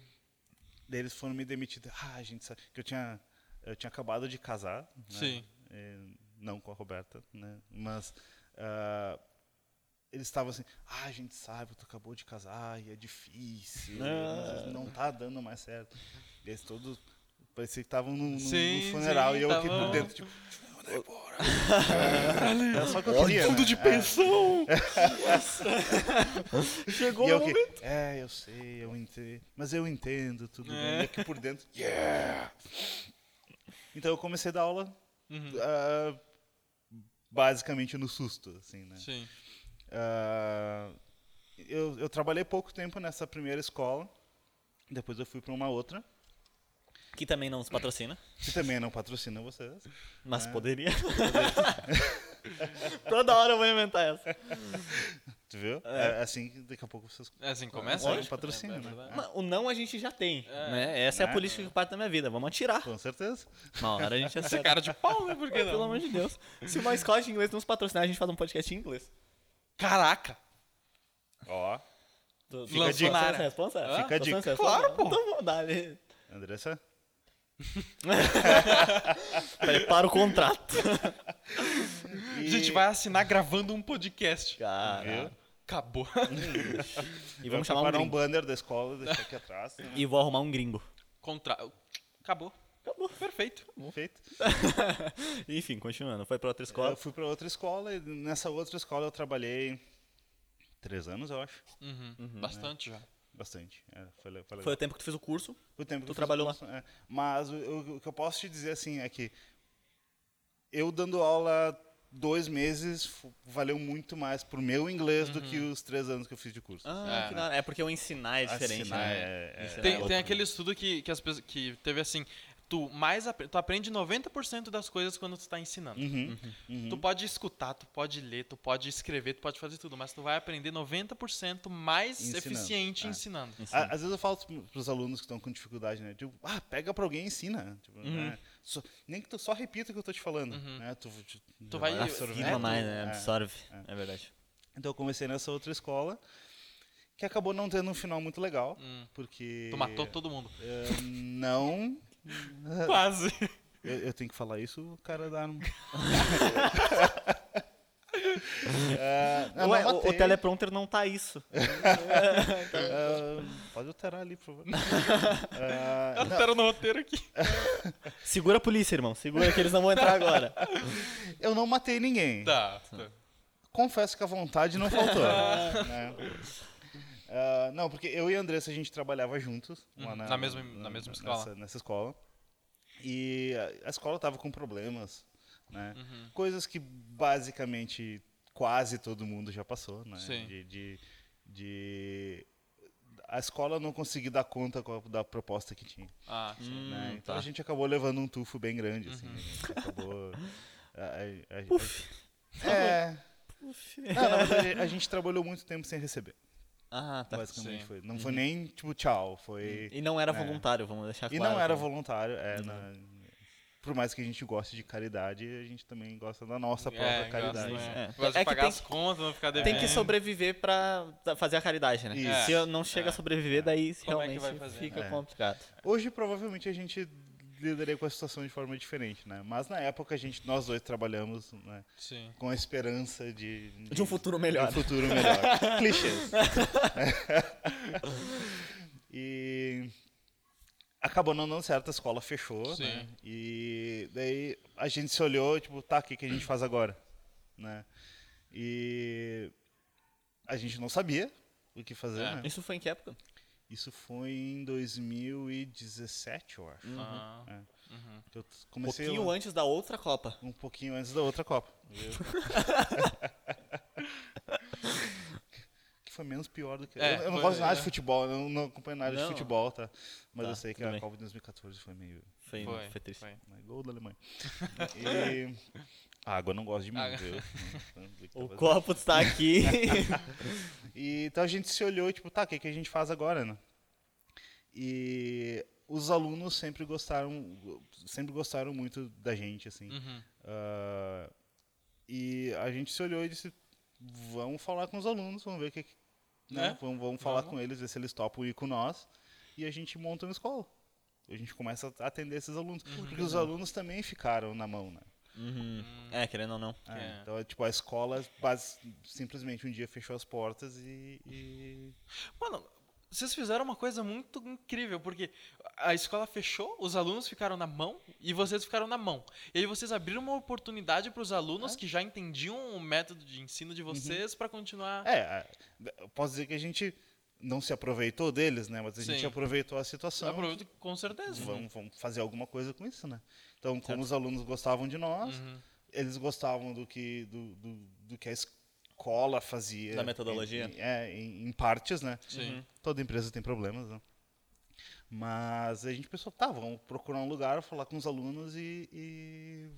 [SPEAKER 2] Daí eles foram me demitir. Ah, gente, sabe que eu tinha, eu tinha acabado de casar. né?
[SPEAKER 1] Sim.
[SPEAKER 2] É, não com a Roberta, né? Mas ah, eles estavam assim, ah, a gente sabe, tu acabou de casar e é difícil, às vezes não tá dando mais certo. E Eles todos parecia que estavam num, num- num
[SPEAKER 1] Sim,
[SPEAKER 2] funeral
[SPEAKER 1] sim,
[SPEAKER 2] e eu aqui
[SPEAKER 1] tavam-
[SPEAKER 2] por dentro, tipo, "Te mandei embora. Era só o que eu queria. né? É. (laughs)
[SPEAKER 4] pensão! Chegou
[SPEAKER 2] E eu
[SPEAKER 4] o
[SPEAKER 2] que,
[SPEAKER 4] momento.
[SPEAKER 2] é, eu sei, eu entendo. Mas eu entendo tudo
[SPEAKER 1] É.
[SPEAKER 2] bem. E aqui por dentro. Yeah! Então eu comecei a dar aula
[SPEAKER 1] Uhum.
[SPEAKER 2] ah, basicamente no susto, assim, né?
[SPEAKER 1] Sim.
[SPEAKER 2] Ah, eu, eu trabalhei pouco tempo nessa primeira escola. Depois eu fui para uma outra,
[SPEAKER 3] Que também não nos patrocina,
[SPEAKER 2] que também não patrocina vocês.
[SPEAKER 3] mas poderia. (laughs) Toda hora eu vou inventar essa.
[SPEAKER 2] Tu viu? É. assim que daqui a pouco vocês
[SPEAKER 1] É assim que começa?
[SPEAKER 2] conseguem
[SPEAKER 1] né?
[SPEAKER 2] patrocínio,
[SPEAKER 1] É
[SPEAKER 2] né?
[SPEAKER 1] verdade.
[SPEAKER 3] Mas O não a gente já tem,
[SPEAKER 1] É.
[SPEAKER 3] né? Essa é a
[SPEAKER 2] Né?
[SPEAKER 3] política que parte da minha vida. Vamos
[SPEAKER 2] (laughs)
[SPEAKER 3] atirar.
[SPEAKER 2] Com certeza.
[SPEAKER 3] Uma hora a gente
[SPEAKER 1] Essa
[SPEAKER 3] acerta.
[SPEAKER 1] cara de pau, né? Por que
[SPEAKER 3] (laughs) Pelo
[SPEAKER 1] não?
[SPEAKER 3] amor de Deus. Se uma escola de inglês nos patrocinar, a gente faz um podcast em inglês.
[SPEAKER 1] Caraca!
[SPEAKER 2] Ó,
[SPEAKER 3] Tu- tu
[SPEAKER 1] Fica a
[SPEAKER 3] lançou
[SPEAKER 1] dica.
[SPEAKER 3] Essa resposta?
[SPEAKER 1] Hã?
[SPEAKER 2] Fica a
[SPEAKER 3] Lançou essa
[SPEAKER 2] dica.
[SPEAKER 3] resposta?
[SPEAKER 1] Claro, pô.
[SPEAKER 3] Então vamos dar ali.
[SPEAKER 2] Andressa.
[SPEAKER 3] Prepara o contrato.
[SPEAKER 2] E-
[SPEAKER 1] A gente vai assinar gravando um podcast.
[SPEAKER 3] Cara.
[SPEAKER 2] Viu?
[SPEAKER 1] Acabou.
[SPEAKER 3] E
[SPEAKER 2] Vai
[SPEAKER 3] Ah, vamos chamar um
[SPEAKER 2] preparar um
[SPEAKER 3] gringo.
[SPEAKER 2] banner da escola, deixar aqui
[SPEAKER 3] (laughs)
[SPEAKER 2] atrás. né?
[SPEAKER 3] E vou arrumar um gringo. (laughs)
[SPEAKER 1] Contra... Acabou. Acabou. Perfeito.
[SPEAKER 2] Perfeito.
[SPEAKER 3] Enfim, continuando. Foi pra outra
[SPEAKER 2] Eu
[SPEAKER 3] escola.
[SPEAKER 2] fui para outra escola e nessa outra escola eu trabalhei três anos, eu acho.
[SPEAKER 1] Uhum. Bastante já.
[SPEAKER 2] Bastante. É, foi, le- foi legal.
[SPEAKER 3] Foi o tempo que tu fez o curso.
[SPEAKER 2] O tempo que
[SPEAKER 3] Tu
[SPEAKER 2] eu fiz
[SPEAKER 3] trabalhou
[SPEAKER 2] o curso, é. Mas o, o- o que eu posso te dizer assim é que eu dando aula dois meses fu- valeu muito mais pro meu inglês do que os três anos que eu fiz de curso.
[SPEAKER 3] Uhum. Ah,
[SPEAKER 1] É.
[SPEAKER 3] que da hora. É porque o ensinar é diferente,
[SPEAKER 2] Assinar
[SPEAKER 3] né?
[SPEAKER 2] é- é-
[SPEAKER 3] Ensinar é
[SPEAKER 1] Tem,
[SPEAKER 3] outro.
[SPEAKER 1] tem aquele estudo que, que, as pessoas, que teve assim. Tu, mais apre- tu aprende 90% das coisas quando tu tá ensinando.
[SPEAKER 2] Uhum.
[SPEAKER 1] Tu pode escutar, tu pode ler, tu pode escrever, tu pode fazer tudo, mas tu vai aprender 90% mais
[SPEAKER 2] Ensinando,
[SPEAKER 1] eficiente
[SPEAKER 2] é.
[SPEAKER 1] ensinando.
[SPEAKER 2] Á- Às vezes eu falo para os alunos que estão com dificuldade, né? Tipo, ah, pega para alguém e ensina. Tipo,
[SPEAKER 3] Uhum.
[SPEAKER 2] né? Só- nem que tu só repita o que eu tô te falando. Né? Tu, tu, já
[SPEAKER 1] vai
[SPEAKER 2] absorvendo,
[SPEAKER 1] É,
[SPEAKER 3] Rima mais, né?
[SPEAKER 2] é.
[SPEAKER 3] Absorve. É verdade.
[SPEAKER 2] Então eu comecei nessa outra escola, que acabou não tendo um final muito legal,
[SPEAKER 1] Hum.
[SPEAKER 2] porque...
[SPEAKER 1] Tu matou todo
[SPEAKER 2] (laughs)
[SPEAKER 1] mundo.
[SPEAKER 2] eh, não... Uhum. (laughs)
[SPEAKER 1] Quase.
[SPEAKER 2] Eu, eu tenho que falar isso, o cara da
[SPEAKER 3] (laughs)
[SPEAKER 2] arma. Ah, não,
[SPEAKER 3] Ué,
[SPEAKER 2] não
[SPEAKER 3] o, o
[SPEAKER 2] matei.
[SPEAKER 3] teleprompter não tá isso.
[SPEAKER 2] Ah, pode alterar ali, por
[SPEAKER 3] (laughs)
[SPEAKER 2] favor. Ah,
[SPEAKER 1] Eu Altera no roteiro aqui.
[SPEAKER 3] Segura a polícia, irmão. Segura que eles não vão entrar agora.
[SPEAKER 2] eu não matei ninguém.
[SPEAKER 1] Tá. tá.
[SPEAKER 2] Confesso que a vontade não
[SPEAKER 1] (laughs)
[SPEAKER 2] faltou. né? Ah, não, porque eu e a Andressa a gente trabalhava juntos. lá
[SPEAKER 1] Uhum, na mesma- na mesma escola.
[SPEAKER 2] Nessa, nessa escola. E a, a escola tava com problemas, né?
[SPEAKER 1] Uhum.
[SPEAKER 2] Coisas que basicamente quase todo mundo já passou, né?
[SPEAKER 1] Sim.
[SPEAKER 2] De, de, de- a escola não conseguir dar conta com a- da proposta que tinha.
[SPEAKER 1] Ah, sim.
[SPEAKER 2] né?
[SPEAKER 3] Hum,
[SPEAKER 2] Então a
[SPEAKER 3] tá.
[SPEAKER 2] gente acabou levando um tufo bem grande,
[SPEAKER 1] Uhum.
[SPEAKER 2] assim. A gente acabou. a- a- a-
[SPEAKER 3] Puf.
[SPEAKER 2] é. Não, na verdade, a gente trabalhou muito tempo sem receber.
[SPEAKER 3] Ah, tá. Uhum.
[SPEAKER 2] basicamente
[SPEAKER 1] Sim.
[SPEAKER 2] foi. Não foi nem tipo tchau, foi.
[SPEAKER 3] E não era
[SPEAKER 2] É.
[SPEAKER 3] voluntário, vamos deixar
[SPEAKER 2] E
[SPEAKER 3] claro.
[SPEAKER 2] não era
[SPEAKER 3] também.
[SPEAKER 2] voluntário. É, na- Por mais que a gente goste de caridade, a gente também gosta da nossa própria
[SPEAKER 1] É,
[SPEAKER 2] caridade.
[SPEAKER 1] gosto,
[SPEAKER 3] né?
[SPEAKER 1] né?
[SPEAKER 3] É.
[SPEAKER 1] Gosto de
[SPEAKER 3] É que
[SPEAKER 1] pagar
[SPEAKER 3] tem
[SPEAKER 1] as contas, não ficar devendo.
[SPEAKER 3] Tem que sobreviver pra da- fazer a caridade, né?
[SPEAKER 2] Isso.
[SPEAKER 3] Se eu não chega a sobreviver, daí
[SPEAKER 1] Como é que vai
[SPEAKER 3] realmente
[SPEAKER 1] fazer?
[SPEAKER 3] fica
[SPEAKER 2] É.
[SPEAKER 3] complicado.
[SPEAKER 2] Hoje provavelmente a gente lidaria com a situação de forma diferente, né? Mas na época a gente, nós dois trabalhamos né,
[SPEAKER 1] Sim.
[SPEAKER 2] com a esperança de,
[SPEAKER 3] De um futuro melhor.
[SPEAKER 2] De um futuro melhor.
[SPEAKER 3] (laughs)
[SPEAKER 2] Clichês. e acabou não dando certo, a escola fechou,
[SPEAKER 1] Sim.
[SPEAKER 2] né? E daí a gente se olhou, tipo, tá, o que, que a gente faz agora? Né? E a gente não sabia o que fazer,
[SPEAKER 1] É.
[SPEAKER 2] né?
[SPEAKER 3] Isso foi em que época?
[SPEAKER 2] Isso foi em 2017, eu
[SPEAKER 3] Uhum.
[SPEAKER 2] acho.
[SPEAKER 1] Ah,
[SPEAKER 2] Que eu
[SPEAKER 3] Um
[SPEAKER 2] comecei
[SPEAKER 3] pouquinho antes da outra Copa. (laughs)
[SPEAKER 2] um pouquinho antes da outra Copa. foi menos pior do que.
[SPEAKER 1] É,
[SPEAKER 2] eu, eu não
[SPEAKER 1] foi-
[SPEAKER 2] gosto nada de
[SPEAKER 1] é.
[SPEAKER 2] futebol, eu não, não acompanho nada
[SPEAKER 3] Não.
[SPEAKER 2] de futebol, tá? Mas
[SPEAKER 3] Tá,
[SPEAKER 2] eu sei que
[SPEAKER 3] tudo
[SPEAKER 2] a
[SPEAKER 3] bem.
[SPEAKER 2] Copa de 2014 foi meio.
[SPEAKER 3] Foi, foi, triste.
[SPEAKER 2] né, Gol da Alemanha. E. A água eu não gosto de mim,
[SPEAKER 1] Água.
[SPEAKER 2] viu? Não- não dizer que
[SPEAKER 3] (laughs) O
[SPEAKER 2] tava-
[SPEAKER 3] copo está aqui.
[SPEAKER 2] E então a gente se olhou e tipo, tá, o que, que a gente faz agora, né? E os alunos sempre gostaram, sempre gostaram muito da gente, assim.
[SPEAKER 1] Uhum.
[SPEAKER 2] Ah, e a gente se olhou e disse, vamos falar com os alunos, vamos ver o que, que- né?
[SPEAKER 1] É,
[SPEAKER 2] Vamos, vamos falar
[SPEAKER 1] vamos.
[SPEAKER 2] com eles, ver se eles topam ir com nós. E a gente monta uma escola. A gente começa a atender esses alunos.
[SPEAKER 1] Uhum.
[SPEAKER 2] Porque os alunos também ficaram na mão, né?
[SPEAKER 3] Uhum. É, querendo ou não.
[SPEAKER 2] Ah,
[SPEAKER 1] É.
[SPEAKER 2] Então, é, tipo, a escola bas- simplesmente um dia fechou as portas e- e
[SPEAKER 1] Mano, vocês fizeram uma coisa muito incrível, porque a escola fechou, os alunos ficaram na mão e vocês ficaram na mão. E aí vocês abriram uma oportunidade para os
[SPEAKER 2] É.
[SPEAKER 1] alunos que já entendiam o método de ensino de vocês pra para continuar.
[SPEAKER 2] Uhum. É, a- eu posso dizer que a gente não se aproveitou deles, né? Mas a gente
[SPEAKER 1] Sim.
[SPEAKER 2] aproveitou a situação.
[SPEAKER 1] Aproveito com certeza.
[SPEAKER 2] Vamos, vamos fazer alguma coisa com isso, né? Então, como os alunos gostavam de nós,
[SPEAKER 1] Uhum.
[SPEAKER 2] eles gostavam do que, do, do, do que a escola fazia.
[SPEAKER 3] Da metodologia.
[SPEAKER 2] Em, é, em, em partes, né?
[SPEAKER 1] Sim. Uhum.
[SPEAKER 2] Toda empresa tem problemas, né? Mas a gente pensou, tá, vamos procurar um lugar, falar com os alunos e... e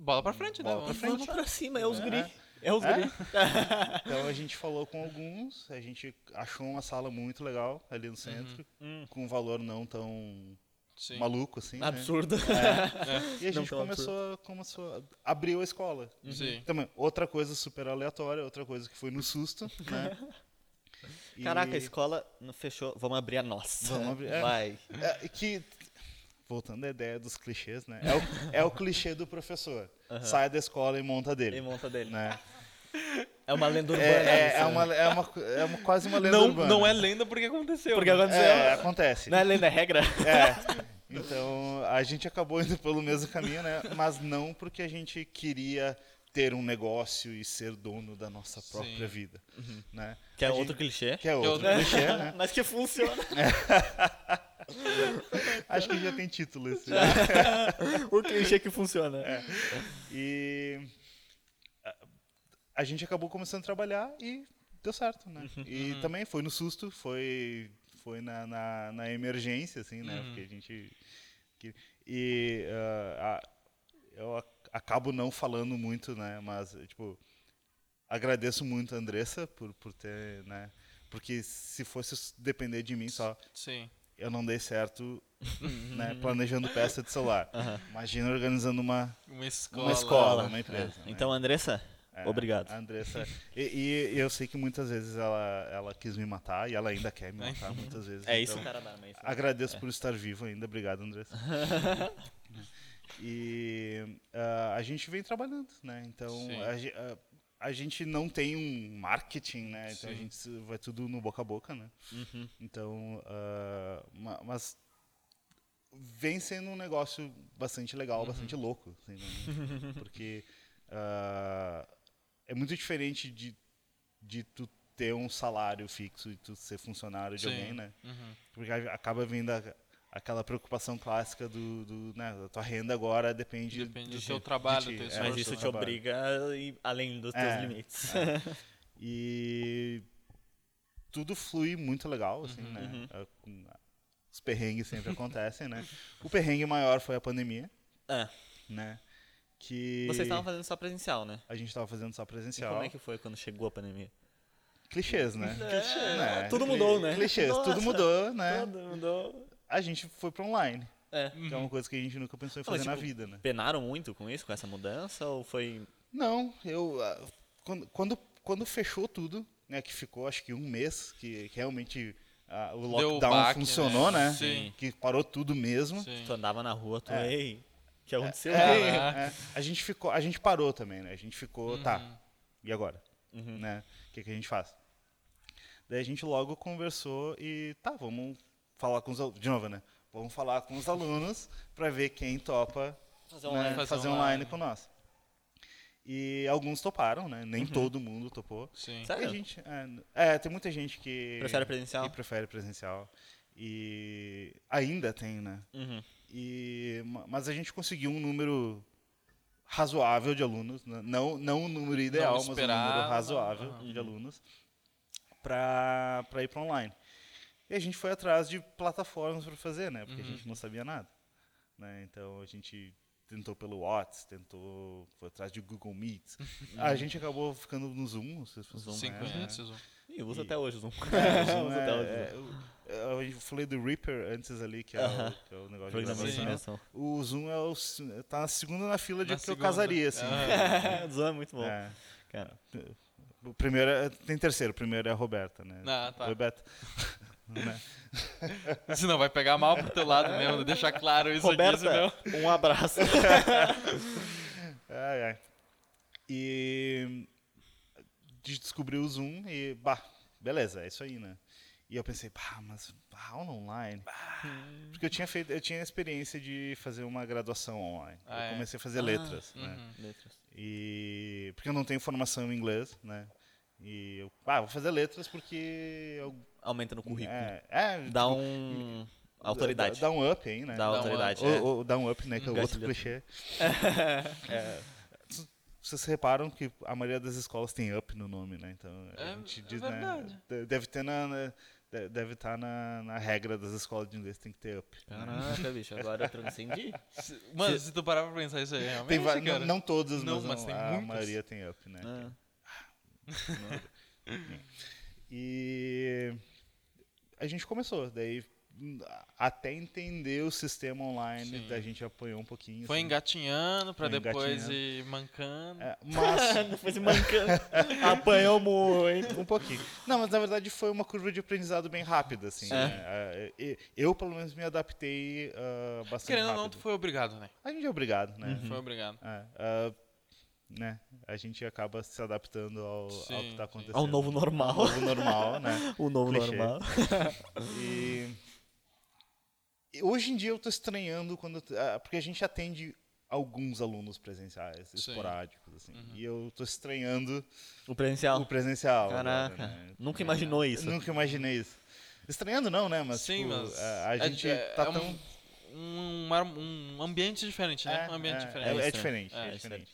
[SPEAKER 1] Bola pra frente, né?
[SPEAKER 2] Uhum. Bola pra
[SPEAKER 1] Vamos-
[SPEAKER 2] frente.
[SPEAKER 3] Vamos pra cima, é os
[SPEAKER 2] É.
[SPEAKER 3] guri. É os
[SPEAKER 2] É?
[SPEAKER 3] guri.
[SPEAKER 2] (laughs) Então a gente falou com alguns, a gente achou uma sala muito legal ali no centro,
[SPEAKER 3] Hum.
[SPEAKER 2] com um valor não tão
[SPEAKER 1] Sim. Uhum.
[SPEAKER 2] maluco assim. né?
[SPEAKER 3] Absurdo.
[SPEAKER 2] E a
[SPEAKER 3] Não
[SPEAKER 2] gente
[SPEAKER 3] tão
[SPEAKER 2] começou, começou a abriu a escola.
[SPEAKER 1] Sim.
[SPEAKER 2] Também, outra coisa super aleatória, outra coisa que foi no susto, né? E-
[SPEAKER 3] (laughs) Caraca, a escola não fechou. Vamos abrir a nossa.
[SPEAKER 2] Vamos abrir- é.
[SPEAKER 3] Vai.
[SPEAKER 2] é, que voltando à ideia dos clichês, né? É o, é o clichê do professor. Sai da escola e monta dele.
[SPEAKER 3] Ele monta dele.
[SPEAKER 2] né?
[SPEAKER 3] É uma lenda
[SPEAKER 2] É,
[SPEAKER 3] urbana.
[SPEAKER 2] é-
[SPEAKER 3] isso,
[SPEAKER 2] é
[SPEAKER 3] né?
[SPEAKER 2] uma, é, uma, é uma- quase uma lenda
[SPEAKER 1] Não,
[SPEAKER 2] urbana.
[SPEAKER 1] não é lenda porque aconteceu.
[SPEAKER 3] Porque
[SPEAKER 1] né?
[SPEAKER 3] aconteceu.
[SPEAKER 2] É, acontece.
[SPEAKER 3] Não é lenda, é regra.
[SPEAKER 2] É. Então a gente acabou indo pelo mesmo caminho, né? Mas não porque a gente queria ter um negócio e ser dono da nossa própria
[SPEAKER 1] Sim.
[SPEAKER 2] vida, né?
[SPEAKER 3] Que é
[SPEAKER 2] A gente-
[SPEAKER 3] outro clichê.
[SPEAKER 2] que é outro
[SPEAKER 1] outro-
[SPEAKER 2] clichê, né?
[SPEAKER 3] (laughs) Mas que funciona.
[SPEAKER 2] Acho que já tem título esse. né?
[SPEAKER 3] (laughs) o clichê que funciona.
[SPEAKER 2] É. E a- a gente acabou começando a trabalhar e deu certo, né? E também foi no susto, foi foi na, na, na emergência, assim, né? Porque a gente que- e ah, a- eu ac- acabo não falando muito, né? Mas tipo agradeço muito a Andressa por por ter, né? Porque se fosse s- depender de mim só,
[SPEAKER 1] Sim.
[SPEAKER 2] eu não dei certo,
[SPEAKER 3] Uhum.
[SPEAKER 2] né? Planejando peça de celular. Imagina organizando uma
[SPEAKER 1] Uma escola.
[SPEAKER 2] Uma escola, uma empresa.
[SPEAKER 3] É.
[SPEAKER 2] né?
[SPEAKER 3] Então, Andressa,
[SPEAKER 2] É,
[SPEAKER 3] obrigado.
[SPEAKER 2] a Andressa. E, e eu sei que muitas vezes ela, ela quis me matar e ela ainda quer me matar muitas vezes.
[SPEAKER 3] É isso,
[SPEAKER 2] então,
[SPEAKER 3] cara. Não, é isso.
[SPEAKER 2] Agradeço por estar vivo ainda. Obrigado,
[SPEAKER 1] (laughs)
[SPEAKER 2] Andressa. e ah, a gente vem trabalhando, né? Então,
[SPEAKER 1] Sim.
[SPEAKER 2] a, ge- a- a gente não tem um marketing, né? Então, a
[SPEAKER 1] Sim. Uhum.
[SPEAKER 2] gente se- vai tudo no boca a boca, né? Então, ah, ma- mas vem sendo um negócio bastante legal,
[SPEAKER 1] Uhum.
[SPEAKER 2] bastante louco. assim, né?
[SPEAKER 1] (laughs)
[SPEAKER 2] Porque ah, é muito diferente de, de tu ter um salário fixo e tu ser funcionário de
[SPEAKER 1] Sim.
[SPEAKER 2] alguém, né?
[SPEAKER 1] Uhum.
[SPEAKER 2] Porque aí acaba vindo a- aquela preocupação clássica do, do né, da tua renda agora depende,
[SPEAKER 1] Depende do
[SPEAKER 2] de
[SPEAKER 1] seu
[SPEAKER 2] ti.
[SPEAKER 1] trabalho,
[SPEAKER 2] de
[SPEAKER 1] do
[SPEAKER 2] ti,
[SPEAKER 1] teu
[SPEAKER 2] é.
[SPEAKER 3] Mas
[SPEAKER 1] esforço,
[SPEAKER 3] isso te
[SPEAKER 2] trabalho.
[SPEAKER 3] obriga a ir além dos teus
[SPEAKER 2] É.
[SPEAKER 3] limites.
[SPEAKER 2] (laughs) E tudo flui muito legal,
[SPEAKER 3] Uhum,
[SPEAKER 2] assim, né? Ah, com- Os perrengues sempre acontecem, né? O perrengue maior foi a pandemia,
[SPEAKER 3] Ah,
[SPEAKER 2] né? Que
[SPEAKER 3] vocês estavam fazendo só presencial, né?
[SPEAKER 2] a gente estava fazendo só
[SPEAKER 3] E
[SPEAKER 2] presencial.
[SPEAKER 3] como é que foi quando chegou a pandemia?
[SPEAKER 2] Clichês, né? Né?
[SPEAKER 3] tudo mudou, né?
[SPEAKER 2] Clichês, tudo
[SPEAKER 3] Nossa,
[SPEAKER 2] mudou, né?
[SPEAKER 3] Tudo mudou.
[SPEAKER 2] A gente foi para online,
[SPEAKER 3] É.
[SPEAKER 2] que é uma coisa que a gente nunca pensou em
[SPEAKER 3] Não, mas,
[SPEAKER 2] fazer na
[SPEAKER 3] tipo,
[SPEAKER 2] vida, né?
[SPEAKER 3] Penaram muito com isso, com essa mudança? Ou foi.
[SPEAKER 2] Não, eu ah, quando quando, quando fechou tudo, né, que ficou acho que um mês que, que realmente ah, o
[SPEAKER 1] Deu o
[SPEAKER 2] lockdown
[SPEAKER 1] baque,
[SPEAKER 2] funcionou,
[SPEAKER 1] né?
[SPEAKER 2] né?
[SPEAKER 1] Sim.
[SPEAKER 2] Que parou tudo mesmo.
[SPEAKER 1] Sim.
[SPEAKER 3] Tu andava na rua, tu.
[SPEAKER 2] É.
[SPEAKER 3] Ei, o que aconteceu?
[SPEAKER 2] É,
[SPEAKER 3] Ei.
[SPEAKER 2] é. a gente ficou, a gente parou também, né? A gente ficou,
[SPEAKER 3] Uhum.
[SPEAKER 2] tá. E agora, né? O que, que a gente faz? Daí a gente logo conversou e tá, vamos falar com os alunos de novo, né? Vamos falar com os alunos para ver quem topa
[SPEAKER 3] Fazer
[SPEAKER 2] né,
[SPEAKER 3] online.
[SPEAKER 1] Fazer
[SPEAKER 2] fazer
[SPEAKER 1] online.
[SPEAKER 2] online com nós. E alguns toparam, né? Nem todo mundo topou.
[SPEAKER 1] Sim.
[SPEAKER 2] E a
[SPEAKER 3] Uhum. Sério?
[SPEAKER 2] gente- é, n- é, tem muita gente que
[SPEAKER 3] Prefere presencial?
[SPEAKER 2] que prefere presencial. E ainda tem, né?
[SPEAKER 3] Uhum.
[SPEAKER 2] E, ma- mas a gente conseguiu um número razoável de alunos, né? não, não um número ideal, mas um
[SPEAKER 1] esperado,
[SPEAKER 2] número razoável
[SPEAKER 1] aham.
[SPEAKER 2] de alunos. pra, pra ir pra online. E a gente foi atrás de plataformas para fazer, né? Porque a gente não sabia nada. Né? Então a gente tentou pelo Whats, tentou foi atrás de Google Meet. A gente acabou ficando no Zoom, vocês
[SPEAKER 3] Zoom,
[SPEAKER 2] Zoom,
[SPEAKER 1] Sim,
[SPEAKER 2] né?
[SPEAKER 1] conhece o Zoom.
[SPEAKER 3] Ih, usa até hoje o Zoom.
[SPEAKER 2] (laughs) É,
[SPEAKER 3] Usa
[SPEAKER 2] Zoom
[SPEAKER 3] até hoje o
[SPEAKER 2] é, é, eu, eu falei do Reaper antes ali, que é,
[SPEAKER 3] Aham.
[SPEAKER 2] o, que é o negócio de
[SPEAKER 3] Zoom.
[SPEAKER 1] Sim.
[SPEAKER 2] gravação. O Zoom é o, se- tá na segunda na fila de
[SPEAKER 1] Na
[SPEAKER 2] que eu
[SPEAKER 1] segunda.
[SPEAKER 2] casaria, assim.
[SPEAKER 1] (laughs) Ah.
[SPEAKER 3] O (laughs) Zoom é muito (laughs) bom.
[SPEAKER 2] É.
[SPEAKER 3] Cara.
[SPEAKER 2] O primeiro é- tem terceiro, o primeiro é a Roberta, né?
[SPEAKER 1] Ah, tá.
[SPEAKER 2] Roberta. Né?
[SPEAKER 1] (laughs) Senão vai pegar mal pro teu lado mesmo, né? deixar claro isso aqui, senão...
[SPEAKER 3] Roberta, um (laughs) abraço.
[SPEAKER 2] Ai, ai. E de descobrir o Zoom e, bah, beleza, é isso aí, né? E eu pensei, bah, mas bah, aula online. Porque eu tinha feito, eu tinha experiência de fazer uma graduação online.
[SPEAKER 1] Ah,
[SPEAKER 2] eu
[SPEAKER 1] é.
[SPEAKER 2] comecei a fazer letras, né?
[SPEAKER 1] Uhum.
[SPEAKER 2] E porque eu não tenho formação em inglês, né? E eu, ah, vou fazer letras porque eu,
[SPEAKER 3] Aumenta no currículo.
[SPEAKER 2] é, é,
[SPEAKER 3] Dá um... Autoridade.
[SPEAKER 2] Dá, dá um up aí, né?
[SPEAKER 3] Dá
[SPEAKER 1] um
[SPEAKER 3] autoridade.
[SPEAKER 2] Ou,
[SPEAKER 3] é.
[SPEAKER 2] ou dá um up, né? Que é
[SPEAKER 3] Um
[SPEAKER 2] outro
[SPEAKER 1] (laughs)
[SPEAKER 3] gatilho.
[SPEAKER 2] clichê. É, c- Vocês reparam que a maioria das escolas tem up no nome, né? Então a
[SPEAKER 1] É,
[SPEAKER 2] gente
[SPEAKER 1] é
[SPEAKER 2] diz,
[SPEAKER 1] verdade.
[SPEAKER 2] né? de- Deve ter na. na- de- Deve estar na, na regra das escolas de inglês, tem que ter up. né?
[SPEAKER 3] Caraca, bicho, agora eu (laughs) transcendi.
[SPEAKER 1] Se- Mano, se tu parar pra pensar isso aí, é realmente,
[SPEAKER 2] Tem va-
[SPEAKER 1] Tá cara.
[SPEAKER 2] não, não todas,
[SPEAKER 1] Não,
[SPEAKER 2] mas,
[SPEAKER 1] mas
[SPEAKER 2] não,
[SPEAKER 1] tem
[SPEAKER 2] a
[SPEAKER 1] muitas.
[SPEAKER 2] maioria tem up, né?
[SPEAKER 3] (laughs) Ah.
[SPEAKER 2] E a gente começou, daí hum, até entender o sistema online,
[SPEAKER 1] Sim.
[SPEAKER 2] da gente apoiou um pouquinho.
[SPEAKER 1] Foi
[SPEAKER 2] assim.
[SPEAKER 1] engatinhando pra
[SPEAKER 2] Foi
[SPEAKER 1] depois
[SPEAKER 2] engatinhando.
[SPEAKER 1] ir mancando.
[SPEAKER 2] É, mas
[SPEAKER 3] Depois mancando. Apanhou muito.
[SPEAKER 2] Um pouquinho. Não, mas na verdade foi uma curva de aprendizado bem rápida,
[SPEAKER 1] É.
[SPEAKER 2] assim.
[SPEAKER 3] Sim.
[SPEAKER 2] né? Ah, e- Eu, pelo menos, me adaptei ah, bastante
[SPEAKER 1] Querendo ou
[SPEAKER 2] rápido.
[SPEAKER 1] não, Uhum. tu foi obrigado, né?
[SPEAKER 2] A gente é obrigado, né?
[SPEAKER 1] Foi obrigado.
[SPEAKER 2] É, ah, né? A gente acaba se adaptando ao, ao que
[SPEAKER 1] Sim, sim.
[SPEAKER 2] está acontecendo.
[SPEAKER 3] Ao É
[SPEAKER 2] (laughs)
[SPEAKER 3] novo normal.
[SPEAKER 2] Ao novo normal, né?
[SPEAKER 3] O novo
[SPEAKER 2] Clichê.
[SPEAKER 3] normal.
[SPEAKER 2] E... e Hoje em dia eu tô estranhando quando... eu- ah, Porque a gente atende alguns alunos presenciais,
[SPEAKER 1] Sim. Uhum.
[SPEAKER 2] esporádicos, assim. E eu tô estranhando
[SPEAKER 3] O presencial.
[SPEAKER 2] o presencial. agora,
[SPEAKER 3] Caraca.
[SPEAKER 2] né?
[SPEAKER 3] Nunca imaginou isso.
[SPEAKER 2] Nunca imaginei isso. Estranhando não, né? Mas,
[SPEAKER 1] Sim,
[SPEAKER 2] tipo,
[SPEAKER 1] mas
[SPEAKER 2] a, a
[SPEAKER 1] é-
[SPEAKER 2] gente
[SPEAKER 1] é-
[SPEAKER 2] tá
[SPEAKER 1] é um-
[SPEAKER 2] tão...
[SPEAKER 1] Um, mar- um ambiente diferente, né?
[SPEAKER 2] É,
[SPEAKER 1] um ambiente
[SPEAKER 2] é,
[SPEAKER 1] diferente.
[SPEAKER 2] É,
[SPEAKER 3] É
[SPEAKER 2] é diferente, é
[SPEAKER 1] é
[SPEAKER 2] diferente.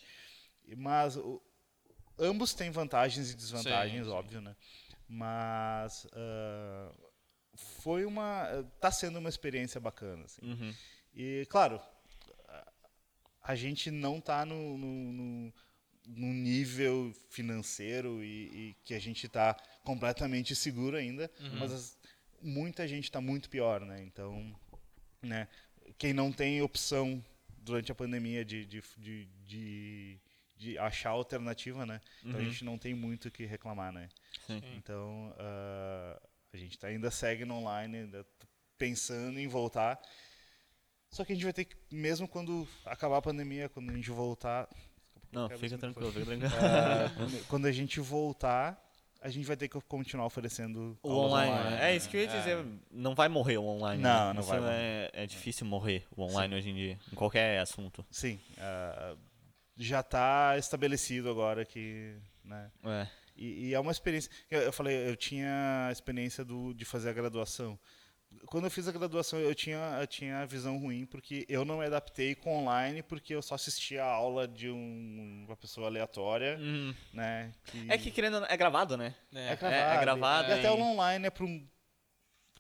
[SPEAKER 2] Mas o- ambos têm vantagens e desvantagens,
[SPEAKER 1] Sim, sim.
[SPEAKER 2] óbvio, né? Mas ah, foi uma... Tá sendo uma experiência bacana, assim.
[SPEAKER 3] Uhum.
[SPEAKER 2] E, claro, a- a gente não tá no, no, no- num nível financeiro e, e que a gente tá completamente seguro ainda,
[SPEAKER 1] Uhum.
[SPEAKER 2] mas as- muita gente tá muito pior, né? Então, né, quem não tem opção durante a pandemia de, de, de, de, de achar alternativa, né? Então a gente não tem muito o que reclamar, né?
[SPEAKER 3] Sim.
[SPEAKER 2] Então, ah, a gente tá- ainda segue no online, ainda t- pensando em voltar. Só que a gente vai ter que, mesmo quando acabar a pandemia, quando a gente voltar.
[SPEAKER 3] Não,
[SPEAKER 2] Quebra
[SPEAKER 3] fica
[SPEAKER 2] esse
[SPEAKER 3] tranquilo,
[SPEAKER 2] microfone. (laughs)
[SPEAKER 3] fica tranquilo.
[SPEAKER 2] ah,
[SPEAKER 3] (laughs)
[SPEAKER 2] quando- quando a gente voltar, a gente vai ter que continuar oferecendo
[SPEAKER 3] O
[SPEAKER 2] aulas
[SPEAKER 3] online,
[SPEAKER 2] né?
[SPEAKER 3] é isso que eu ia dizer. Não vai morrer o online.
[SPEAKER 2] Não,
[SPEAKER 3] né?
[SPEAKER 2] não
[SPEAKER 3] Isso
[SPEAKER 2] vai
[SPEAKER 3] É, é difícil morrer o online hoje em dia, em qualquer assunto.
[SPEAKER 2] Sim. ah, já está estabelecido agora que. Né?
[SPEAKER 3] É.
[SPEAKER 2] E, e é uma experiência. Eu, eu falei, eu tinha a experiência do, de fazer a graduação. Quando eu fiz a graduação, eu tinha, eu tinha a visão ruim, porque eu não me adaptei com online, porque eu só assistia a aula de um- uma pessoa aleatória, né?
[SPEAKER 3] É que querendo, ou não- é gravado, né?
[SPEAKER 1] É,
[SPEAKER 2] é
[SPEAKER 1] é,
[SPEAKER 2] gravado.
[SPEAKER 3] é gravado
[SPEAKER 2] E até
[SPEAKER 3] em-
[SPEAKER 2] aula online é para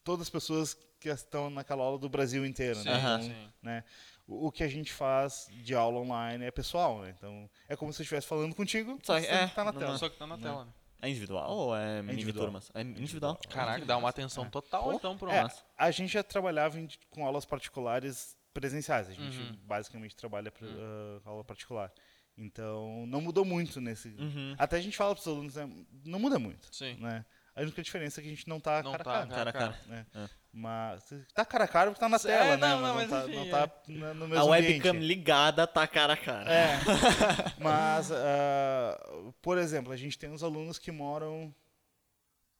[SPEAKER 2] todas as pessoas que estão naquela aula do Brasil inteiro, né?
[SPEAKER 3] Aham.
[SPEAKER 2] Então,
[SPEAKER 1] sim.
[SPEAKER 2] né? O o que a gente faz de aula online é pessoal, né? Então, é como se eu estivesse falando contigo,
[SPEAKER 3] Só-
[SPEAKER 2] você
[SPEAKER 3] é,
[SPEAKER 2] tá na
[SPEAKER 3] não-
[SPEAKER 2] tela.
[SPEAKER 1] Só que tá na tela, né?
[SPEAKER 3] É individual ou é mini
[SPEAKER 2] individual.
[SPEAKER 3] turmas? É individual.
[SPEAKER 1] Caraca, dá uma atenção total então pro
[SPEAKER 2] É,
[SPEAKER 1] nosso.
[SPEAKER 2] a gente já trabalhava em- com aulas particulares presenciais. A gente
[SPEAKER 1] Uhum.
[SPEAKER 2] basicamente trabalha pra, ah, aula particular. Então, não mudou muito nesse...
[SPEAKER 3] Uhum.
[SPEAKER 2] Até a gente fala para os alunos, né? não muda muito.
[SPEAKER 1] Uhum. Sim.
[SPEAKER 2] Né? A única diferença é que a gente não tá
[SPEAKER 1] Não
[SPEAKER 2] cara
[SPEAKER 1] tá,
[SPEAKER 2] a cara.
[SPEAKER 1] né?
[SPEAKER 3] Cara a cara.
[SPEAKER 2] né?
[SPEAKER 3] É.
[SPEAKER 2] Mas tá cara a cara porque tá na
[SPEAKER 1] Cê-
[SPEAKER 2] tela, né?
[SPEAKER 1] é, não, não,
[SPEAKER 2] mas
[SPEAKER 1] mas
[SPEAKER 2] não,
[SPEAKER 1] enfim, é.
[SPEAKER 2] tá, não tá na- no
[SPEAKER 3] A
[SPEAKER 2] mesmo ambiente.
[SPEAKER 3] webcam ligada tá cara a cara.
[SPEAKER 2] É.
[SPEAKER 1] (laughs)
[SPEAKER 2] Mas, ah, por exemplo, a gente tem uns alunos que moram,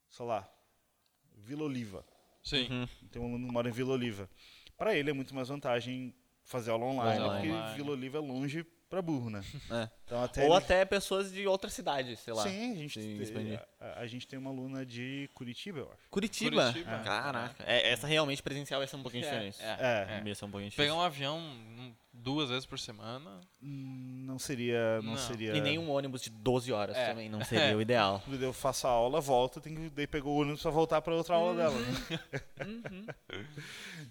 [SPEAKER 2] sei lá, Vila Oliva.
[SPEAKER 1] Sim.
[SPEAKER 2] Tem um aluno que mora em Vila Oliva. Para ele é muito mais vantagem fazer aula online,
[SPEAKER 3] Fazer aula
[SPEAKER 2] porque
[SPEAKER 1] online.
[SPEAKER 2] Vila Oliva é longe pra burro, né?
[SPEAKER 3] (laughs) É.
[SPEAKER 2] Então, até
[SPEAKER 3] Ou
[SPEAKER 2] ele-
[SPEAKER 3] até pessoas de outras cidades, sei lá.
[SPEAKER 2] Sim, a gente,
[SPEAKER 3] Sim,
[SPEAKER 2] te-
[SPEAKER 3] expandir.
[SPEAKER 2] a, a gente tem uma aluna de Curitiba, eu acho.
[SPEAKER 3] Curitiba.
[SPEAKER 1] Curitiba. É.
[SPEAKER 3] Caraca. É, essa realmente presencial ia ser um pouquinho diferente.
[SPEAKER 1] É,
[SPEAKER 2] É.
[SPEAKER 1] é.
[SPEAKER 3] Ia ser um pouquinho
[SPEAKER 1] Pegar
[SPEAKER 3] diferente.
[SPEAKER 1] um avião hum, duas vezes por semana.
[SPEAKER 2] Hum, Não seria. Não,
[SPEAKER 1] Não.
[SPEAKER 2] seria.
[SPEAKER 3] E nem um ônibus de 12 horas
[SPEAKER 1] (laughs) É.
[SPEAKER 3] também não seria o ideal.
[SPEAKER 2] Eu faço a aula, volto, tenho que, daí pegou o ônibus pra voltar pra outra aula dela. né?
[SPEAKER 1] Uhum.
[SPEAKER 2] (laughs)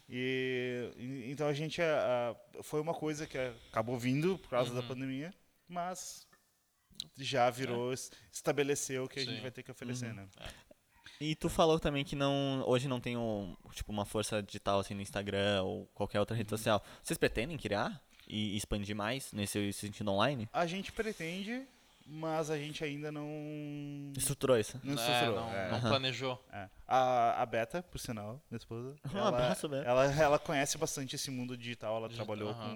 [SPEAKER 2] E, e- então a gente. ah, ah, foi uma coisa que acabou vindo por causa
[SPEAKER 1] Uhum.
[SPEAKER 2] da pandemia, mas já virou, es- estabeleceu o que a gente
[SPEAKER 1] É. Sim. Uhum.
[SPEAKER 2] vai ter que oferecer, né?
[SPEAKER 3] E tu falou também que não, hoje não tem um, tipo, uma força digital assim no Instagram ou qualquer outra
[SPEAKER 2] Uhum.
[SPEAKER 3] rede social. Vocês pretendem criar e expandir mais nesse sentido online?
[SPEAKER 2] A gente pretende, mas a gente ainda não.
[SPEAKER 3] Estruturou isso.
[SPEAKER 2] Não
[SPEAKER 1] né,
[SPEAKER 2] estruturou.
[SPEAKER 1] não,
[SPEAKER 2] é.
[SPEAKER 1] não planejou.
[SPEAKER 2] É. A, a Beta, por sinal, minha esposa.
[SPEAKER 3] (laughs) Um abraço, Beta.
[SPEAKER 2] Ela, ela conhece bastante esse mundo digital, ela
[SPEAKER 1] Digital,
[SPEAKER 2] trabalhou
[SPEAKER 1] aham.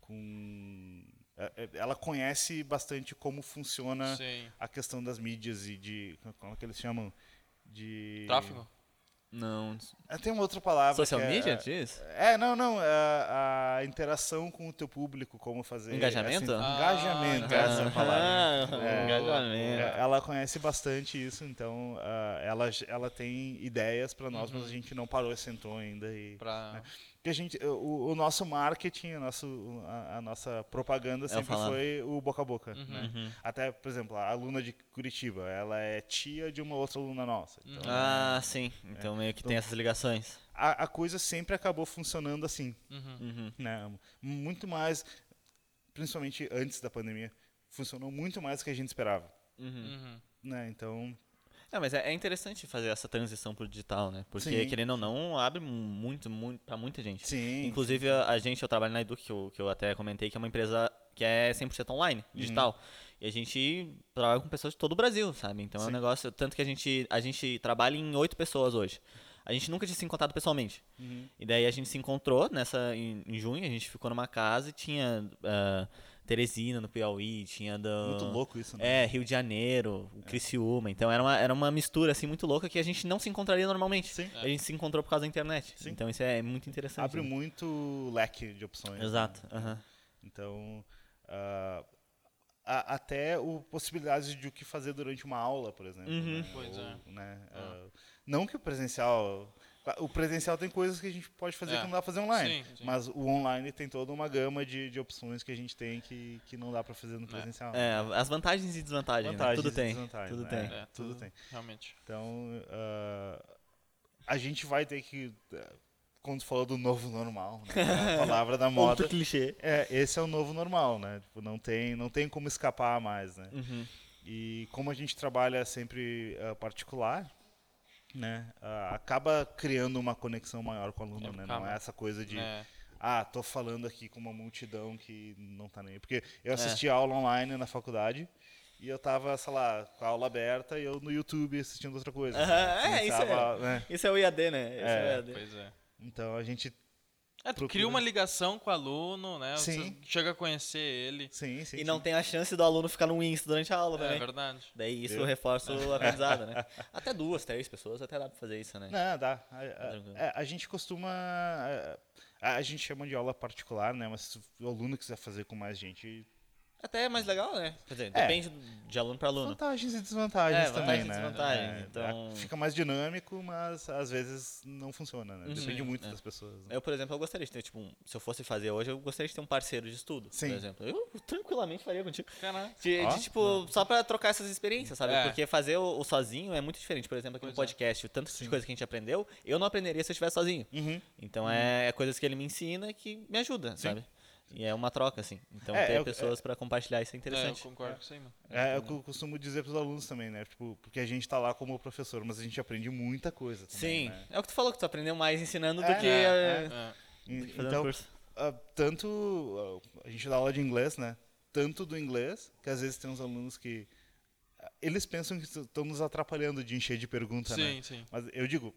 [SPEAKER 2] com. com é, é, ela conhece bastante como funciona
[SPEAKER 1] Sim.
[SPEAKER 2] a questão das mídias e de. Como é que eles chamam? De.
[SPEAKER 1] Tráfego?
[SPEAKER 3] Não.
[SPEAKER 2] É, Tem uma outra palavra.
[SPEAKER 3] Social
[SPEAKER 2] que é-
[SPEAKER 3] media, diz?
[SPEAKER 2] É, não, não. é A, a interação com o teu público, como fazer.
[SPEAKER 3] Engajamento? tá.
[SPEAKER 2] essa- engajamento, essa é a palavra.
[SPEAKER 3] (laughs) Ah,
[SPEAKER 2] É.
[SPEAKER 3] engajamento.
[SPEAKER 2] É, Ela conhece bastante isso, então ah, ela, ela tem ideias para nós, mas a gente não parou e sentou ainda. E,
[SPEAKER 1] Pra...
[SPEAKER 2] que a gente, eh, o, o nosso marketing, o nosso, a, a nossa propaganda sempre
[SPEAKER 3] falava.
[SPEAKER 2] foi o boca a boca.
[SPEAKER 1] Uhum.
[SPEAKER 2] né? Até, por exemplo, a aluna de Curitiba, ela é tia de uma outra aluna nossa. Então,
[SPEAKER 3] Ah, sim. Então meio que tem essas ligações.
[SPEAKER 2] a, a coisa sempre acabou funcionando assim,
[SPEAKER 1] Uhum.
[SPEAKER 3] Uhum.
[SPEAKER 2] né? Muito mais, principalmente antes da pandemia, funcionou muito mais do que a gente esperava,
[SPEAKER 3] Uhum.
[SPEAKER 1] Uhum.
[SPEAKER 2] né? Então,
[SPEAKER 3] É, mas é é interessante fazer essa transição pro digital, né? Porque,
[SPEAKER 2] Sim.
[SPEAKER 3] querendo ou não, abre muito, muito pra muita gente.
[SPEAKER 2] sim.
[SPEAKER 3] Inclusive, a a gente, eu trabalho na Eduque, que eu, que eu até comentei, que é uma empresa que é 100% online,
[SPEAKER 2] Uhum.
[SPEAKER 3] digital. E a gente trabalha com pessoas de todo o Brasil, sabe? Então é um
[SPEAKER 2] Sim.
[SPEAKER 3] negócio. Tanto que a gente, a gente trabalha em oito pessoas hoje. A gente nunca tinha se encontrado pessoalmente.
[SPEAKER 2] Uhum.
[SPEAKER 3] E daí a gente se encontrou nessa em, em junho, a gente ficou numa casa e tinha ah, Teresina no Piauí, tinha do,
[SPEAKER 2] Muito louco isso, né? É.
[SPEAKER 3] é, Rio de Janeiro, o Criciúma. Então era uma, era uma mistura assim muito louca que a gente não se encontraria normalmente.
[SPEAKER 2] Sim.
[SPEAKER 3] A gente se encontrou por causa da internet.
[SPEAKER 2] É. Sim.
[SPEAKER 3] Então isso é muito interessante.
[SPEAKER 2] Abre
[SPEAKER 3] né?
[SPEAKER 2] muito né? leque de opções.
[SPEAKER 3] Exato. aham.
[SPEAKER 2] Então, ah, a- até o possibilidades de o que fazer durante uma aula, por exemplo.
[SPEAKER 3] Uhum.
[SPEAKER 2] né?
[SPEAKER 1] Pois é.
[SPEAKER 2] né, ah, não que o presencial... O presencial tem coisas que a gente pode fazer
[SPEAKER 1] É.
[SPEAKER 2] que não dá pra fazer online.
[SPEAKER 1] Sim, sim.
[SPEAKER 2] Mas o online tem toda uma gama de, de opções que a gente tem que, que não dá pra fazer no presencial.
[SPEAKER 3] É, as vantagens e desvantagens, né?
[SPEAKER 2] Vantagens e
[SPEAKER 3] Tudo tem.
[SPEAKER 2] desvantagens,
[SPEAKER 3] Tudo
[SPEAKER 2] né?
[SPEAKER 3] tem.
[SPEAKER 1] É,
[SPEAKER 2] Tudo tem.
[SPEAKER 1] Realmente.
[SPEAKER 2] Então, ah, a gente vai ter que... ah, Quando falou do novo normal, né? A palavra da moda.
[SPEAKER 3] Outro clichê.
[SPEAKER 2] É, esse é o novo normal, né? Tipo, não tem, não tem como escapar mais, né?
[SPEAKER 3] Uhum.
[SPEAKER 2] E como a gente trabalha sempre ah, particular, né? ah, acaba criando uma conexão maior com o aluno,
[SPEAKER 1] É,
[SPEAKER 2] né? Não
[SPEAKER 1] acaba.
[SPEAKER 2] é essa coisa de,
[SPEAKER 1] É.
[SPEAKER 2] ah, tô falando aqui com uma multidão que não tá nem... aí. Porque
[SPEAKER 3] É.
[SPEAKER 2] eu assisti aula online na faculdade e eu tava, sei lá, com a aula aberta e eu no YouTube assistindo outra coisa.
[SPEAKER 3] Aham,
[SPEAKER 2] né?
[SPEAKER 3] é, isso é.
[SPEAKER 2] Começava, né?
[SPEAKER 3] Isso é o IAD, né? Esse é, o IAD.
[SPEAKER 1] Pois é.
[SPEAKER 2] Então a gente...
[SPEAKER 1] É, tu
[SPEAKER 2] Procura.
[SPEAKER 1] cria uma ligação com o aluno, né?
[SPEAKER 2] Sim.
[SPEAKER 1] Você chega a conhecer ele.
[SPEAKER 2] Sim, sim.
[SPEAKER 3] E
[SPEAKER 2] sim.
[SPEAKER 3] não tem a chance do aluno ficar no Insta durante a aula
[SPEAKER 1] É
[SPEAKER 3] também.
[SPEAKER 1] verdade.
[SPEAKER 3] Daí isso reforça o aprendizado,
[SPEAKER 2] (laughs)
[SPEAKER 3] né? Até duas, três pessoas até dá pra fazer isso, né?
[SPEAKER 2] Não, dá. A, a-
[SPEAKER 3] Tranquilo.
[SPEAKER 2] é, a gente costuma. A, a gente chama de aula particular, né? Mas se o aluno quiser fazer com mais gente.
[SPEAKER 3] Até é mais legal, né? Quer dizer,
[SPEAKER 2] É.
[SPEAKER 3] depende de aluno pra aluno.
[SPEAKER 2] Vantagens e desvantagens
[SPEAKER 3] É,
[SPEAKER 2] também,
[SPEAKER 3] vantagens e
[SPEAKER 2] né?
[SPEAKER 3] desvantagens,
[SPEAKER 2] É,
[SPEAKER 3] então-
[SPEAKER 2] Fica mais dinâmico, mas às vezes não funciona,
[SPEAKER 3] Uhum,
[SPEAKER 2] né? Depende
[SPEAKER 1] Sim,
[SPEAKER 2] muito
[SPEAKER 3] é.
[SPEAKER 2] das pessoas. né?
[SPEAKER 3] Eu, por exemplo, eu gostaria de ter, tipo, um- se eu fosse fazer hoje, eu gostaria de ter um parceiro de estudo,
[SPEAKER 2] Sim.
[SPEAKER 3] por exemplo. Eu tranquilamente faria contigo.
[SPEAKER 1] Caraca.
[SPEAKER 3] De,
[SPEAKER 2] Ó.
[SPEAKER 3] de, tipo, só pra trocar essas experiências, sabe?
[SPEAKER 1] É.
[SPEAKER 3] Porque fazer o, o sozinho é muito diferente. Por exemplo, aqui no
[SPEAKER 1] Pois é.
[SPEAKER 3] podcast, o tanto de coisa que a gente aprendeu, eu não aprenderia se eu estivesse sozinho.
[SPEAKER 2] Uhum.
[SPEAKER 3] Então é, é coisas que ele me ensina que me ajuda, sabe? E é uma troca, assim. Então
[SPEAKER 2] É,
[SPEAKER 3] ter
[SPEAKER 2] é o-
[SPEAKER 3] pessoas pra compartilhar isso é
[SPEAKER 1] É, eu
[SPEAKER 3] interessante.
[SPEAKER 1] concordo com isso aí, mano.
[SPEAKER 2] É,
[SPEAKER 1] Né?
[SPEAKER 2] é o que eu costumo dizer pros alunos também, né? Tipo, porque a gente tá lá como professor, mas a gente aprende muita coisa também,
[SPEAKER 3] Sim,
[SPEAKER 2] né?
[SPEAKER 3] é o que tu falou, que tu aprendeu mais ensinando
[SPEAKER 2] É,
[SPEAKER 3] do que
[SPEAKER 1] é,
[SPEAKER 3] eh,
[SPEAKER 1] É.
[SPEAKER 2] E-
[SPEAKER 3] fazendo
[SPEAKER 2] então,
[SPEAKER 3] curso.
[SPEAKER 2] Ah, tanto ah, a gente dá aula de inglês, né? Tanto do inglês que às vezes tem uns alunos que ah, eles pensam que estão nos atrapalhando de encher de pergunta, né?
[SPEAKER 1] Sim, sim.
[SPEAKER 2] Mas eu digo,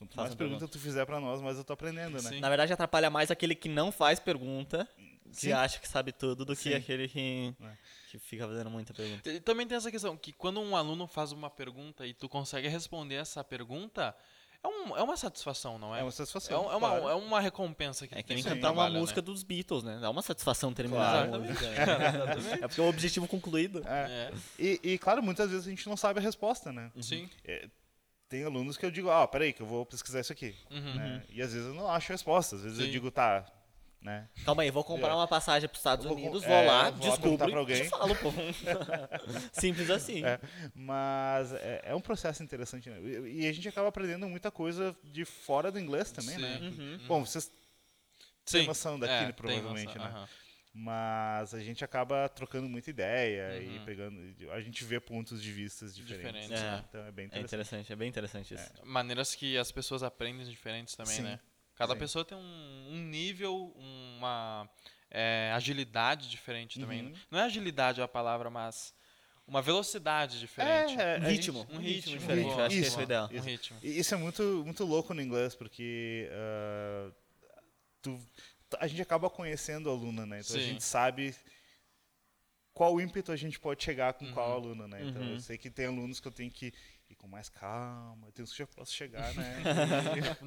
[SPEAKER 2] quanto mais
[SPEAKER 3] Faça
[SPEAKER 2] pergunta tu fizer pra nós, mais eu tô aprendendo, né?
[SPEAKER 1] Sim.
[SPEAKER 3] Na verdade, atrapalha mais aquele que não faz pergunta, que
[SPEAKER 2] Sim.
[SPEAKER 3] acha que sabe tudo, do que
[SPEAKER 2] Sim.
[SPEAKER 3] aquele que,
[SPEAKER 2] É.
[SPEAKER 3] que fica fazendo muita pergunta.
[SPEAKER 1] E Também tem essa questão que quando um aluno faz uma pergunta e tu consegue responder essa pergunta, É, um, é uma satisfação, não é?
[SPEAKER 2] É uma
[SPEAKER 1] É
[SPEAKER 2] satisfação.
[SPEAKER 1] um- é uma,
[SPEAKER 2] claro.
[SPEAKER 1] é uma recompensa que
[SPEAKER 3] É
[SPEAKER 1] tu
[SPEAKER 3] que nem
[SPEAKER 1] tem.
[SPEAKER 2] Sim,
[SPEAKER 3] cantar uma
[SPEAKER 2] trabalho,
[SPEAKER 3] música
[SPEAKER 1] né?
[SPEAKER 3] dos Beatles, né? Dá uma satisfação terminar.
[SPEAKER 2] Claro.
[SPEAKER 3] a música,
[SPEAKER 2] (laughs)
[SPEAKER 3] né? (laughs) É porque é o objetivo concluído.
[SPEAKER 2] É.
[SPEAKER 1] É,
[SPEAKER 2] E, e, claro, muitas vezes a gente não sabe a resposta, né?
[SPEAKER 1] sim.
[SPEAKER 2] É, tem alunos que eu digo, ah, peraí, que eu vou pesquisar isso aqui.
[SPEAKER 1] Uhum.
[SPEAKER 2] né? E às vezes eu não acho a resposta. Às vezes eu
[SPEAKER 1] Sim.
[SPEAKER 2] digo, tá, né?
[SPEAKER 3] Calma aí, vou comprar uma passagem pros Estados
[SPEAKER 2] Eu vou com-
[SPEAKER 3] Unidos,
[SPEAKER 2] é,
[SPEAKER 3] vou lá,
[SPEAKER 2] vou lá perguntar
[SPEAKER 3] descubro
[SPEAKER 2] pra
[SPEAKER 3] e
[SPEAKER 2] alguém.
[SPEAKER 3] te falo,
[SPEAKER 2] (laughs)
[SPEAKER 3] pô. Simples assim.
[SPEAKER 2] É, mas é, é um processo interessante, né? E, e a gente acaba aprendendo muita coisa de fora do inglês também,
[SPEAKER 1] Sim.
[SPEAKER 2] né?
[SPEAKER 3] Uhum.
[SPEAKER 2] Bom, vocês
[SPEAKER 1] Sim. É,
[SPEAKER 2] noção daquilo, provavelmente, né?
[SPEAKER 1] aham.
[SPEAKER 2] mas a gente acaba trocando muita ideia
[SPEAKER 1] Uhum.
[SPEAKER 2] e pegando a gente vê pontos de vistas diferentes,
[SPEAKER 1] Diferentes,
[SPEAKER 2] né?
[SPEAKER 3] é.
[SPEAKER 2] então é bem
[SPEAKER 3] É
[SPEAKER 2] interessante,
[SPEAKER 3] interessante, é bem interessante isso.
[SPEAKER 1] Maneiras que as pessoas aprendem diferentes também,
[SPEAKER 2] Sim,
[SPEAKER 1] né? Cada
[SPEAKER 2] sim.
[SPEAKER 1] pessoa tem um, um nível, uma é, agilidade diferente também. né? Não é agilidade a palavra, mas uma velocidade diferente.
[SPEAKER 2] É, é,
[SPEAKER 3] Um
[SPEAKER 2] a
[SPEAKER 3] ritmo.
[SPEAKER 2] gente-
[SPEAKER 1] Um ritmo
[SPEAKER 3] ritmo diferente,
[SPEAKER 1] boa,
[SPEAKER 3] eu acho que
[SPEAKER 1] boa,
[SPEAKER 2] isso,
[SPEAKER 3] é o ideal.
[SPEAKER 1] Um ritmo.
[SPEAKER 2] E isso é muito muito louco no inglês porque ah, tu, a gente acaba conhecendo a aluna né então a
[SPEAKER 1] Sim.
[SPEAKER 2] gente sabe qual ímpeto a gente pode chegar com qual aluna né então
[SPEAKER 3] Uhum.
[SPEAKER 2] eu sei que tem alunos que eu tenho que ir com mais calma eu tenho que já posso chegar
[SPEAKER 3] (laughs)
[SPEAKER 2] né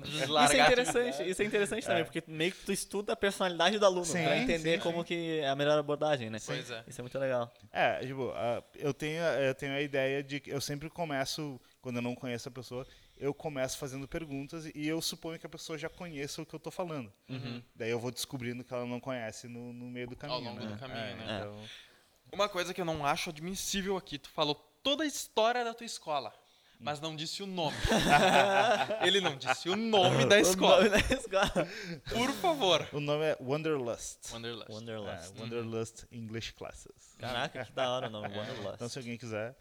[SPEAKER 3] Isso é
[SPEAKER 1] Deslargar
[SPEAKER 3] interessante, isso é interessante também, porque meio que tu estuda a personalidade do aluno
[SPEAKER 2] Sim,
[SPEAKER 3] pra entender
[SPEAKER 2] sim,
[SPEAKER 3] como que é a melhor abordagem, né?
[SPEAKER 1] Pois é.
[SPEAKER 3] Isso é muito legal.
[SPEAKER 2] É, tipo, ah, eu tenho, eu tenho a ideia de que eu sempre começo, quando eu não conheço a pessoa, eu começo fazendo perguntas e eu suponho que a pessoa já conheça o que eu tô falando.
[SPEAKER 1] Uhum.
[SPEAKER 2] Daí eu vou descobrindo que ela não conhece no, no meio do caminho.
[SPEAKER 1] longo
[SPEAKER 2] né?
[SPEAKER 1] do caminho,
[SPEAKER 2] É,
[SPEAKER 1] né?
[SPEAKER 2] então-
[SPEAKER 1] Uma coisa que eu não acho admissível aqui, tu falou toda a história da tua escola, mas não disse o nome. Ele não disse o nome da
[SPEAKER 3] O
[SPEAKER 1] escola.
[SPEAKER 3] nome (laughs) da escola.
[SPEAKER 1] Por favor.
[SPEAKER 2] O nome é Wanderlust.
[SPEAKER 1] Wanderlust.
[SPEAKER 3] Wanderlust.
[SPEAKER 2] É, Wanderlust English Classes.
[SPEAKER 3] Caraca, que da hora o nome, Wanderlust.
[SPEAKER 2] Então, se alguém quiser,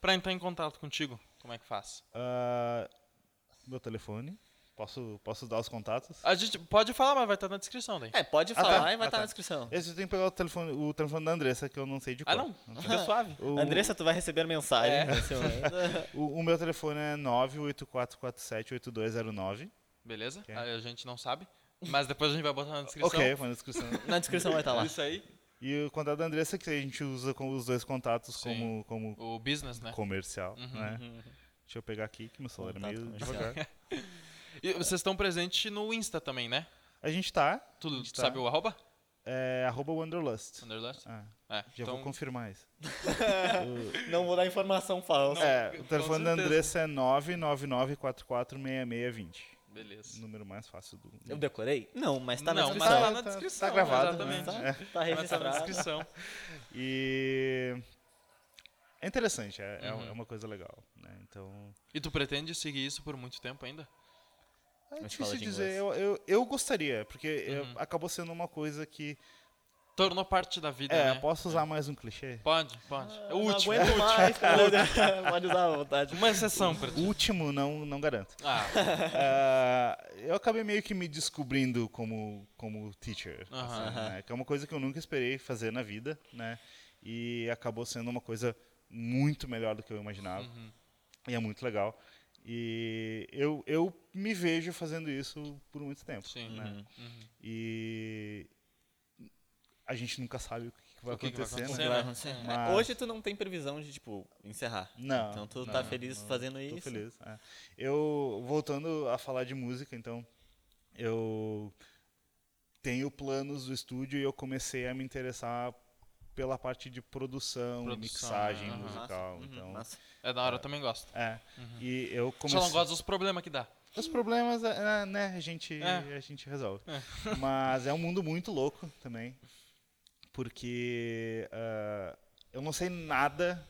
[SPEAKER 1] Pra entrar em contato contigo, como é que faz?
[SPEAKER 2] ah, meu telefone. Posso, posso dar os contatos?
[SPEAKER 1] A gente pode falar, mas vai estar na descrição né? daí.
[SPEAKER 3] É, pode
[SPEAKER 2] Ah, tá.
[SPEAKER 3] falar e vai
[SPEAKER 2] Ah,
[SPEAKER 3] estar
[SPEAKER 2] tá.
[SPEAKER 3] na descrição.
[SPEAKER 2] Esse eu tenho que pegar o telefone, o telefone da Andressa, que eu não sei de
[SPEAKER 1] Ah,
[SPEAKER 2] cor.
[SPEAKER 1] não. Fica suave.
[SPEAKER 2] O-
[SPEAKER 3] Andressa, tu vai receber mensagem.
[SPEAKER 1] É.
[SPEAKER 3] vai ser um-
[SPEAKER 2] O, o meu telefone é 984478209.
[SPEAKER 1] Beleza?
[SPEAKER 2] Ok.
[SPEAKER 1] A gente não sabe, mas depois a gente vai botar na descrição. Tá
[SPEAKER 2] Ok, foi na descrição.
[SPEAKER 3] (laughs) Na descrição vai estar lá.
[SPEAKER 1] Isso aí.
[SPEAKER 2] e o contato da Andressa, que a gente usa com os dois contatos
[SPEAKER 1] Sim.
[SPEAKER 2] como, como
[SPEAKER 1] O business, né?
[SPEAKER 2] comercial, né?
[SPEAKER 3] uhum.
[SPEAKER 2] Deixa eu pegar aqui, que meu celular é
[SPEAKER 3] Contato
[SPEAKER 2] meio
[SPEAKER 3] comercial.
[SPEAKER 2] devagar.
[SPEAKER 1] E vocês estão presentes no Insta também, né?
[SPEAKER 2] A gente tá,
[SPEAKER 1] Tu
[SPEAKER 2] A gente tá.
[SPEAKER 1] sabe o arroba?
[SPEAKER 2] é, arroba Wanderlust.
[SPEAKER 1] Wanderlust?
[SPEAKER 2] Ah,
[SPEAKER 1] É.
[SPEAKER 2] já vou confirmar isso.
[SPEAKER 3] Não vou dar informação falsa.
[SPEAKER 2] é,
[SPEAKER 1] com
[SPEAKER 2] o telefone da Andressa
[SPEAKER 1] certeza.
[SPEAKER 2] é 999446620.
[SPEAKER 1] Beleza.
[SPEAKER 2] Número mais fácil do...
[SPEAKER 3] Eu decorei? Não, mas tá na
[SPEAKER 1] Não, mas
[SPEAKER 3] descrição.
[SPEAKER 1] tá lá na descrição,
[SPEAKER 2] Tá gravado,
[SPEAKER 1] exatamente.
[SPEAKER 2] né?
[SPEAKER 3] Tá, tá
[SPEAKER 1] Vai estar na
[SPEAKER 3] registrado.
[SPEAKER 1] descrição.
[SPEAKER 2] E... É interessante, é, é- é uma coisa legal, né? Então...
[SPEAKER 1] E tu pretende seguir isso por muito tempo ainda?
[SPEAKER 2] É
[SPEAKER 3] Uma escola
[SPEAKER 2] difícil
[SPEAKER 3] de
[SPEAKER 2] dizer.
[SPEAKER 3] inglês.
[SPEAKER 2] Eu, eu, eu gostaria, porque eu-
[SPEAKER 1] Uhum.
[SPEAKER 2] acabou sendo uma coisa que.
[SPEAKER 1] Tornou parte da vida,
[SPEAKER 2] É,
[SPEAKER 1] né?
[SPEAKER 2] posso usar mais um clichê?
[SPEAKER 1] Pode, pode. É o
[SPEAKER 3] Não
[SPEAKER 1] último, é o
[SPEAKER 3] aguento
[SPEAKER 1] último.
[SPEAKER 3] mais, cara. (laughs) Pode usar à vontade.
[SPEAKER 1] Uma exceção pra
[SPEAKER 2] (laughs)
[SPEAKER 1] ti.
[SPEAKER 2] Último, não, não garanto.
[SPEAKER 1] (laughs) Ah,
[SPEAKER 2] Ah, eu acabei meio que me descobrindo como, como teacher.
[SPEAKER 1] Aham.
[SPEAKER 2] assim, né? Que é uma coisa que eu nunca esperei fazer na vida, né? E acabou sendo uma coisa muito melhor do que eu imaginava.
[SPEAKER 1] Uhum.
[SPEAKER 2] E é muito legal. E eu, eu me vejo fazendo isso por muito tempo.
[SPEAKER 1] sim.
[SPEAKER 2] né?
[SPEAKER 3] Uhum.
[SPEAKER 2] E a gente nunca sabe o que vai
[SPEAKER 1] O que que vai
[SPEAKER 2] acontecer, né?
[SPEAKER 1] acontecer,
[SPEAKER 3] Vai acontecer.
[SPEAKER 2] Mas-
[SPEAKER 3] é? Hoje tu não tem previsão de, tipo, encerrar.
[SPEAKER 2] Não,
[SPEAKER 3] Então tu
[SPEAKER 2] não,
[SPEAKER 3] tá feliz
[SPEAKER 2] não,
[SPEAKER 3] fazendo
[SPEAKER 2] Tô
[SPEAKER 3] isso.
[SPEAKER 2] feliz. é. Eu, voltando a falar de música, então, eu tenho planos do estúdio e eu comecei a me interessar pela parte de produção,
[SPEAKER 1] Produção,
[SPEAKER 2] mixagem
[SPEAKER 1] né? Aham.
[SPEAKER 2] musical.
[SPEAKER 3] Uhum,
[SPEAKER 2] Então,
[SPEAKER 3] massa.
[SPEAKER 1] É da hora, eu também gosto.
[SPEAKER 2] é. E eu comecei.
[SPEAKER 1] Uhum. Só não gosto dos problemas que dá.
[SPEAKER 2] Os problemas, é, né, a gente,
[SPEAKER 1] É.
[SPEAKER 2] a gente resolve.
[SPEAKER 1] (laughs)
[SPEAKER 2] Mas é um mundo muito louco também, porque ah, eu não sei nada.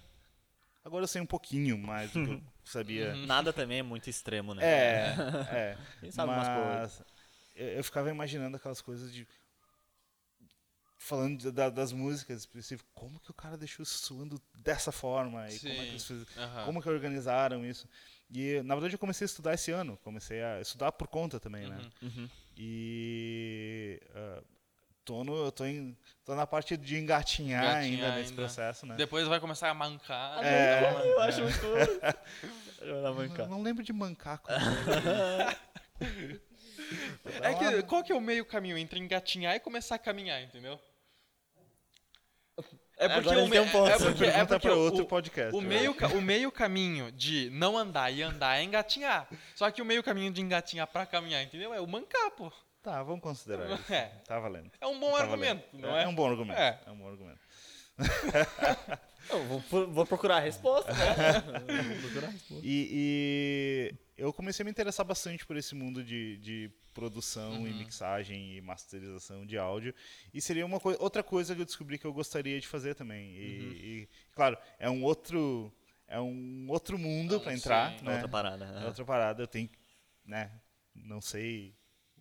[SPEAKER 2] Agora eu sei um pouquinho mais do que
[SPEAKER 1] (laughs)
[SPEAKER 2] eu sabia.
[SPEAKER 3] (laughs)
[SPEAKER 1] Uhum.
[SPEAKER 3] Nada também é muito extremo, né?
[SPEAKER 2] É, é.
[SPEAKER 3] (laughs) Quem sabe umas
[SPEAKER 2] mas eu, eu ficava imaginando aquelas coisas de falando da- das músicas específico como que o cara deixou isso suando dessa forma e como é que
[SPEAKER 1] Sim, tá.
[SPEAKER 2] eles fizeram-
[SPEAKER 1] aham.
[SPEAKER 2] como que organizaram isso e na verdade eu comecei a estudar esse ano comecei a estudar por conta também né
[SPEAKER 1] Uhum.
[SPEAKER 2] e ah, tô no eu tô em tô na parte de engatinhar,
[SPEAKER 1] Engatinhar
[SPEAKER 2] ainda nesse
[SPEAKER 1] ainda.
[SPEAKER 2] processo né
[SPEAKER 1] Depois vai começar a mancar.
[SPEAKER 3] É, (laughs) eu acho muito cool.
[SPEAKER 2] (laughs)
[SPEAKER 3] Eu vou
[SPEAKER 2] não,
[SPEAKER 3] mancar.
[SPEAKER 2] não lembro de
[SPEAKER 1] (laughs)
[SPEAKER 2] mancaco
[SPEAKER 1] É que, qual que é o meio caminho entre engatinhar e começar a caminhar, entendeu? É porque,
[SPEAKER 3] Agora
[SPEAKER 1] o,
[SPEAKER 3] ele
[SPEAKER 1] me-
[SPEAKER 3] tem um ponto.
[SPEAKER 1] é porque, é
[SPEAKER 2] Pergunta
[SPEAKER 1] porque
[SPEAKER 2] pra
[SPEAKER 1] o-
[SPEAKER 2] outro
[SPEAKER 1] o-
[SPEAKER 2] podcast,
[SPEAKER 1] O
[SPEAKER 2] né?
[SPEAKER 1] meio, ca- o meio caminho de não andar e andar é engatinhar. Só que o meio caminho de engatinhar pra caminhar, entendeu? É o mancar, pô.
[SPEAKER 2] Tá, vamos considerar isso.
[SPEAKER 1] É.
[SPEAKER 2] Tá valendo.
[SPEAKER 1] É um bom
[SPEAKER 2] Tá
[SPEAKER 1] argumento,
[SPEAKER 2] valendo.
[SPEAKER 1] não é?
[SPEAKER 2] É um bom argumento.
[SPEAKER 1] É.
[SPEAKER 2] É, um bom argumento.
[SPEAKER 3] Eu vou, pro- vou procurar a resposta, né? (laughs) Vou procurar a resposta.
[SPEAKER 2] E, e eu comecei a me interessar bastante por esse mundo de, de produção e
[SPEAKER 1] Uhum.
[SPEAKER 2] mixagem e masterização de áudio. E seria uma coi- outra coisa que eu descobri que eu gostaria de fazer também. E,
[SPEAKER 1] Uhum.
[SPEAKER 2] e, claro, é um outro é um outro mundo
[SPEAKER 1] Não,
[SPEAKER 2] para
[SPEAKER 1] sim.
[SPEAKER 2] entrar,
[SPEAKER 3] É
[SPEAKER 2] né?
[SPEAKER 3] Outra parada.
[SPEAKER 2] É
[SPEAKER 3] né?
[SPEAKER 2] outra parada. Eu tenho, que, né? Não sei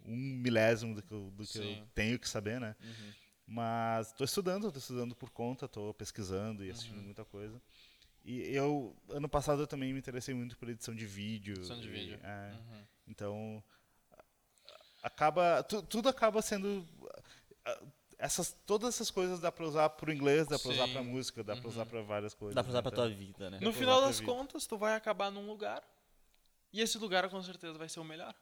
[SPEAKER 2] um milésimo do que eu, do que eu
[SPEAKER 1] Sim. Uhum.
[SPEAKER 2] tenho que saber, né? Mas estou estudando, estou estudando por conta, estou pesquisando e assistindo
[SPEAKER 1] Uhum.
[SPEAKER 2] muita coisa. E eu ano passado eu também me interessei muito por edição de vídeo.
[SPEAKER 1] Edição de
[SPEAKER 2] e,
[SPEAKER 1] vídeo.
[SPEAKER 2] é,
[SPEAKER 1] Uhum.
[SPEAKER 2] Então a- acaba tu- tudo acaba sendo a- essas todas essas coisas dá para usar para o inglês, dá para usar
[SPEAKER 1] Sim.
[SPEAKER 2] para
[SPEAKER 1] Uhum.
[SPEAKER 2] música, dá para usar para várias coisas.
[SPEAKER 3] Dá pra usar pra
[SPEAKER 2] então.
[SPEAKER 3] tua vida, né?
[SPEAKER 1] No
[SPEAKER 2] pra
[SPEAKER 1] final
[SPEAKER 2] lá pra
[SPEAKER 1] das
[SPEAKER 2] vida.
[SPEAKER 1] contas, tu vai acabar num lugar. E esse lugar com certeza vai ser o melhor.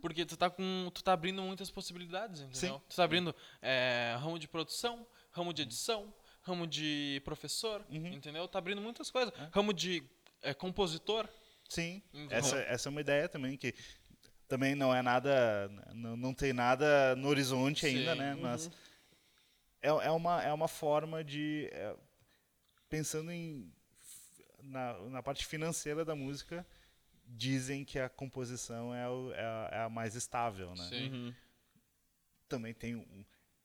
[SPEAKER 1] Porque tu tá com. Tu tá abrindo muitas possibilidades, entendeu? Tu tá abrindo é, ramo de produção, ramo de edição, ramo de professor,
[SPEAKER 2] Uhum.
[SPEAKER 1] entendeu? Tá abrindo muitas coisas. Ramo de é, compositor.
[SPEAKER 2] Sim,
[SPEAKER 1] Então-
[SPEAKER 2] essa, essa é uma ideia também que também não é nada, não, não tem nada no horizonte ainda,
[SPEAKER 1] Sim. Uhum.
[SPEAKER 2] né? Mas é, é uma é uma forma de é, pensando em na, na parte financeira da música dizem que a composição é, o- é, a, é a mais estável, né?
[SPEAKER 1] Sim.
[SPEAKER 3] Uhum.
[SPEAKER 2] Também tem um,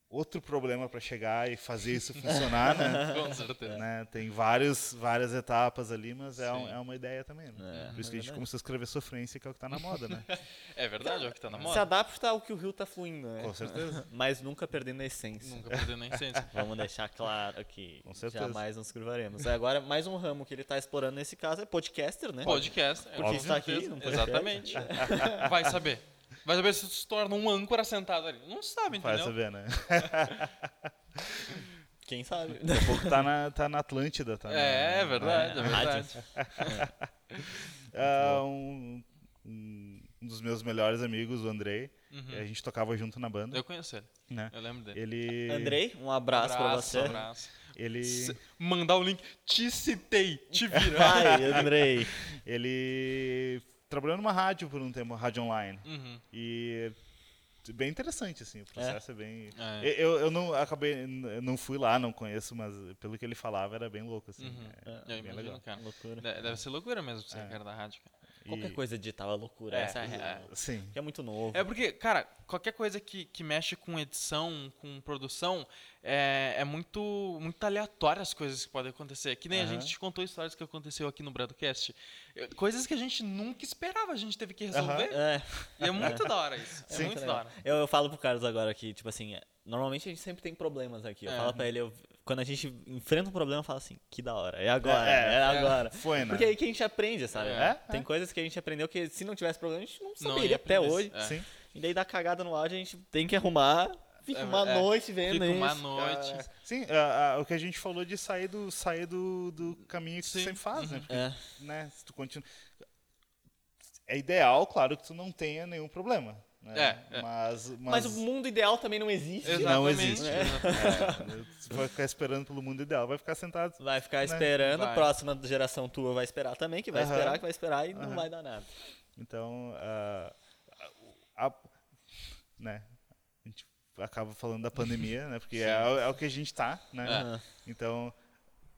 [SPEAKER 2] outro problema para chegar e fazer isso funcionar,
[SPEAKER 1] (laughs)
[SPEAKER 2] né?
[SPEAKER 1] Com certeza.
[SPEAKER 2] Né? Tem vários, várias etapas ali, mas é, um-
[SPEAKER 1] Sim.
[SPEAKER 2] é uma ideia também. Né?
[SPEAKER 3] É,
[SPEAKER 2] Por isso que a
[SPEAKER 3] é
[SPEAKER 2] gente
[SPEAKER 3] verdade.
[SPEAKER 2] começou a escrever sofrência, que é o que tá na moda,
[SPEAKER 1] (laughs)
[SPEAKER 2] né?
[SPEAKER 1] É verdade, é o que tá na
[SPEAKER 3] Se
[SPEAKER 1] moda.
[SPEAKER 3] adapta ao que o rio tá fluindo, né?
[SPEAKER 2] Com certeza.
[SPEAKER 3] (laughs) Mas nunca perdendo a essência.
[SPEAKER 1] Nunca perdendo
[SPEAKER 2] (laughs)
[SPEAKER 1] a essência.
[SPEAKER 3] Vamos deixar claro aqui.
[SPEAKER 2] Com certeza.
[SPEAKER 3] Jamais nos curvaremos. É, Agora, mais um ramo que ele tá explorando nesse caso é podcaster, né?
[SPEAKER 1] Podcast. é,
[SPEAKER 3] Porque
[SPEAKER 1] com
[SPEAKER 2] tá
[SPEAKER 3] está aqui
[SPEAKER 1] certeza.
[SPEAKER 3] num
[SPEAKER 2] (laughs)
[SPEAKER 3] podcast.
[SPEAKER 1] Exatamente. Vai saber. Vai saber se tu se torna um âncora sentado ali. Não sabe,
[SPEAKER 2] Vai
[SPEAKER 1] entendeu?
[SPEAKER 2] saber, né?
[SPEAKER 3] Quem
[SPEAKER 1] (laughs)
[SPEAKER 3] sabe?
[SPEAKER 2] Daqui a pouco tá na, tá na Atlântida, tá? na-
[SPEAKER 1] É, é verdade, é
[SPEAKER 3] Rádio.
[SPEAKER 1] verdade.
[SPEAKER 2] Ah, um, um dos meus melhores amigos, o Andrei, a gente tocava junto na banda,
[SPEAKER 1] Uhum. Eu conheço ele.
[SPEAKER 2] né?
[SPEAKER 1] Eu lembro dele.
[SPEAKER 2] Ele...
[SPEAKER 3] Andrei, um abraço, pra você.
[SPEAKER 1] abraço.
[SPEAKER 2] Ele...
[SPEAKER 1] Se- Mandar o link. Te citei, te vira.
[SPEAKER 3] Ai, Andrei.
[SPEAKER 2] Ele trabalhou numa rádio por um tempo, rádio online.
[SPEAKER 1] Uhum.
[SPEAKER 2] E é bem interessante, assim, o processo é, bem...
[SPEAKER 1] É.
[SPEAKER 2] Eu, eu não acabei, eu não fui lá, não conheço, mas pelo que ele falava era bem louco, assim. é,
[SPEAKER 1] Eu
[SPEAKER 2] bem
[SPEAKER 1] imagino,
[SPEAKER 2] legal.
[SPEAKER 1] (laughs) cara. né,
[SPEAKER 3] Loucura.
[SPEAKER 1] De- Deve ser loucura mesmo ser cara da rádio. cara.
[SPEAKER 3] Qualquer
[SPEAKER 2] E-
[SPEAKER 3] coisa digital é loucura.
[SPEAKER 1] É,
[SPEAKER 3] essa é a
[SPEAKER 1] é.
[SPEAKER 3] real.
[SPEAKER 2] Sim.
[SPEAKER 3] Que é muito novo.
[SPEAKER 1] É porque, cara, qualquer coisa que, que mexe com edição, com produção, é, é muito, muito aleatório as coisas que podem acontecer. Que nem a gente te contou histórias que aconteceu aqui no Bradcast. Eh, Coisas que a gente nunca esperava, a gente teve que resolver.
[SPEAKER 3] É.
[SPEAKER 1] E é muito da hora isso. É
[SPEAKER 2] Sim.
[SPEAKER 1] muito da
[SPEAKER 3] legal.
[SPEAKER 1] hora.
[SPEAKER 3] Eu, eu falo pro Carlos agora que, tipo assim, é, normalmente a gente sempre tem problemas aqui. Eu
[SPEAKER 1] É.
[SPEAKER 3] falo pra ele, eu- quando a gente enfrenta um problema, eu falo assim, que da hora, é agora, é,
[SPEAKER 2] É, é.
[SPEAKER 3] agora.
[SPEAKER 2] Foi, né?
[SPEAKER 3] Porque é aí que a gente aprende, sabe?
[SPEAKER 1] É,
[SPEAKER 3] Tem coisas que a gente aprendeu que se não tivesse problema, a gente não
[SPEAKER 1] Não
[SPEAKER 3] saberia
[SPEAKER 1] ia
[SPEAKER 3] até
[SPEAKER 1] aprender
[SPEAKER 3] hoje.
[SPEAKER 1] isso. É.
[SPEAKER 2] Sim.
[SPEAKER 3] E daí dá cagada no áudio, a gente tem que arrumar, fica
[SPEAKER 1] É,
[SPEAKER 3] uma
[SPEAKER 1] é.
[SPEAKER 3] noite vendo
[SPEAKER 1] Fica uma
[SPEAKER 3] isso.
[SPEAKER 1] noite.
[SPEAKER 2] Ah, sim, ah, ah, o que a gente falou de sair do, sair do, do caminho que
[SPEAKER 1] Sim.
[SPEAKER 2] tu sempre faz, né? Porque,
[SPEAKER 3] É.
[SPEAKER 2] né, se tu continua... É ideal, claro, que tu não tenha nenhum problema. Né?
[SPEAKER 1] É, é.
[SPEAKER 2] Mas,
[SPEAKER 3] Mas
[SPEAKER 2] mas,
[SPEAKER 3] o mundo ideal também não existe.
[SPEAKER 1] Exatamente.
[SPEAKER 2] não existe.
[SPEAKER 1] né?
[SPEAKER 2] É, tu vai ficar esperando pelo mundo ideal, vai ficar sentado.
[SPEAKER 3] Vai ficar
[SPEAKER 2] Né?
[SPEAKER 3] esperando,
[SPEAKER 1] Vai.
[SPEAKER 3] a próxima geração tua vai esperar também, que vai
[SPEAKER 2] Aham.
[SPEAKER 3] esperar, que vai esperar e não vai dar nada.
[SPEAKER 2] Então, ah, a, né, a gente acaba falando da pandemia, né? Porque é, o- é o que a gente tá, né?
[SPEAKER 3] É.
[SPEAKER 2] Então,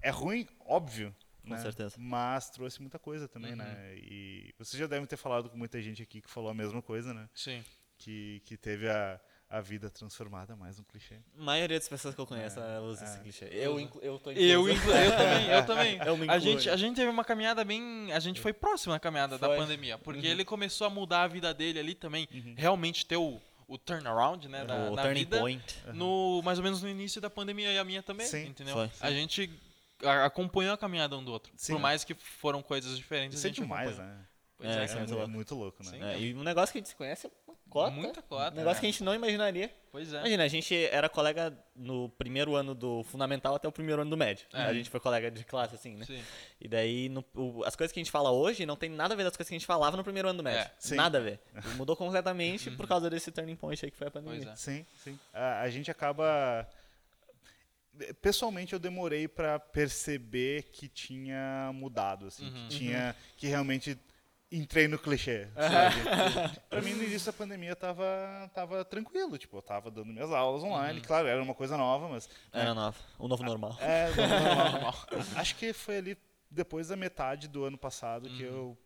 [SPEAKER 2] é ruim, óbvio.
[SPEAKER 3] Com
[SPEAKER 2] né?
[SPEAKER 3] certeza.
[SPEAKER 2] Mas trouxe muita coisa também, né? E vocês já devem ter falado com muita gente aqui que falou a mesma coisa, né?
[SPEAKER 1] Sim.
[SPEAKER 2] Que, que teve a, a vida transformada, mais um clichê.
[SPEAKER 3] A maioria das pessoas que eu conheço ela usa esse clichê. É. Eu, inclu- eu tô
[SPEAKER 1] Eu,
[SPEAKER 3] incluso.
[SPEAKER 1] inclu- eu também, eu também.
[SPEAKER 3] Eu me
[SPEAKER 1] a,
[SPEAKER 3] incluo.
[SPEAKER 1] gente, a gente teve uma caminhada bem. A gente foi próximo na caminhada da
[SPEAKER 3] Foi.
[SPEAKER 1] pandemia. Porque ele começou a mudar a vida dele ali também. Realmente ter o, o turnaround, né? Da,
[SPEAKER 3] o
[SPEAKER 1] na
[SPEAKER 3] turning
[SPEAKER 1] vida,
[SPEAKER 3] point.
[SPEAKER 1] No, mais ou menos no início da pandemia e a minha também.
[SPEAKER 2] Sim,
[SPEAKER 1] entendeu?
[SPEAKER 3] foi.
[SPEAKER 1] A gente a- acompanhou a caminhada um do outro.
[SPEAKER 2] Sim.
[SPEAKER 1] Por mais que foram coisas diferentes.
[SPEAKER 2] Isso
[SPEAKER 1] a
[SPEAKER 2] é
[SPEAKER 1] gente
[SPEAKER 2] demais,
[SPEAKER 1] acompanhou.
[SPEAKER 2] né?
[SPEAKER 1] Pois
[SPEAKER 3] É,
[SPEAKER 1] é,
[SPEAKER 2] É,
[SPEAKER 3] isso
[SPEAKER 1] cara.
[SPEAKER 2] muito,
[SPEAKER 3] louco.
[SPEAKER 2] muito louco, né?
[SPEAKER 1] Sim.
[SPEAKER 3] É, e um negócio que a gente se conhece é uma cota.
[SPEAKER 1] Muita
[SPEAKER 3] Um
[SPEAKER 1] cota. é.
[SPEAKER 3] negócio que a gente não imaginaria.
[SPEAKER 1] Pois é.
[SPEAKER 3] Imagina, a gente era colega no primeiro ano do fundamental até o primeiro ano do médio.
[SPEAKER 1] É.
[SPEAKER 3] A gente foi colega de classe, assim, né?
[SPEAKER 1] Sim. (laughs)
[SPEAKER 3] E daí, no- o- as coisas que a gente fala hoje não tem nada a ver das coisas que a gente falava no primeiro ano do médio.
[SPEAKER 1] É,
[SPEAKER 2] sim.
[SPEAKER 3] Nada a ver. Mudou completamente
[SPEAKER 2] é.
[SPEAKER 3] por causa desse turning point aí que foi a pandemia.
[SPEAKER 1] Pois é.
[SPEAKER 2] Sim, sim. A, a gente acaba. pessoalmente eu demorei para perceber que tinha mudado, assim, que tinha, que realmente entrei no clichê. Sabe? pra mim no início da pandemia tava, tava tranquilo, tipo, eu tava dando minhas aulas online, claro, era uma coisa nova, mas
[SPEAKER 3] Era nova. O novo normal.
[SPEAKER 2] é, normal, normal. Acho que foi ali depois da metade do ano passado que
[SPEAKER 1] Uhum.
[SPEAKER 2] eu.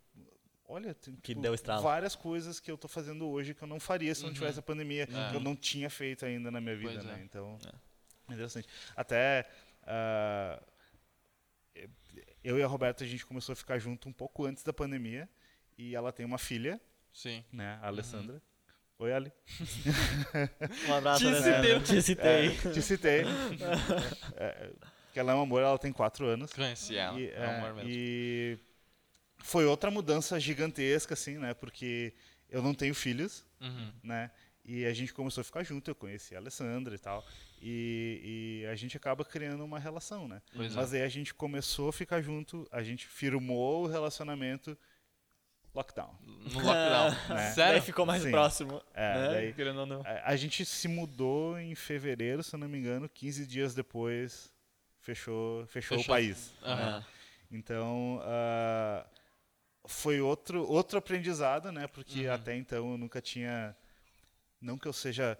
[SPEAKER 2] Olha, tem, tipo,
[SPEAKER 3] Que deu estralo.
[SPEAKER 2] várias coisas que eu tô fazendo hoje que eu não faria se não tivesse a pandemia, que eu não tinha feito ainda na minha vida,
[SPEAKER 1] Uhum. É. Pois
[SPEAKER 2] né?
[SPEAKER 1] é.
[SPEAKER 2] Então, interessante. Até. ah, eu e a Roberta, a gente começou a ficar junto um pouco antes da pandemia. E ela tem uma filha,
[SPEAKER 1] Sim.
[SPEAKER 2] né? A Alessandra. Oi, Ali.
[SPEAKER 3] Um abraço,
[SPEAKER 1] Te citei.
[SPEAKER 3] Alessandra. Te citei.
[SPEAKER 2] É, te
[SPEAKER 3] (laughs)
[SPEAKER 2] citei. É, que ela é um amor, ela tem quatro anos.
[SPEAKER 1] Conheci ela.
[SPEAKER 2] E,
[SPEAKER 1] é um amor mesmo.
[SPEAKER 2] e foi outra mudança gigantesca, assim, né? Porque eu não tenho filhos,
[SPEAKER 1] Uhum.
[SPEAKER 2] né? E a gente começou a ficar junto, eu conheci a Alessandra e tal. E, e a gente acaba criando uma relação, né?
[SPEAKER 1] Pois é.
[SPEAKER 2] Mas aí a gente começou a ficar junto, a gente firmou o relacionamento lockdown.
[SPEAKER 1] No lockdown.
[SPEAKER 2] É.
[SPEAKER 3] Daí
[SPEAKER 1] Sério?
[SPEAKER 3] ficou mais
[SPEAKER 2] Sim.
[SPEAKER 3] próximo.
[SPEAKER 2] É,
[SPEAKER 3] né?
[SPEAKER 2] daí-
[SPEAKER 3] Querendo ou não.
[SPEAKER 2] A, a gente se mudou em fevereiro, se eu não me engano, 15 dias depois fechou, fechou, o
[SPEAKER 1] Fechou.
[SPEAKER 2] país.
[SPEAKER 1] Aham.
[SPEAKER 2] Então, ah, foi outro, outro aprendizado, né? Porque
[SPEAKER 3] Uhum.
[SPEAKER 2] até então eu nunca tinha. Não que eu seja.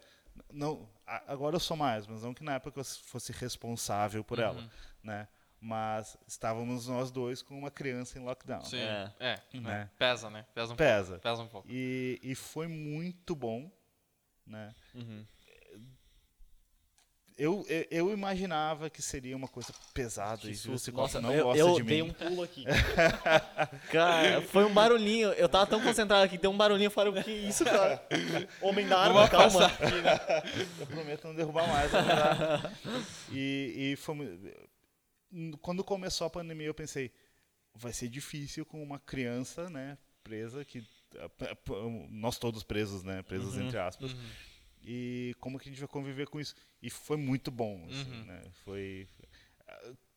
[SPEAKER 2] não a- Agora eu sou mais, mas não que na época eu fosse responsável por
[SPEAKER 3] Uhum.
[SPEAKER 2] ela, né? Mas estávamos nós dois com uma criança em lockdown.
[SPEAKER 1] Sim.
[SPEAKER 3] É.
[SPEAKER 1] É.
[SPEAKER 2] Né?
[SPEAKER 1] Pesa, né? Pesa um pouco.
[SPEAKER 2] Pesa.
[SPEAKER 1] Pesa um pouco.
[SPEAKER 2] E, e foi muito bom, né?
[SPEAKER 3] Uhum.
[SPEAKER 2] Eu, eu, eu imaginava que seria uma coisa pesada e você gosta, não
[SPEAKER 3] eu,
[SPEAKER 2] gosta
[SPEAKER 3] eu
[SPEAKER 2] de mim.
[SPEAKER 3] dei um
[SPEAKER 2] (laughs)
[SPEAKER 3] pulo aqui. cara, foi um barulhinho. Eu tava tão concentrado aqui, deu um barulhinho. Eu falei, o que é isso, cara? Homem da arma,
[SPEAKER 1] Vamos
[SPEAKER 3] calma.
[SPEAKER 1] passar.
[SPEAKER 2] Eu prometo não derrubar mais. na verdade. e, e foi mu- quando começou a pandemia, eu pensei, vai ser difícil com uma criança, né, presa que p- p- nós todos presos, né, presos
[SPEAKER 1] Uhum.
[SPEAKER 2] entre aspas. E como que a gente vai conviver com isso? E foi muito bom, assim,
[SPEAKER 1] Uhum.
[SPEAKER 2] né? Foi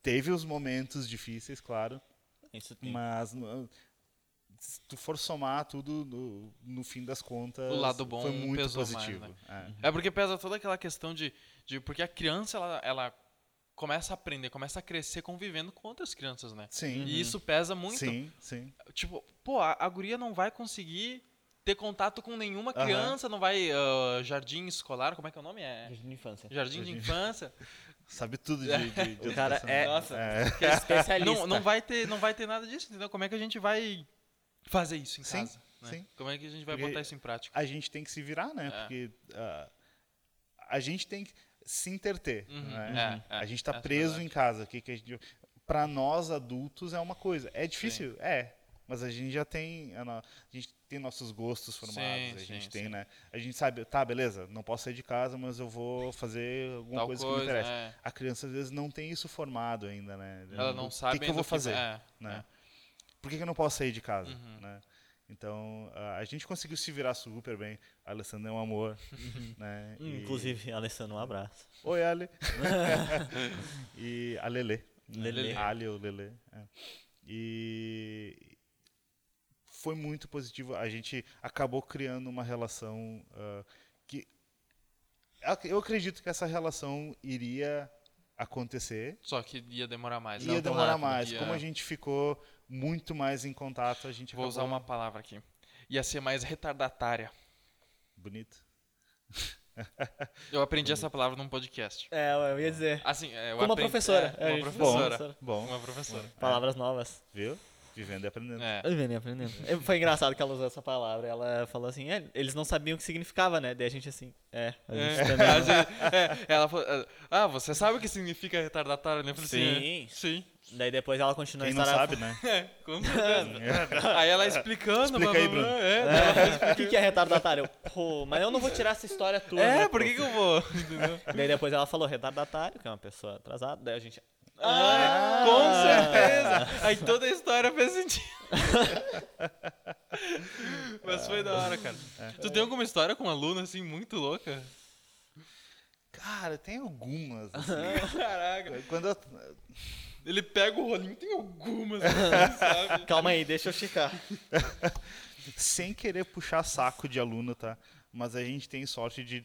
[SPEAKER 2] teve os momentos difíceis, claro,
[SPEAKER 3] Isso tem.
[SPEAKER 2] mas no- se tu for somar tudo no, no fim das contas,
[SPEAKER 1] O lado bom
[SPEAKER 2] foi muito
[SPEAKER 1] pesou mais,
[SPEAKER 2] positivo.
[SPEAKER 1] né?
[SPEAKER 2] É.
[SPEAKER 1] É porque pesa toda aquela questão de. de porque a criança, ela, ela começa a aprender, começa a crescer convivendo com outras crianças, né?
[SPEAKER 2] Sim.
[SPEAKER 1] E isso pesa muito.
[SPEAKER 2] Sim, sim.
[SPEAKER 1] Tipo, pô, a, a guria não vai conseguir ter contato com nenhuma
[SPEAKER 2] Aham.
[SPEAKER 1] criança, não vai. ah, jardim escolar, como é que é o nome? É.
[SPEAKER 3] Jardim de infância.
[SPEAKER 1] Jardim de
[SPEAKER 2] (laughs)
[SPEAKER 1] infância.
[SPEAKER 2] Sabe tudo de,
[SPEAKER 1] (laughs)
[SPEAKER 2] de, de
[SPEAKER 3] O cara
[SPEAKER 2] educação.
[SPEAKER 3] é,
[SPEAKER 2] É.
[SPEAKER 3] especialista.
[SPEAKER 1] não, não, vai ter, não vai ter nada disso, entendeu? Como é que a gente vai fazer isso em
[SPEAKER 2] Sim,
[SPEAKER 1] casa? né?
[SPEAKER 2] sim.
[SPEAKER 1] Como é que a gente vai
[SPEAKER 2] Porque-
[SPEAKER 1] botar isso em prática?
[SPEAKER 2] A gente tem que se virar, né?
[SPEAKER 1] É.
[SPEAKER 2] Porque ah, a gente tem que se interter.
[SPEAKER 1] Uhum,
[SPEAKER 2] né?
[SPEAKER 1] é, é,
[SPEAKER 2] a gente tá
[SPEAKER 1] essa é
[SPEAKER 2] preso
[SPEAKER 1] verdade.
[SPEAKER 2] em casa. O Que que a gente... Para nós adultos é uma coisa. É difícil? É. Mas a gente já tem. A, no- a gente tem nossos gostos formados.
[SPEAKER 1] Sim,
[SPEAKER 2] a
[SPEAKER 1] sim,
[SPEAKER 2] gente
[SPEAKER 1] sim.
[SPEAKER 2] tem, né? A gente sabe, tá, beleza, não posso sair de casa, mas eu vou fazer alguma
[SPEAKER 1] Tal
[SPEAKER 2] coisa, que
[SPEAKER 1] coisa,
[SPEAKER 2] me interessa.
[SPEAKER 1] é.
[SPEAKER 2] A criança às vezes não tem isso formado ainda, né?
[SPEAKER 1] Ela não sabe
[SPEAKER 2] O que que eu vou
[SPEAKER 1] ainda o que-
[SPEAKER 2] fazer?
[SPEAKER 1] é,
[SPEAKER 2] né?
[SPEAKER 1] é.
[SPEAKER 2] Por que, que eu não posso sair de casa, né? Então, a- a gente conseguiu se virar super bem. A Alessandra é um amor,
[SPEAKER 3] (laughs)
[SPEAKER 2] né?
[SPEAKER 3] Hum,
[SPEAKER 2] E-
[SPEAKER 3] Inclusive, Alessandro, um abraço.
[SPEAKER 2] Oi, Ale. (laughs) e a Lele. né?
[SPEAKER 3] Lele.
[SPEAKER 2] Ale ou Lele. é. E foi muito positivo. A gente acabou criando uma relação ah, que... ac- Eu acredito que essa relação iria acontecer,
[SPEAKER 1] Só que ia demorar mais.
[SPEAKER 2] ia
[SPEAKER 1] Não, tão
[SPEAKER 2] demorar
[SPEAKER 1] rápido,
[SPEAKER 2] mais.
[SPEAKER 1] ia-
[SPEAKER 2] Como a gente ficou muito mais em contato, a gente
[SPEAKER 1] Vou
[SPEAKER 2] acabou...
[SPEAKER 1] usar uma palavra aqui. Ia ser mais retardatária.
[SPEAKER 2] Bonito.
[SPEAKER 1] Eu aprendi essa palavra num podcast.
[SPEAKER 3] É, eu ia dizer.
[SPEAKER 1] Assim, é, eu
[SPEAKER 3] Com uma
[SPEAKER 1] aprendi-
[SPEAKER 3] professora.
[SPEAKER 1] É,
[SPEAKER 3] É,
[SPEAKER 1] uma
[SPEAKER 3] isso.
[SPEAKER 1] professora.
[SPEAKER 2] Bom,
[SPEAKER 1] Uma professora.
[SPEAKER 3] Palavras novas.
[SPEAKER 2] viu? Vivendo e aprendendo. (laughs)
[SPEAKER 1] É. (laughs)
[SPEAKER 3] Eu venho aprendendo. É, Foi engraçado que ela usou essa palavra. Ela falou assim, "É, eles não sabiam o que significava, né? Daí a gente assim, é, a gente
[SPEAKER 1] É,
[SPEAKER 3] também.
[SPEAKER 1] (laughs) a gente- é, ela falou, ah, você sabe o que significa retardatário, né? Eu falei assim, é, sim.
[SPEAKER 3] Daí depois ela continua
[SPEAKER 2] Quem
[SPEAKER 3] a
[SPEAKER 2] não
[SPEAKER 3] história- (laughs)
[SPEAKER 2] sabe, né?
[SPEAKER 1] É,
[SPEAKER 2] (laughs)
[SPEAKER 1] com certeza. Aí ela explicando,
[SPEAKER 2] Explica aí,
[SPEAKER 1] blá, blá, blá,
[SPEAKER 2] Bruno.
[SPEAKER 1] é, né?
[SPEAKER 3] É, o que, que é retardatário? Eu, Pô, mas eu não vou tirar essa história toda.
[SPEAKER 1] É,
[SPEAKER 3] né,
[SPEAKER 1] por que,
[SPEAKER 3] pô?
[SPEAKER 1] que eu vou? Entendeu?
[SPEAKER 3] Daí depois ela falou retardatário, que é uma pessoa atrasada. Daí a gente.
[SPEAKER 1] Ah, com certeza! Aí toda a história fez sentido. (laughs) Mas foi da hora, cara. Tu tem alguma história com um aluno assim muito louca?
[SPEAKER 2] Cara, tem algumas. assim.
[SPEAKER 1] Caraca.
[SPEAKER 2] Quando eu...
[SPEAKER 1] Ele pega o rolinho, tem
[SPEAKER 2] (laughs)
[SPEAKER 1] algumas, assim, sabe?
[SPEAKER 3] Calma aí, deixa eu checar.
[SPEAKER 2] Sem querer puxar saco de aluno, tá? Mas a gente tem sorte de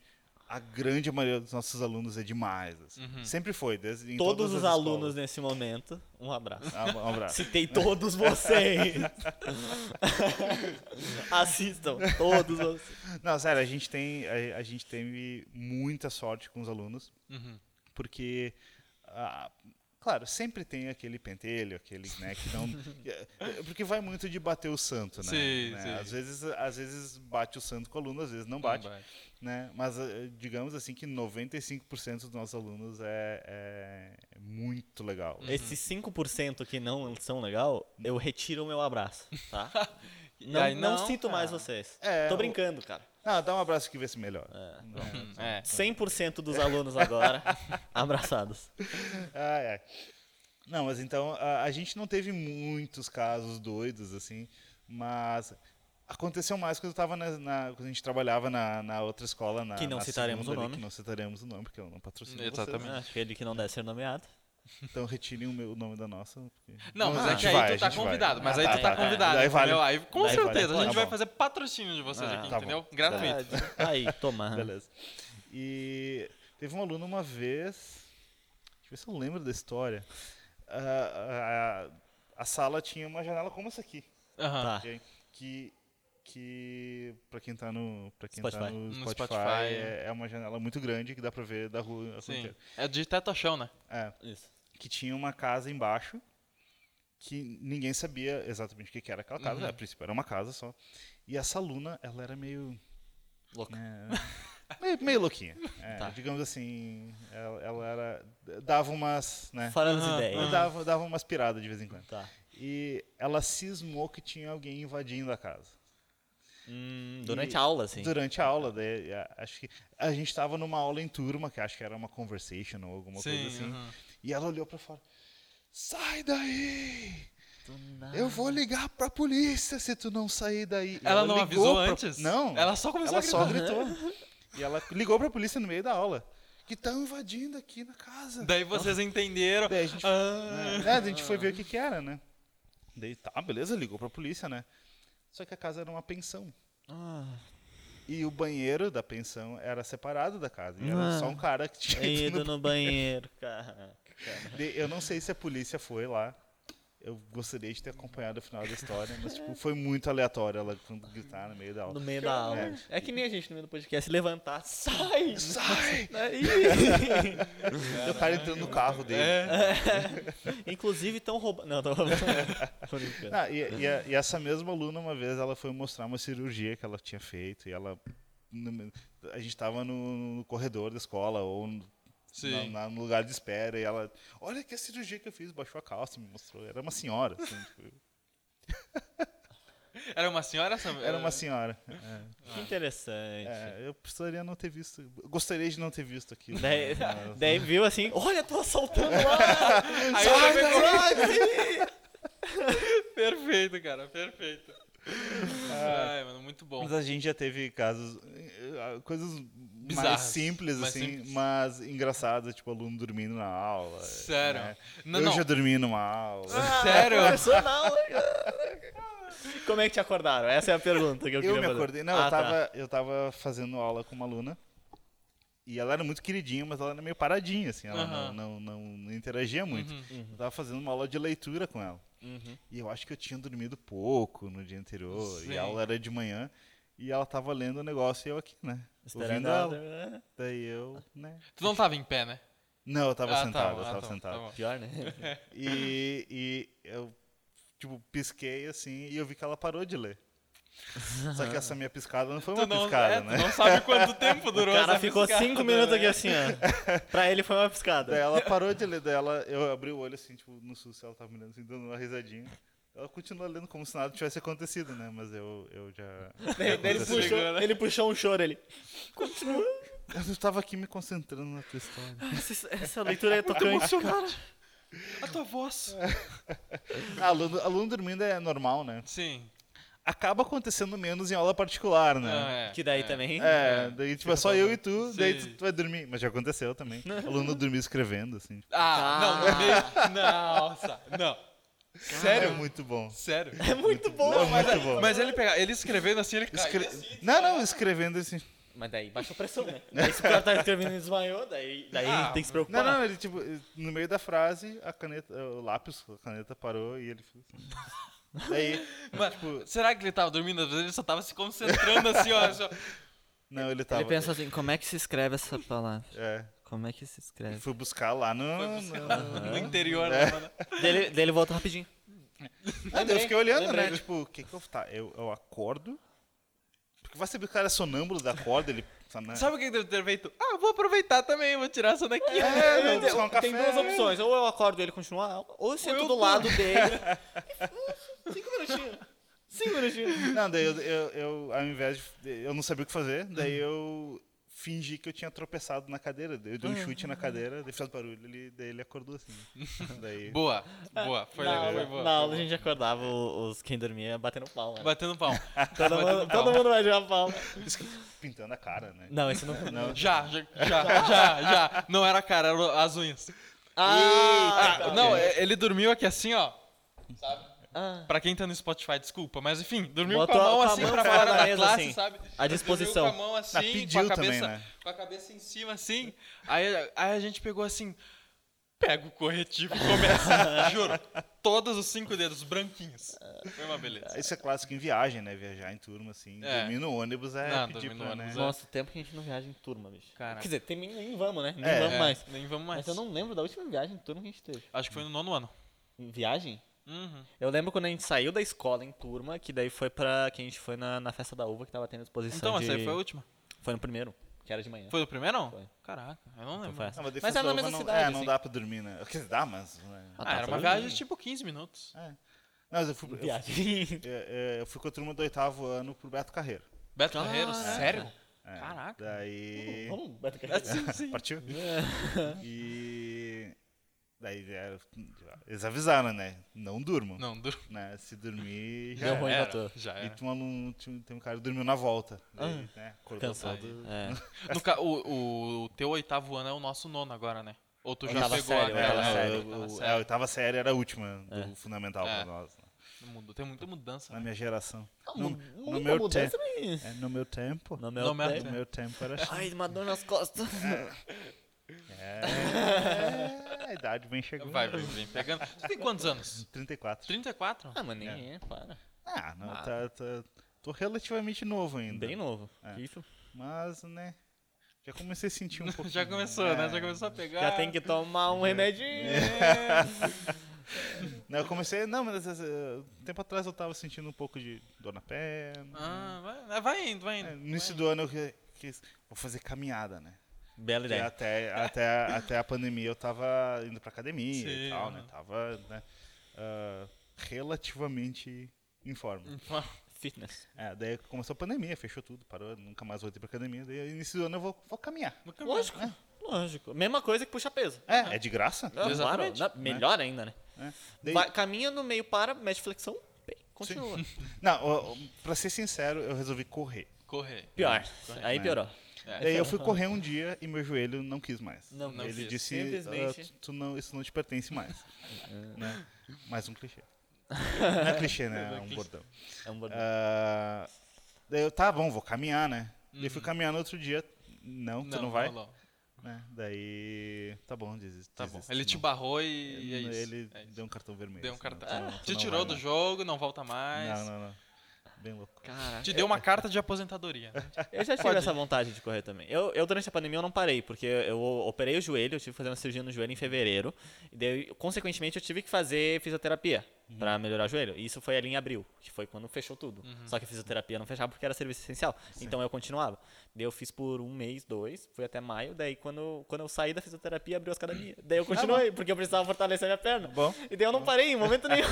[SPEAKER 2] a grande maioria dos nossos alunos é demais. assim.
[SPEAKER 1] Uhum.
[SPEAKER 2] Sempre foi. Desde, em
[SPEAKER 3] Todos
[SPEAKER 2] todas
[SPEAKER 3] os
[SPEAKER 2] as
[SPEAKER 3] alunos nesse momento, um abraço.
[SPEAKER 2] escolas. Ah, um
[SPEAKER 1] Tá.
[SPEAKER 2] abraço.
[SPEAKER 3] Citei todos
[SPEAKER 1] (laughs)
[SPEAKER 3] vocês. (laughs) Assistam, todos vocês.
[SPEAKER 2] Não, sério, a gente tem, a, a gente teve muita sorte com os alunos, porque, ah, claro, sempre tem aquele pentelho, aquele, né, que (laughs) não... porque vai muito de bater o santo, né?
[SPEAKER 1] Sim,
[SPEAKER 2] né?
[SPEAKER 1] sim.
[SPEAKER 2] Às, vezes, às vezes bate o santo com o aluno, às vezes não bate, né? Mas ah, digamos assim que 95% dos nossos alunos é, é muito legal.
[SPEAKER 3] Esses 5% que não são legal, eu retiro o meu abraço, tá? (laughs)
[SPEAKER 1] E
[SPEAKER 3] Não,
[SPEAKER 1] aí,
[SPEAKER 3] não,
[SPEAKER 1] não,
[SPEAKER 3] cito
[SPEAKER 1] cara.
[SPEAKER 3] mais vocês.
[SPEAKER 2] É,
[SPEAKER 3] Tô
[SPEAKER 2] o-
[SPEAKER 3] brincando, (laughs) cara.
[SPEAKER 2] Ah, dá um abraço que vê se melhor. É.
[SPEAKER 1] É.
[SPEAKER 3] 100% dos alunos (laughs) agora abraçados.
[SPEAKER 2] Ai, ai. Ah, é. Não, mas então a, a gente não teve muitos casos doidos assim, mas aconteceu mais quando eu tava na, na- quando a gente trabalhava na, na outra escola na
[SPEAKER 3] Que não
[SPEAKER 2] na
[SPEAKER 3] citaremos
[SPEAKER 2] segunda
[SPEAKER 3] o
[SPEAKER 2] ali,
[SPEAKER 3] nome.
[SPEAKER 2] que não citaremos o nome porque eu não patrocino
[SPEAKER 1] Exatamente.
[SPEAKER 2] vocês, né?
[SPEAKER 3] Aquele Ah, que não deve ser nomeado.
[SPEAKER 2] Então retirem o, meu, o nome da nossa. porque-
[SPEAKER 1] Não, mas
[SPEAKER 2] a
[SPEAKER 1] é
[SPEAKER 2] gente
[SPEAKER 1] que aí
[SPEAKER 2] vai, a
[SPEAKER 1] tu tá
[SPEAKER 2] gente vai.
[SPEAKER 1] convidado, mas
[SPEAKER 2] Ah,
[SPEAKER 1] aí
[SPEAKER 2] tá,
[SPEAKER 1] tu tá
[SPEAKER 2] tá, tá.
[SPEAKER 1] convidado,
[SPEAKER 2] Daí vale.
[SPEAKER 1] entendeu? Aí, com
[SPEAKER 3] Daí vale.
[SPEAKER 1] certeza, a gente
[SPEAKER 2] Tá
[SPEAKER 1] vai
[SPEAKER 2] bom.
[SPEAKER 1] fazer patrocínio de vocês
[SPEAKER 3] Ah,
[SPEAKER 1] aqui,
[SPEAKER 2] tá bom.
[SPEAKER 1] entendeu? Gratuito.
[SPEAKER 3] Tá. Aí, toma.
[SPEAKER 2] Beleza. E teve um aluno uma vez. Deixa eu ver se eu lembro da história. Ah, a, a sala tinha uma janela como essa aqui.
[SPEAKER 1] Aham.
[SPEAKER 3] Tá.
[SPEAKER 2] que- que que para quem tá no para quem tá
[SPEAKER 3] Spotify.
[SPEAKER 2] no
[SPEAKER 1] No
[SPEAKER 2] Spotify,
[SPEAKER 1] Spotify,
[SPEAKER 2] é, é uma janela muito grande que dá pra ver da rua a rua
[SPEAKER 1] Sim.
[SPEAKER 2] inteira.
[SPEAKER 1] É de teto ao chão, né?
[SPEAKER 2] É,
[SPEAKER 3] Isso.
[SPEAKER 2] que tinha uma casa embaixo que ninguém sabia exatamente o que que era aquela casa,
[SPEAKER 1] Uhum.
[SPEAKER 2] a princípio era uma casa só. E essa aluna, ela era meio
[SPEAKER 3] Louca.
[SPEAKER 2] é, meio, meio louquinha. É,
[SPEAKER 3] Tá.
[SPEAKER 2] Digamos assim, ela, ela era dava umas, né?
[SPEAKER 3] Fora das
[SPEAKER 1] Aham,
[SPEAKER 3] ideias.
[SPEAKER 2] Dava, dava umas piradas de vez em quando.
[SPEAKER 3] Tá.
[SPEAKER 2] E ela cismou que tinha alguém invadindo a casa.
[SPEAKER 3] Hum, durante
[SPEAKER 2] E-
[SPEAKER 3] a aula, assim.
[SPEAKER 2] Durante a aula, daí, a- acho que a gente estava numa aula em turma, que acho que era uma conversation ou alguma
[SPEAKER 1] Sim.
[SPEAKER 2] coisa assim.
[SPEAKER 1] aham.
[SPEAKER 2] E ela olhou pra fora. Sai daí!
[SPEAKER 3] Do nada.
[SPEAKER 2] Eu vou ligar pra polícia se tu não sair daí. E
[SPEAKER 1] Ah. Ela não
[SPEAKER 2] ligou
[SPEAKER 1] avisou
[SPEAKER 2] pra-
[SPEAKER 1] antes?
[SPEAKER 2] Não.
[SPEAKER 1] Ela só começou
[SPEAKER 2] ela
[SPEAKER 1] a
[SPEAKER 2] só
[SPEAKER 1] gritar.
[SPEAKER 2] gritou.
[SPEAKER 1] (laughs)
[SPEAKER 2] e ela ligou pra polícia no meio da aula. Que estão invadindo aqui na casa.
[SPEAKER 1] Daí vocês entenderam.
[SPEAKER 2] Daí a gente,
[SPEAKER 1] Ah.
[SPEAKER 2] né, a gente foi ver o que que era, né? Daí, tá, beleza, ligou pra polícia, né? Só que a casa era uma pensão.
[SPEAKER 3] Ah,
[SPEAKER 2] E o banheiro da pensão era separado da casa. E era
[SPEAKER 3] Ah.
[SPEAKER 2] só um cara que tinha
[SPEAKER 3] eu
[SPEAKER 2] ido
[SPEAKER 3] ido no banheiro, cara.
[SPEAKER 2] no- de- Eu não sei se a polícia foi lá. Eu gostaria de ter acompanhado o final da história, mas tipo, foi muito aleatório ela quando gritar no meio da
[SPEAKER 3] No
[SPEAKER 2] aula.
[SPEAKER 3] meio da aula. É. que nem a gente no meio do podcast levantar. Sai! é
[SPEAKER 2] Sai!
[SPEAKER 3] Daí!
[SPEAKER 2] (laughs) O cara entrando no carro dele.
[SPEAKER 3] É. Inclusive estão roubando. Não, tô roubando. (laughs) Tô brincando.
[SPEAKER 2] Ah, e,
[SPEAKER 1] É.
[SPEAKER 2] e a- e essa mesma aluna, uma vez, ela foi mostrar uma cirurgia que ela tinha feito e ela. no- a gente tava no, no corredor da escola ou no,
[SPEAKER 1] Sim.
[SPEAKER 2] na- na- no lugar de espera e ela. Olha que a cirurgia que eu fiz, baixou a calça, me mostrou. Era uma senhora. assim, tipo,
[SPEAKER 1] (laughs) Era uma senhora essa?
[SPEAKER 2] era uma senhora. É.
[SPEAKER 1] Ah.
[SPEAKER 3] Que interessante.
[SPEAKER 2] É, eu precisaria não ter visto. Gostaria de não ter visto aquilo.
[SPEAKER 1] (laughs)
[SPEAKER 3] Daí,
[SPEAKER 2] Mas-
[SPEAKER 3] daí viu assim, olha, tô assaltando lá!
[SPEAKER 1] Aí eu
[SPEAKER 3] Sai,
[SPEAKER 1] pegou-
[SPEAKER 3] sai, daí!
[SPEAKER 1] Perfeito, cara, perfeito. Ai, mano, muito bom.
[SPEAKER 2] Mas a gente já teve casos. eh, eh, Coisas mais
[SPEAKER 1] Bizarros,
[SPEAKER 2] simples,
[SPEAKER 1] mais
[SPEAKER 2] assim,
[SPEAKER 1] simples.
[SPEAKER 2] mas engraçadas, tipo, aluno dormindo na aula.
[SPEAKER 1] Sério.
[SPEAKER 2] né?
[SPEAKER 1] Não,
[SPEAKER 2] eu
[SPEAKER 1] não.
[SPEAKER 2] já Ah, dormi numa
[SPEAKER 1] (laughs)
[SPEAKER 2] aula.
[SPEAKER 1] Sério?
[SPEAKER 3] Começou na aula, né, cara. Como é que te acordaram? Essa é a pergunta que
[SPEAKER 2] Eu
[SPEAKER 3] eu, queria
[SPEAKER 2] me
[SPEAKER 3] fazer.
[SPEAKER 2] acordei. Não,
[SPEAKER 3] Ah,
[SPEAKER 2] eu,
[SPEAKER 3] tá.
[SPEAKER 2] tava, eu tava fazendo aula com uma aluna. E ela era muito queridinha, mas ela era meio paradinha, assim. Ela
[SPEAKER 1] Aham. Uhum.
[SPEAKER 2] não, não, não, não interagia muito. Eu tava fazendo uma aula de leitura com ela. E eu acho que eu tinha dormido pouco no dia anterior.
[SPEAKER 1] Sim.
[SPEAKER 2] E a aula era de manhã. E ela tava lendo o negócio e eu aqui, né?
[SPEAKER 3] Esperando
[SPEAKER 2] ouvindo
[SPEAKER 3] ela
[SPEAKER 2] ela.
[SPEAKER 3] terminar.
[SPEAKER 2] Daí eu, né?
[SPEAKER 1] Tu não tava em pé, né?
[SPEAKER 2] Não, eu tava
[SPEAKER 1] Ah, tá,
[SPEAKER 2] sentado, eu
[SPEAKER 1] ah,
[SPEAKER 2] tava
[SPEAKER 1] tá,
[SPEAKER 2] sentado.
[SPEAKER 1] tá bom.
[SPEAKER 3] Pior, né?
[SPEAKER 2] E, e eu, tipo, pisquei assim e eu vi que ela parou de ler. Só que essa minha piscada não foi uma
[SPEAKER 1] Tu não,
[SPEAKER 2] piscada,
[SPEAKER 1] é, tu
[SPEAKER 2] né?
[SPEAKER 1] não sabe quanto tempo
[SPEAKER 3] O
[SPEAKER 1] durou
[SPEAKER 3] cara
[SPEAKER 1] essa
[SPEAKER 3] ficou
[SPEAKER 1] piscada, É,
[SPEAKER 3] cinco minutos
[SPEAKER 1] né?
[SPEAKER 3] aqui assim, ó. Pra ele foi uma piscada.
[SPEAKER 2] Daí ela parou de ler dela, eu abri o olho assim, tipo, no susto, ela tava me olhando assim, dando uma risadinha. Ela continua lendo como se nada tivesse acontecido, né? Mas eu, eu já.
[SPEAKER 3] Daí- daí ele,
[SPEAKER 1] Aconteceu.
[SPEAKER 3] puxou,
[SPEAKER 1] Chegou, né?
[SPEAKER 3] ele puxou um choro ele. Continua.
[SPEAKER 2] Eu tava aqui me concentrando na tua história.
[SPEAKER 3] Essa, essa leitura
[SPEAKER 1] Tá
[SPEAKER 3] é tocante.
[SPEAKER 1] A tua voz.
[SPEAKER 2] Ah, aluno, aluno dormindo é normal, né?
[SPEAKER 1] Sim.
[SPEAKER 2] Acaba acontecendo menos em aula particular, né?
[SPEAKER 1] Não, é,
[SPEAKER 3] Que daí
[SPEAKER 1] é.
[SPEAKER 3] também.
[SPEAKER 2] É, daí tipo, é só eu e tu, daí
[SPEAKER 1] Sim.
[SPEAKER 2] tu, tu vai dormir. Mas já aconteceu também. Aluno dormir escrevendo, assim. tipo,
[SPEAKER 1] Ah, não, no meio. Nossa, não. Sério?
[SPEAKER 2] É muito bom.
[SPEAKER 1] Sério?
[SPEAKER 3] É muito bom.
[SPEAKER 2] é muito bom.
[SPEAKER 1] Mas ele pega, ele escrevendo assim, ele cai.
[SPEAKER 2] Escre- Não, não, escrevendo assim.
[SPEAKER 3] Mas daí baixa a pressão, né? Daí se o cara tá escrevendo e desmaiou, daí, daí
[SPEAKER 1] Ah,
[SPEAKER 3] tem que se preocupar.
[SPEAKER 2] Não, não, ele tipo, no meio da frase, a caneta, o lápis, a caneta parou e ele fez
[SPEAKER 3] (laughs)
[SPEAKER 2] assim. Daí,
[SPEAKER 1] Mas,
[SPEAKER 2] tipo
[SPEAKER 1] será que ele tava dormindo? Às vezes ele só tava se concentrando assim, ó. só-
[SPEAKER 2] não, ele tava.
[SPEAKER 3] Ele pensa assim, como é que se escreve essa palavra?
[SPEAKER 2] É,
[SPEAKER 3] Como é que se
[SPEAKER 2] eu
[SPEAKER 3] escreve?
[SPEAKER 2] fui buscar lá no.
[SPEAKER 1] Foi buscar
[SPEAKER 2] no-
[SPEAKER 1] lá no interior,
[SPEAKER 2] É.
[SPEAKER 1] né, mano?
[SPEAKER 3] dele, dele volta rapidinho.
[SPEAKER 2] Ah, daí eu fiquei olhando,
[SPEAKER 3] lembrei.
[SPEAKER 2] né? Tipo, o que que eu. Tá, eu, eu acordo. Porque vai saber que o cara é sonâmbulo da corda, ele. tá, né?
[SPEAKER 1] Sabe o que ele deve ter feito? Ah, vou aproveitar também, vou tirar essa daqui.
[SPEAKER 2] É, não, buscar um café.
[SPEAKER 3] tem duas opções, ou eu acordo e ele continua, ou eu sento
[SPEAKER 1] eu
[SPEAKER 3] do
[SPEAKER 1] tô-
[SPEAKER 3] lado dele. Cinco minutinhos. Cinco minutinhos.
[SPEAKER 2] Não, daí eu, eu, eu, ao invés de. Eu não sabia o que fazer, daí
[SPEAKER 3] Hum.
[SPEAKER 2] eu fingi que eu tinha tropeçado na cadeira. daí Eu dei um
[SPEAKER 3] Hum.
[SPEAKER 2] chute na cadeira, daí fez um barulho, ele, daí ele acordou
[SPEAKER 3] (laughs)
[SPEAKER 2] assim. Daí.
[SPEAKER 1] (laughs) Boa, boa, foi
[SPEAKER 3] na
[SPEAKER 1] legal,
[SPEAKER 3] aula,
[SPEAKER 1] foi boa.
[SPEAKER 3] na aula a gente acordava o- os quem dormia batendo palma. né?
[SPEAKER 1] Batendo
[SPEAKER 3] (laughs)
[SPEAKER 1] palma.
[SPEAKER 3] Todo, mundo,
[SPEAKER 1] batendo
[SPEAKER 3] todo
[SPEAKER 1] palma.
[SPEAKER 3] mundo vai jogar palma.
[SPEAKER 2] Isso que- Pintando a cara, né?
[SPEAKER 3] Não, esse não.
[SPEAKER 2] Não.
[SPEAKER 1] Já, já, já, já, já. Não era a cara, eram as unhas.
[SPEAKER 3] Ah,
[SPEAKER 1] Ah, não, é- ele dormiu aqui assim, ó.
[SPEAKER 3] (laughs) Ah.
[SPEAKER 1] Pra quem tá no Spotify, desculpa, mas enfim, dormiu
[SPEAKER 3] Botou
[SPEAKER 1] com a mão
[SPEAKER 3] a
[SPEAKER 1] assim
[SPEAKER 3] mão
[SPEAKER 1] pra
[SPEAKER 3] fora
[SPEAKER 1] fora
[SPEAKER 3] da
[SPEAKER 1] da
[SPEAKER 3] mesa,
[SPEAKER 1] classe,
[SPEAKER 3] assim,
[SPEAKER 1] sabe?
[SPEAKER 3] à disposição.
[SPEAKER 1] Dormiu com a mão assim,
[SPEAKER 2] Ah,
[SPEAKER 1] com,
[SPEAKER 2] pediu
[SPEAKER 1] a cabeça,
[SPEAKER 2] também, né?
[SPEAKER 1] com a cabeça em cima assim. Aí, aí a gente pegou assim, pega o corretivo e começa, (laughs) juro, todos os cinco dedos branquinhos. Foi uma beleza.
[SPEAKER 2] Isso é clássico em viagem, né? Viajar em turma, assim.
[SPEAKER 1] É.
[SPEAKER 2] Dormir no ônibus é
[SPEAKER 1] Não,
[SPEAKER 2] pedir
[SPEAKER 1] dormir no
[SPEAKER 2] pra,
[SPEAKER 1] ônibus
[SPEAKER 2] né?
[SPEAKER 3] Nossa, o tempo que a gente não viaja em turma, bicho.
[SPEAKER 1] Caraca.
[SPEAKER 3] Quer dizer, tem, nem vamos, né? Nem
[SPEAKER 2] É,
[SPEAKER 3] vamos
[SPEAKER 1] É,
[SPEAKER 3] mais.
[SPEAKER 1] Nem vamos mais.
[SPEAKER 3] Mas eu não lembro da última viagem em turma que a gente teve.
[SPEAKER 1] Acho que foi no nono ano.
[SPEAKER 3] Viagem?
[SPEAKER 1] Uhum.
[SPEAKER 3] Eu lembro quando a gente saiu da escola em turma, que daí foi pra. que a gente foi na, na festa da uva que tava tendo exposição.
[SPEAKER 1] Então,
[SPEAKER 3] de...
[SPEAKER 1] essa aí foi a última.
[SPEAKER 3] Foi no primeiro, que era de manhã.
[SPEAKER 1] Foi o primeiro? não?
[SPEAKER 3] Foi.
[SPEAKER 1] Caraca, eu não
[SPEAKER 3] Então
[SPEAKER 1] lembro.
[SPEAKER 3] foi essa.
[SPEAKER 2] Ah, mas daí
[SPEAKER 3] Mas
[SPEAKER 2] festa
[SPEAKER 3] era
[SPEAKER 2] da uva
[SPEAKER 3] na mesma
[SPEAKER 2] não,
[SPEAKER 3] cidade.
[SPEAKER 2] É, não
[SPEAKER 3] assim.
[SPEAKER 2] dá pra dormir, né? Quer dizer, dá, mas. né?
[SPEAKER 3] Ah,
[SPEAKER 1] Ah,
[SPEAKER 3] tá,
[SPEAKER 1] era
[SPEAKER 3] foi
[SPEAKER 1] uma
[SPEAKER 3] bem.
[SPEAKER 1] viagem de
[SPEAKER 3] (laughs)
[SPEAKER 1] tipo 15 minutos.
[SPEAKER 2] É. Não, mas eu fui, eu,
[SPEAKER 3] Viagem.
[SPEAKER 2] eu- eu fui com a turma do oitavo ano pro Beto Carreiro.
[SPEAKER 1] Beto Carreiro,
[SPEAKER 3] Caraca.
[SPEAKER 1] sério?
[SPEAKER 2] É,
[SPEAKER 3] (laughs)
[SPEAKER 1] Caraca.
[SPEAKER 2] Daí.
[SPEAKER 3] (laughs) Vamos, Beto
[SPEAKER 1] É,
[SPEAKER 3] Carreiro.
[SPEAKER 1] sim, sim.
[SPEAKER 2] Partiu?
[SPEAKER 3] é. né?
[SPEAKER 2] E. Daí era- eles avisaram, né? Não durmam.
[SPEAKER 1] Não, dur...
[SPEAKER 2] Né? Se dormir.
[SPEAKER 3] Deu
[SPEAKER 2] era.
[SPEAKER 3] ruim.
[SPEAKER 1] era,
[SPEAKER 3] bateu.
[SPEAKER 1] já
[SPEAKER 2] E
[SPEAKER 1] era.
[SPEAKER 2] tinha um aluno, tinha- tem um cara que dormiu na volta.
[SPEAKER 3] Ah.
[SPEAKER 2] Daí, né? Acordou
[SPEAKER 3] Cansado.
[SPEAKER 2] todo-
[SPEAKER 3] É.
[SPEAKER 1] No ca- o, o teu oitavo ano é o nosso nono agora, né? Ou tu já
[SPEAKER 3] Oitava
[SPEAKER 1] pegou
[SPEAKER 3] série,
[SPEAKER 1] a
[SPEAKER 2] É,
[SPEAKER 3] oitava
[SPEAKER 1] é,
[SPEAKER 3] série.
[SPEAKER 2] eu-
[SPEAKER 1] oitava
[SPEAKER 2] eu- é,
[SPEAKER 1] série.
[SPEAKER 2] a oitava série era a última do fundamental
[SPEAKER 1] É.
[SPEAKER 2] pra nós, né?
[SPEAKER 1] No mundo tem muita mudança.
[SPEAKER 2] na
[SPEAKER 1] né?
[SPEAKER 2] minha geração. No,
[SPEAKER 3] Mu- muita
[SPEAKER 2] no meu
[SPEAKER 3] mudança,
[SPEAKER 2] tempo.
[SPEAKER 3] mas-
[SPEAKER 2] É, no meu tempo.
[SPEAKER 3] No
[SPEAKER 1] No
[SPEAKER 3] meu
[SPEAKER 1] meu
[SPEAKER 3] tempo.
[SPEAKER 2] No meu tempo era. assim.
[SPEAKER 3] (laughs) Ai, uma dor nas costas.
[SPEAKER 2] É, a idade vem chegando.
[SPEAKER 1] Vai, vem, vem pegando. Tu tem quantos anos?
[SPEAKER 2] 34.
[SPEAKER 1] 34?
[SPEAKER 3] (laughs) Ah, mas nem é, para.
[SPEAKER 2] Ah, não,
[SPEAKER 3] Ah.
[SPEAKER 2] tá, tá- tô relativamente novo ainda.
[SPEAKER 3] Bem novo.
[SPEAKER 2] É.
[SPEAKER 3] Isso.
[SPEAKER 2] Mas, né? Já comecei a sentir um pouco.
[SPEAKER 1] (laughs) (laughs) Já começou, né? Já começou a pegar.
[SPEAKER 3] é. Já tem que tomar um remedinho.
[SPEAKER 2] Não, eu comecei. Não, mas eh, um tempo atrás eu tava sentindo um pouco de dor na perna.
[SPEAKER 1] Ah, vai, vai indo, vai indo.
[SPEAKER 2] É, no início do ano eu que- quis. Vou fazer caminhada, né?
[SPEAKER 3] (laughs) Bela
[SPEAKER 2] Porque
[SPEAKER 3] ideia.
[SPEAKER 2] até, até, até a pandemia eu tava indo pra academia
[SPEAKER 1] Sim,
[SPEAKER 2] e tal, né?
[SPEAKER 1] aham.
[SPEAKER 2] Tava né, ah, relativamente em forma.
[SPEAKER 3] Fitness.
[SPEAKER 2] É, daí começou a pandemia, fechou tudo, parou, nunca mais voltei pra academia. Daí no início do ano eu vou, vou caminhar.
[SPEAKER 3] Lógico. É. Lógico. Mesma coisa que puxa peso.
[SPEAKER 2] É, é de graça.
[SPEAKER 3] Não,
[SPEAKER 1] Exatamente.
[SPEAKER 3] claro. Não, melhor ainda, né?
[SPEAKER 2] né? Daí-
[SPEAKER 3] Vai- caminha no meio, para, mete flexão, bem, continua.
[SPEAKER 2] Não, ó, ó, pra ser sincero, eu resolvi correr.
[SPEAKER 1] Correr.
[SPEAKER 3] Pior. Aí
[SPEAKER 2] né?
[SPEAKER 3] piorou.
[SPEAKER 2] Daí eu fui correr um dia e meu joelho não quis mais.
[SPEAKER 3] Não,
[SPEAKER 1] não
[SPEAKER 2] Ele
[SPEAKER 1] quis.
[SPEAKER 2] disse,
[SPEAKER 3] Simplesmente.
[SPEAKER 2] "Ah, tu- tu não, isso não te pertence mais. Né? Mais um clichê. Não é clichê, né? É um bordão.
[SPEAKER 3] É um bordão.
[SPEAKER 2] Ah, daí eu, tá bom, vou caminhar, né? Daí eu
[SPEAKER 1] Uhum.
[SPEAKER 2] fui caminhar no outro dia. Não, tu não vai.
[SPEAKER 1] rolou.
[SPEAKER 2] né? Daí, tá bom, desisto.
[SPEAKER 1] Tá bom.
[SPEAKER 2] desisto,
[SPEAKER 1] Ele te
[SPEAKER 2] não.
[SPEAKER 1] barrou e é isso.
[SPEAKER 2] Ele
[SPEAKER 1] É isso.
[SPEAKER 2] deu um cartão vermelho.
[SPEAKER 1] Deu um
[SPEAKER 2] assim,
[SPEAKER 1] cartão.
[SPEAKER 2] tu não- tu
[SPEAKER 1] te
[SPEAKER 2] não
[SPEAKER 1] tirou
[SPEAKER 2] vai
[SPEAKER 1] do
[SPEAKER 2] mais.
[SPEAKER 1] jogo, não volta mais.
[SPEAKER 2] Não, não, não. É. Bem louco.
[SPEAKER 3] Caraca.
[SPEAKER 1] Te
[SPEAKER 2] (laughs)
[SPEAKER 1] deu uma carta de aposentadoria. né?
[SPEAKER 3] Eu (laughs) já tive essa vontade de correr também. Eu, eu, durante a pandemia, eu não parei, porque eu operei o joelho, eu tive que fazer uma cirurgia no joelho em fevereiro. E daí, consequentemente, eu tive que fazer fisioterapia pra melhorar o joelho. E isso foi ali em abril, que foi quando fechou tudo. Só que a fisioterapia não fechava porque era serviço essencial. Então eu continuava. Daí eu fiz por um mês, dois, fui até maio. Daí quando, quando eu saí da fisioterapia, abriu as (clears throat) academias. Daí eu continuei, porque eu precisava fortalecer a minha perna.
[SPEAKER 2] Bom.
[SPEAKER 3] E daí eu não parei em momento (laughs) nenhum.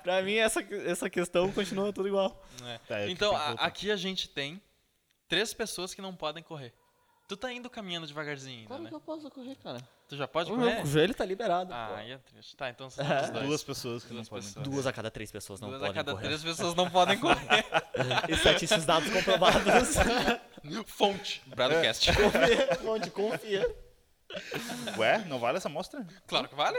[SPEAKER 3] pra mim, essa, essa questão continua tudo igual.
[SPEAKER 1] É.
[SPEAKER 2] (laughs) Tá, eu que
[SPEAKER 1] então,
[SPEAKER 2] tenho que
[SPEAKER 1] a-
[SPEAKER 2] voltar.
[SPEAKER 1] aqui a gente tem três pessoas que não podem correr. Tu tá indo caminhando devagarzinho ainda,
[SPEAKER 3] Claro
[SPEAKER 1] né?
[SPEAKER 3] que eu posso correr, cara.
[SPEAKER 1] Tu já pode
[SPEAKER 3] O
[SPEAKER 1] correr?
[SPEAKER 3] meu joelho tá liberado.
[SPEAKER 1] Ah, aí é triste. Tá, então são os dois.
[SPEAKER 2] (laughs) Duas pessoas que
[SPEAKER 1] Duas
[SPEAKER 2] não podem.
[SPEAKER 1] pessoas.
[SPEAKER 3] Duas a cada três pessoas não
[SPEAKER 1] Duas a
[SPEAKER 3] podem
[SPEAKER 1] cada
[SPEAKER 3] correr.
[SPEAKER 1] três pessoas
[SPEAKER 2] (laughs)
[SPEAKER 1] não podem correr.
[SPEAKER 3] (laughs) Estatísticos dados comprovados.
[SPEAKER 1] Fonte. Bradocast.
[SPEAKER 2] (laughs)
[SPEAKER 3] Onde confia.
[SPEAKER 2] Ué, não vale essa amostra?
[SPEAKER 1] Claro que vale.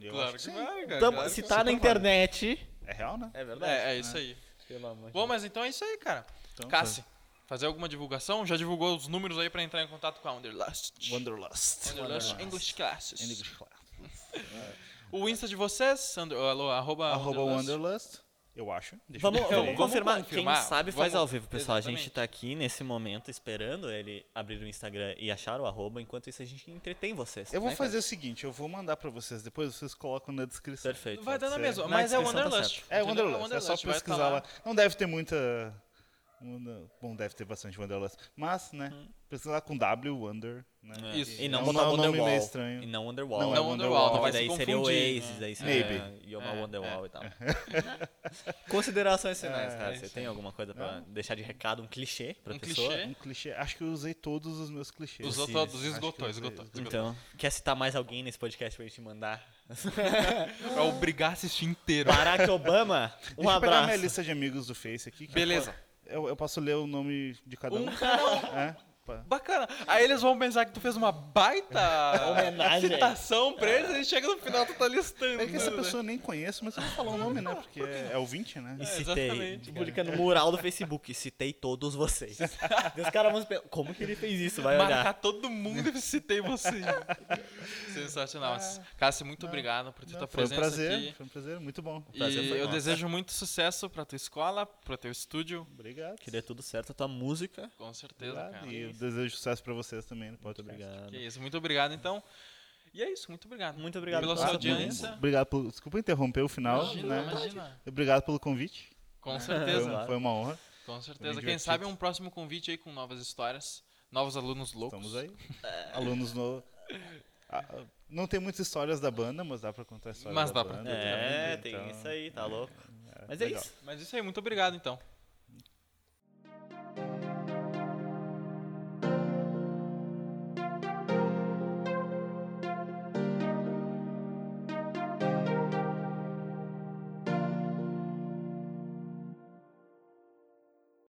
[SPEAKER 2] Eu
[SPEAKER 1] claro
[SPEAKER 2] acho
[SPEAKER 1] que,
[SPEAKER 2] que sim.
[SPEAKER 1] vale, cara.
[SPEAKER 3] Tamo-
[SPEAKER 1] claro
[SPEAKER 3] se
[SPEAKER 1] que
[SPEAKER 3] tá na
[SPEAKER 2] compara.
[SPEAKER 3] internet.
[SPEAKER 2] É real, né?
[SPEAKER 3] É verdade.
[SPEAKER 1] É, é isso aí.
[SPEAKER 3] Pelo amor de
[SPEAKER 1] Bom, mas então é isso aí, cara.
[SPEAKER 2] Então,
[SPEAKER 1] Cassi, fazer alguma divulgação? Já divulgou os números aí pra entrar em contato com a Underlust.
[SPEAKER 2] Wanderlust.
[SPEAKER 1] Underlust English Classes.
[SPEAKER 2] English class.
[SPEAKER 1] O Insta de vocês, under, alô, arroba,
[SPEAKER 2] Arroba
[SPEAKER 1] Underlust.
[SPEAKER 2] Wanderlust, eu acho. Deixa eu
[SPEAKER 3] Vamos,
[SPEAKER 2] ver.
[SPEAKER 1] vamos
[SPEAKER 3] vamos confirmar.
[SPEAKER 1] confirmar.
[SPEAKER 3] Quem sabe faz
[SPEAKER 1] Vamos-
[SPEAKER 3] ao vivo, pessoal. A gente
[SPEAKER 1] Exatamente.
[SPEAKER 3] tá aqui nesse momento esperando ele abrir o Instagram e achar o arroba. Enquanto isso, a gente entretém vocês.
[SPEAKER 2] Eu vou
[SPEAKER 3] né, cara?
[SPEAKER 2] fazer o seguinte, eu vou mandar pra vocês, depois vocês colocam na descrição.
[SPEAKER 3] Perfeito.
[SPEAKER 1] Vai dar na
[SPEAKER 2] ser.
[SPEAKER 1] mesma,
[SPEAKER 3] Na
[SPEAKER 1] mas é o
[SPEAKER 3] descrição tá
[SPEAKER 1] Underlust.
[SPEAKER 3] certo.
[SPEAKER 2] É,
[SPEAKER 1] entendeu?
[SPEAKER 2] Wanderlust, é só
[SPEAKER 1] Underlust, vai
[SPEAKER 2] pesquisar
[SPEAKER 1] tá
[SPEAKER 2] lá. Não deve ter muita... Bom, deve ter bastante Wanderlust, mas, né,
[SPEAKER 1] Hum.
[SPEAKER 2] pesquisar com W, Wander, né?
[SPEAKER 1] Isso.
[SPEAKER 2] que
[SPEAKER 3] E não
[SPEAKER 2] é um-
[SPEAKER 3] botar
[SPEAKER 2] é um nome meio
[SPEAKER 3] Wonderwall.
[SPEAKER 2] estranho.
[SPEAKER 3] E não Wonderwall.
[SPEAKER 2] Não,
[SPEAKER 1] Não,
[SPEAKER 2] é
[SPEAKER 1] Wonderwall, não vai se
[SPEAKER 3] daí seria o
[SPEAKER 1] confundir.
[SPEAKER 3] Oasis, daí
[SPEAKER 2] Maybe.
[SPEAKER 3] seria Yoma
[SPEAKER 1] É,
[SPEAKER 3] Wonderwall e tal. Considerações finais, cara. Você tem alguma coisa pra deixar de recado, um clichê pra
[SPEAKER 1] Um
[SPEAKER 3] pessoa?
[SPEAKER 1] clichê.
[SPEAKER 2] Um clichê. Acho que eu usei todos os meus clichês.
[SPEAKER 1] Usou
[SPEAKER 2] Sim.
[SPEAKER 1] todos,
[SPEAKER 2] Acho que
[SPEAKER 1] esgotou,
[SPEAKER 2] eu usei-
[SPEAKER 1] esgotou. esgotou.
[SPEAKER 3] Então, quer citar mais alguém nesse podcast pra gente te mandar?
[SPEAKER 1] Pra É obrigar a assistir inteiro.
[SPEAKER 3] Barack Obama, um
[SPEAKER 2] Deixa eu pegar minha
[SPEAKER 3] abraço.
[SPEAKER 2] lista de amigos do Face aqui. que
[SPEAKER 1] Beleza.
[SPEAKER 2] Eu, eu posso ler o nome de cada um?
[SPEAKER 1] Um canal
[SPEAKER 2] (laughs) É? Pá.
[SPEAKER 1] bacana. Aí eles vão pensar que tu fez
[SPEAKER 2] (laughs)
[SPEAKER 1] uma baita
[SPEAKER 3] Homenagem.
[SPEAKER 1] citação pra eles e chega no final tu tá listando.
[SPEAKER 2] É que essa
[SPEAKER 1] né?
[SPEAKER 2] pessoa eu nem conheço, mas eu vou falar o nome, né? Porque é, é ouvinte, né?
[SPEAKER 3] E citei.
[SPEAKER 1] exatamente, cara.
[SPEAKER 3] Publica no mural do Facebook. Citei todos vocês. Daí Os caras vão pensar, como que ele fez isso? Vai
[SPEAKER 1] Marcar
[SPEAKER 3] olhar.
[SPEAKER 1] todo mundo e citei você. (laughs) Sensacional. Cassi, muito obrigado por ter tua
[SPEAKER 2] Foi um
[SPEAKER 1] tá presença
[SPEAKER 2] prazer,
[SPEAKER 1] aqui.
[SPEAKER 2] foi um prazer, muito bom.
[SPEAKER 1] E
[SPEAKER 3] Prazer foi
[SPEAKER 1] eu
[SPEAKER 3] nosso.
[SPEAKER 1] desejo muito sucesso pra tua escola, pro teu estúdio,
[SPEAKER 2] Obrigado.
[SPEAKER 3] Que dê tudo certo a tua música.
[SPEAKER 1] com certeza,
[SPEAKER 2] Obrigado.
[SPEAKER 1] cara.
[SPEAKER 2] E eu desejo sucesso pra vocês também no
[SPEAKER 3] Muito
[SPEAKER 2] podcast.
[SPEAKER 3] obrigado.
[SPEAKER 1] Que isso, muito obrigado então. E é isso, muito obrigado.
[SPEAKER 3] Muito obrigado
[SPEAKER 1] pela
[SPEAKER 3] pela
[SPEAKER 1] sua
[SPEAKER 3] sua
[SPEAKER 1] audiência.
[SPEAKER 2] Obrigado pelo. Desculpa interromper o final,
[SPEAKER 1] Imagina,
[SPEAKER 2] né?
[SPEAKER 1] imagina.
[SPEAKER 2] Obrigado pelo convite.
[SPEAKER 1] Com
[SPEAKER 2] Foi, (laughs)
[SPEAKER 1] certeza,
[SPEAKER 2] um- foi uma honra.
[SPEAKER 1] com certeza. Quem
[SPEAKER 2] divertido.
[SPEAKER 1] sabe um próximo convite aí com novas histórias, novos alunos loucos.
[SPEAKER 2] Estamos aí.
[SPEAKER 1] É.
[SPEAKER 2] Alunos no. Ah, não tem muitas histórias da banda, mas dá pra contar histórias
[SPEAKER 1] Mas
[SPEAKER 2] da
[SPEAKER 1] dá pra
[SPEAKER 2] banda.
[SPEAKER 3] É,
[SPEAKER 2] também,
[SPEAKER 3] tem
[SPEAKER 2] Né? então,
[SPEAKER 3] isso aí, tá louco? Mas é
[SPEAKER 2] legal.
[SPEAKER 3] isso.
[SPEAKER 1] Mas isso aí, muito obrigado então.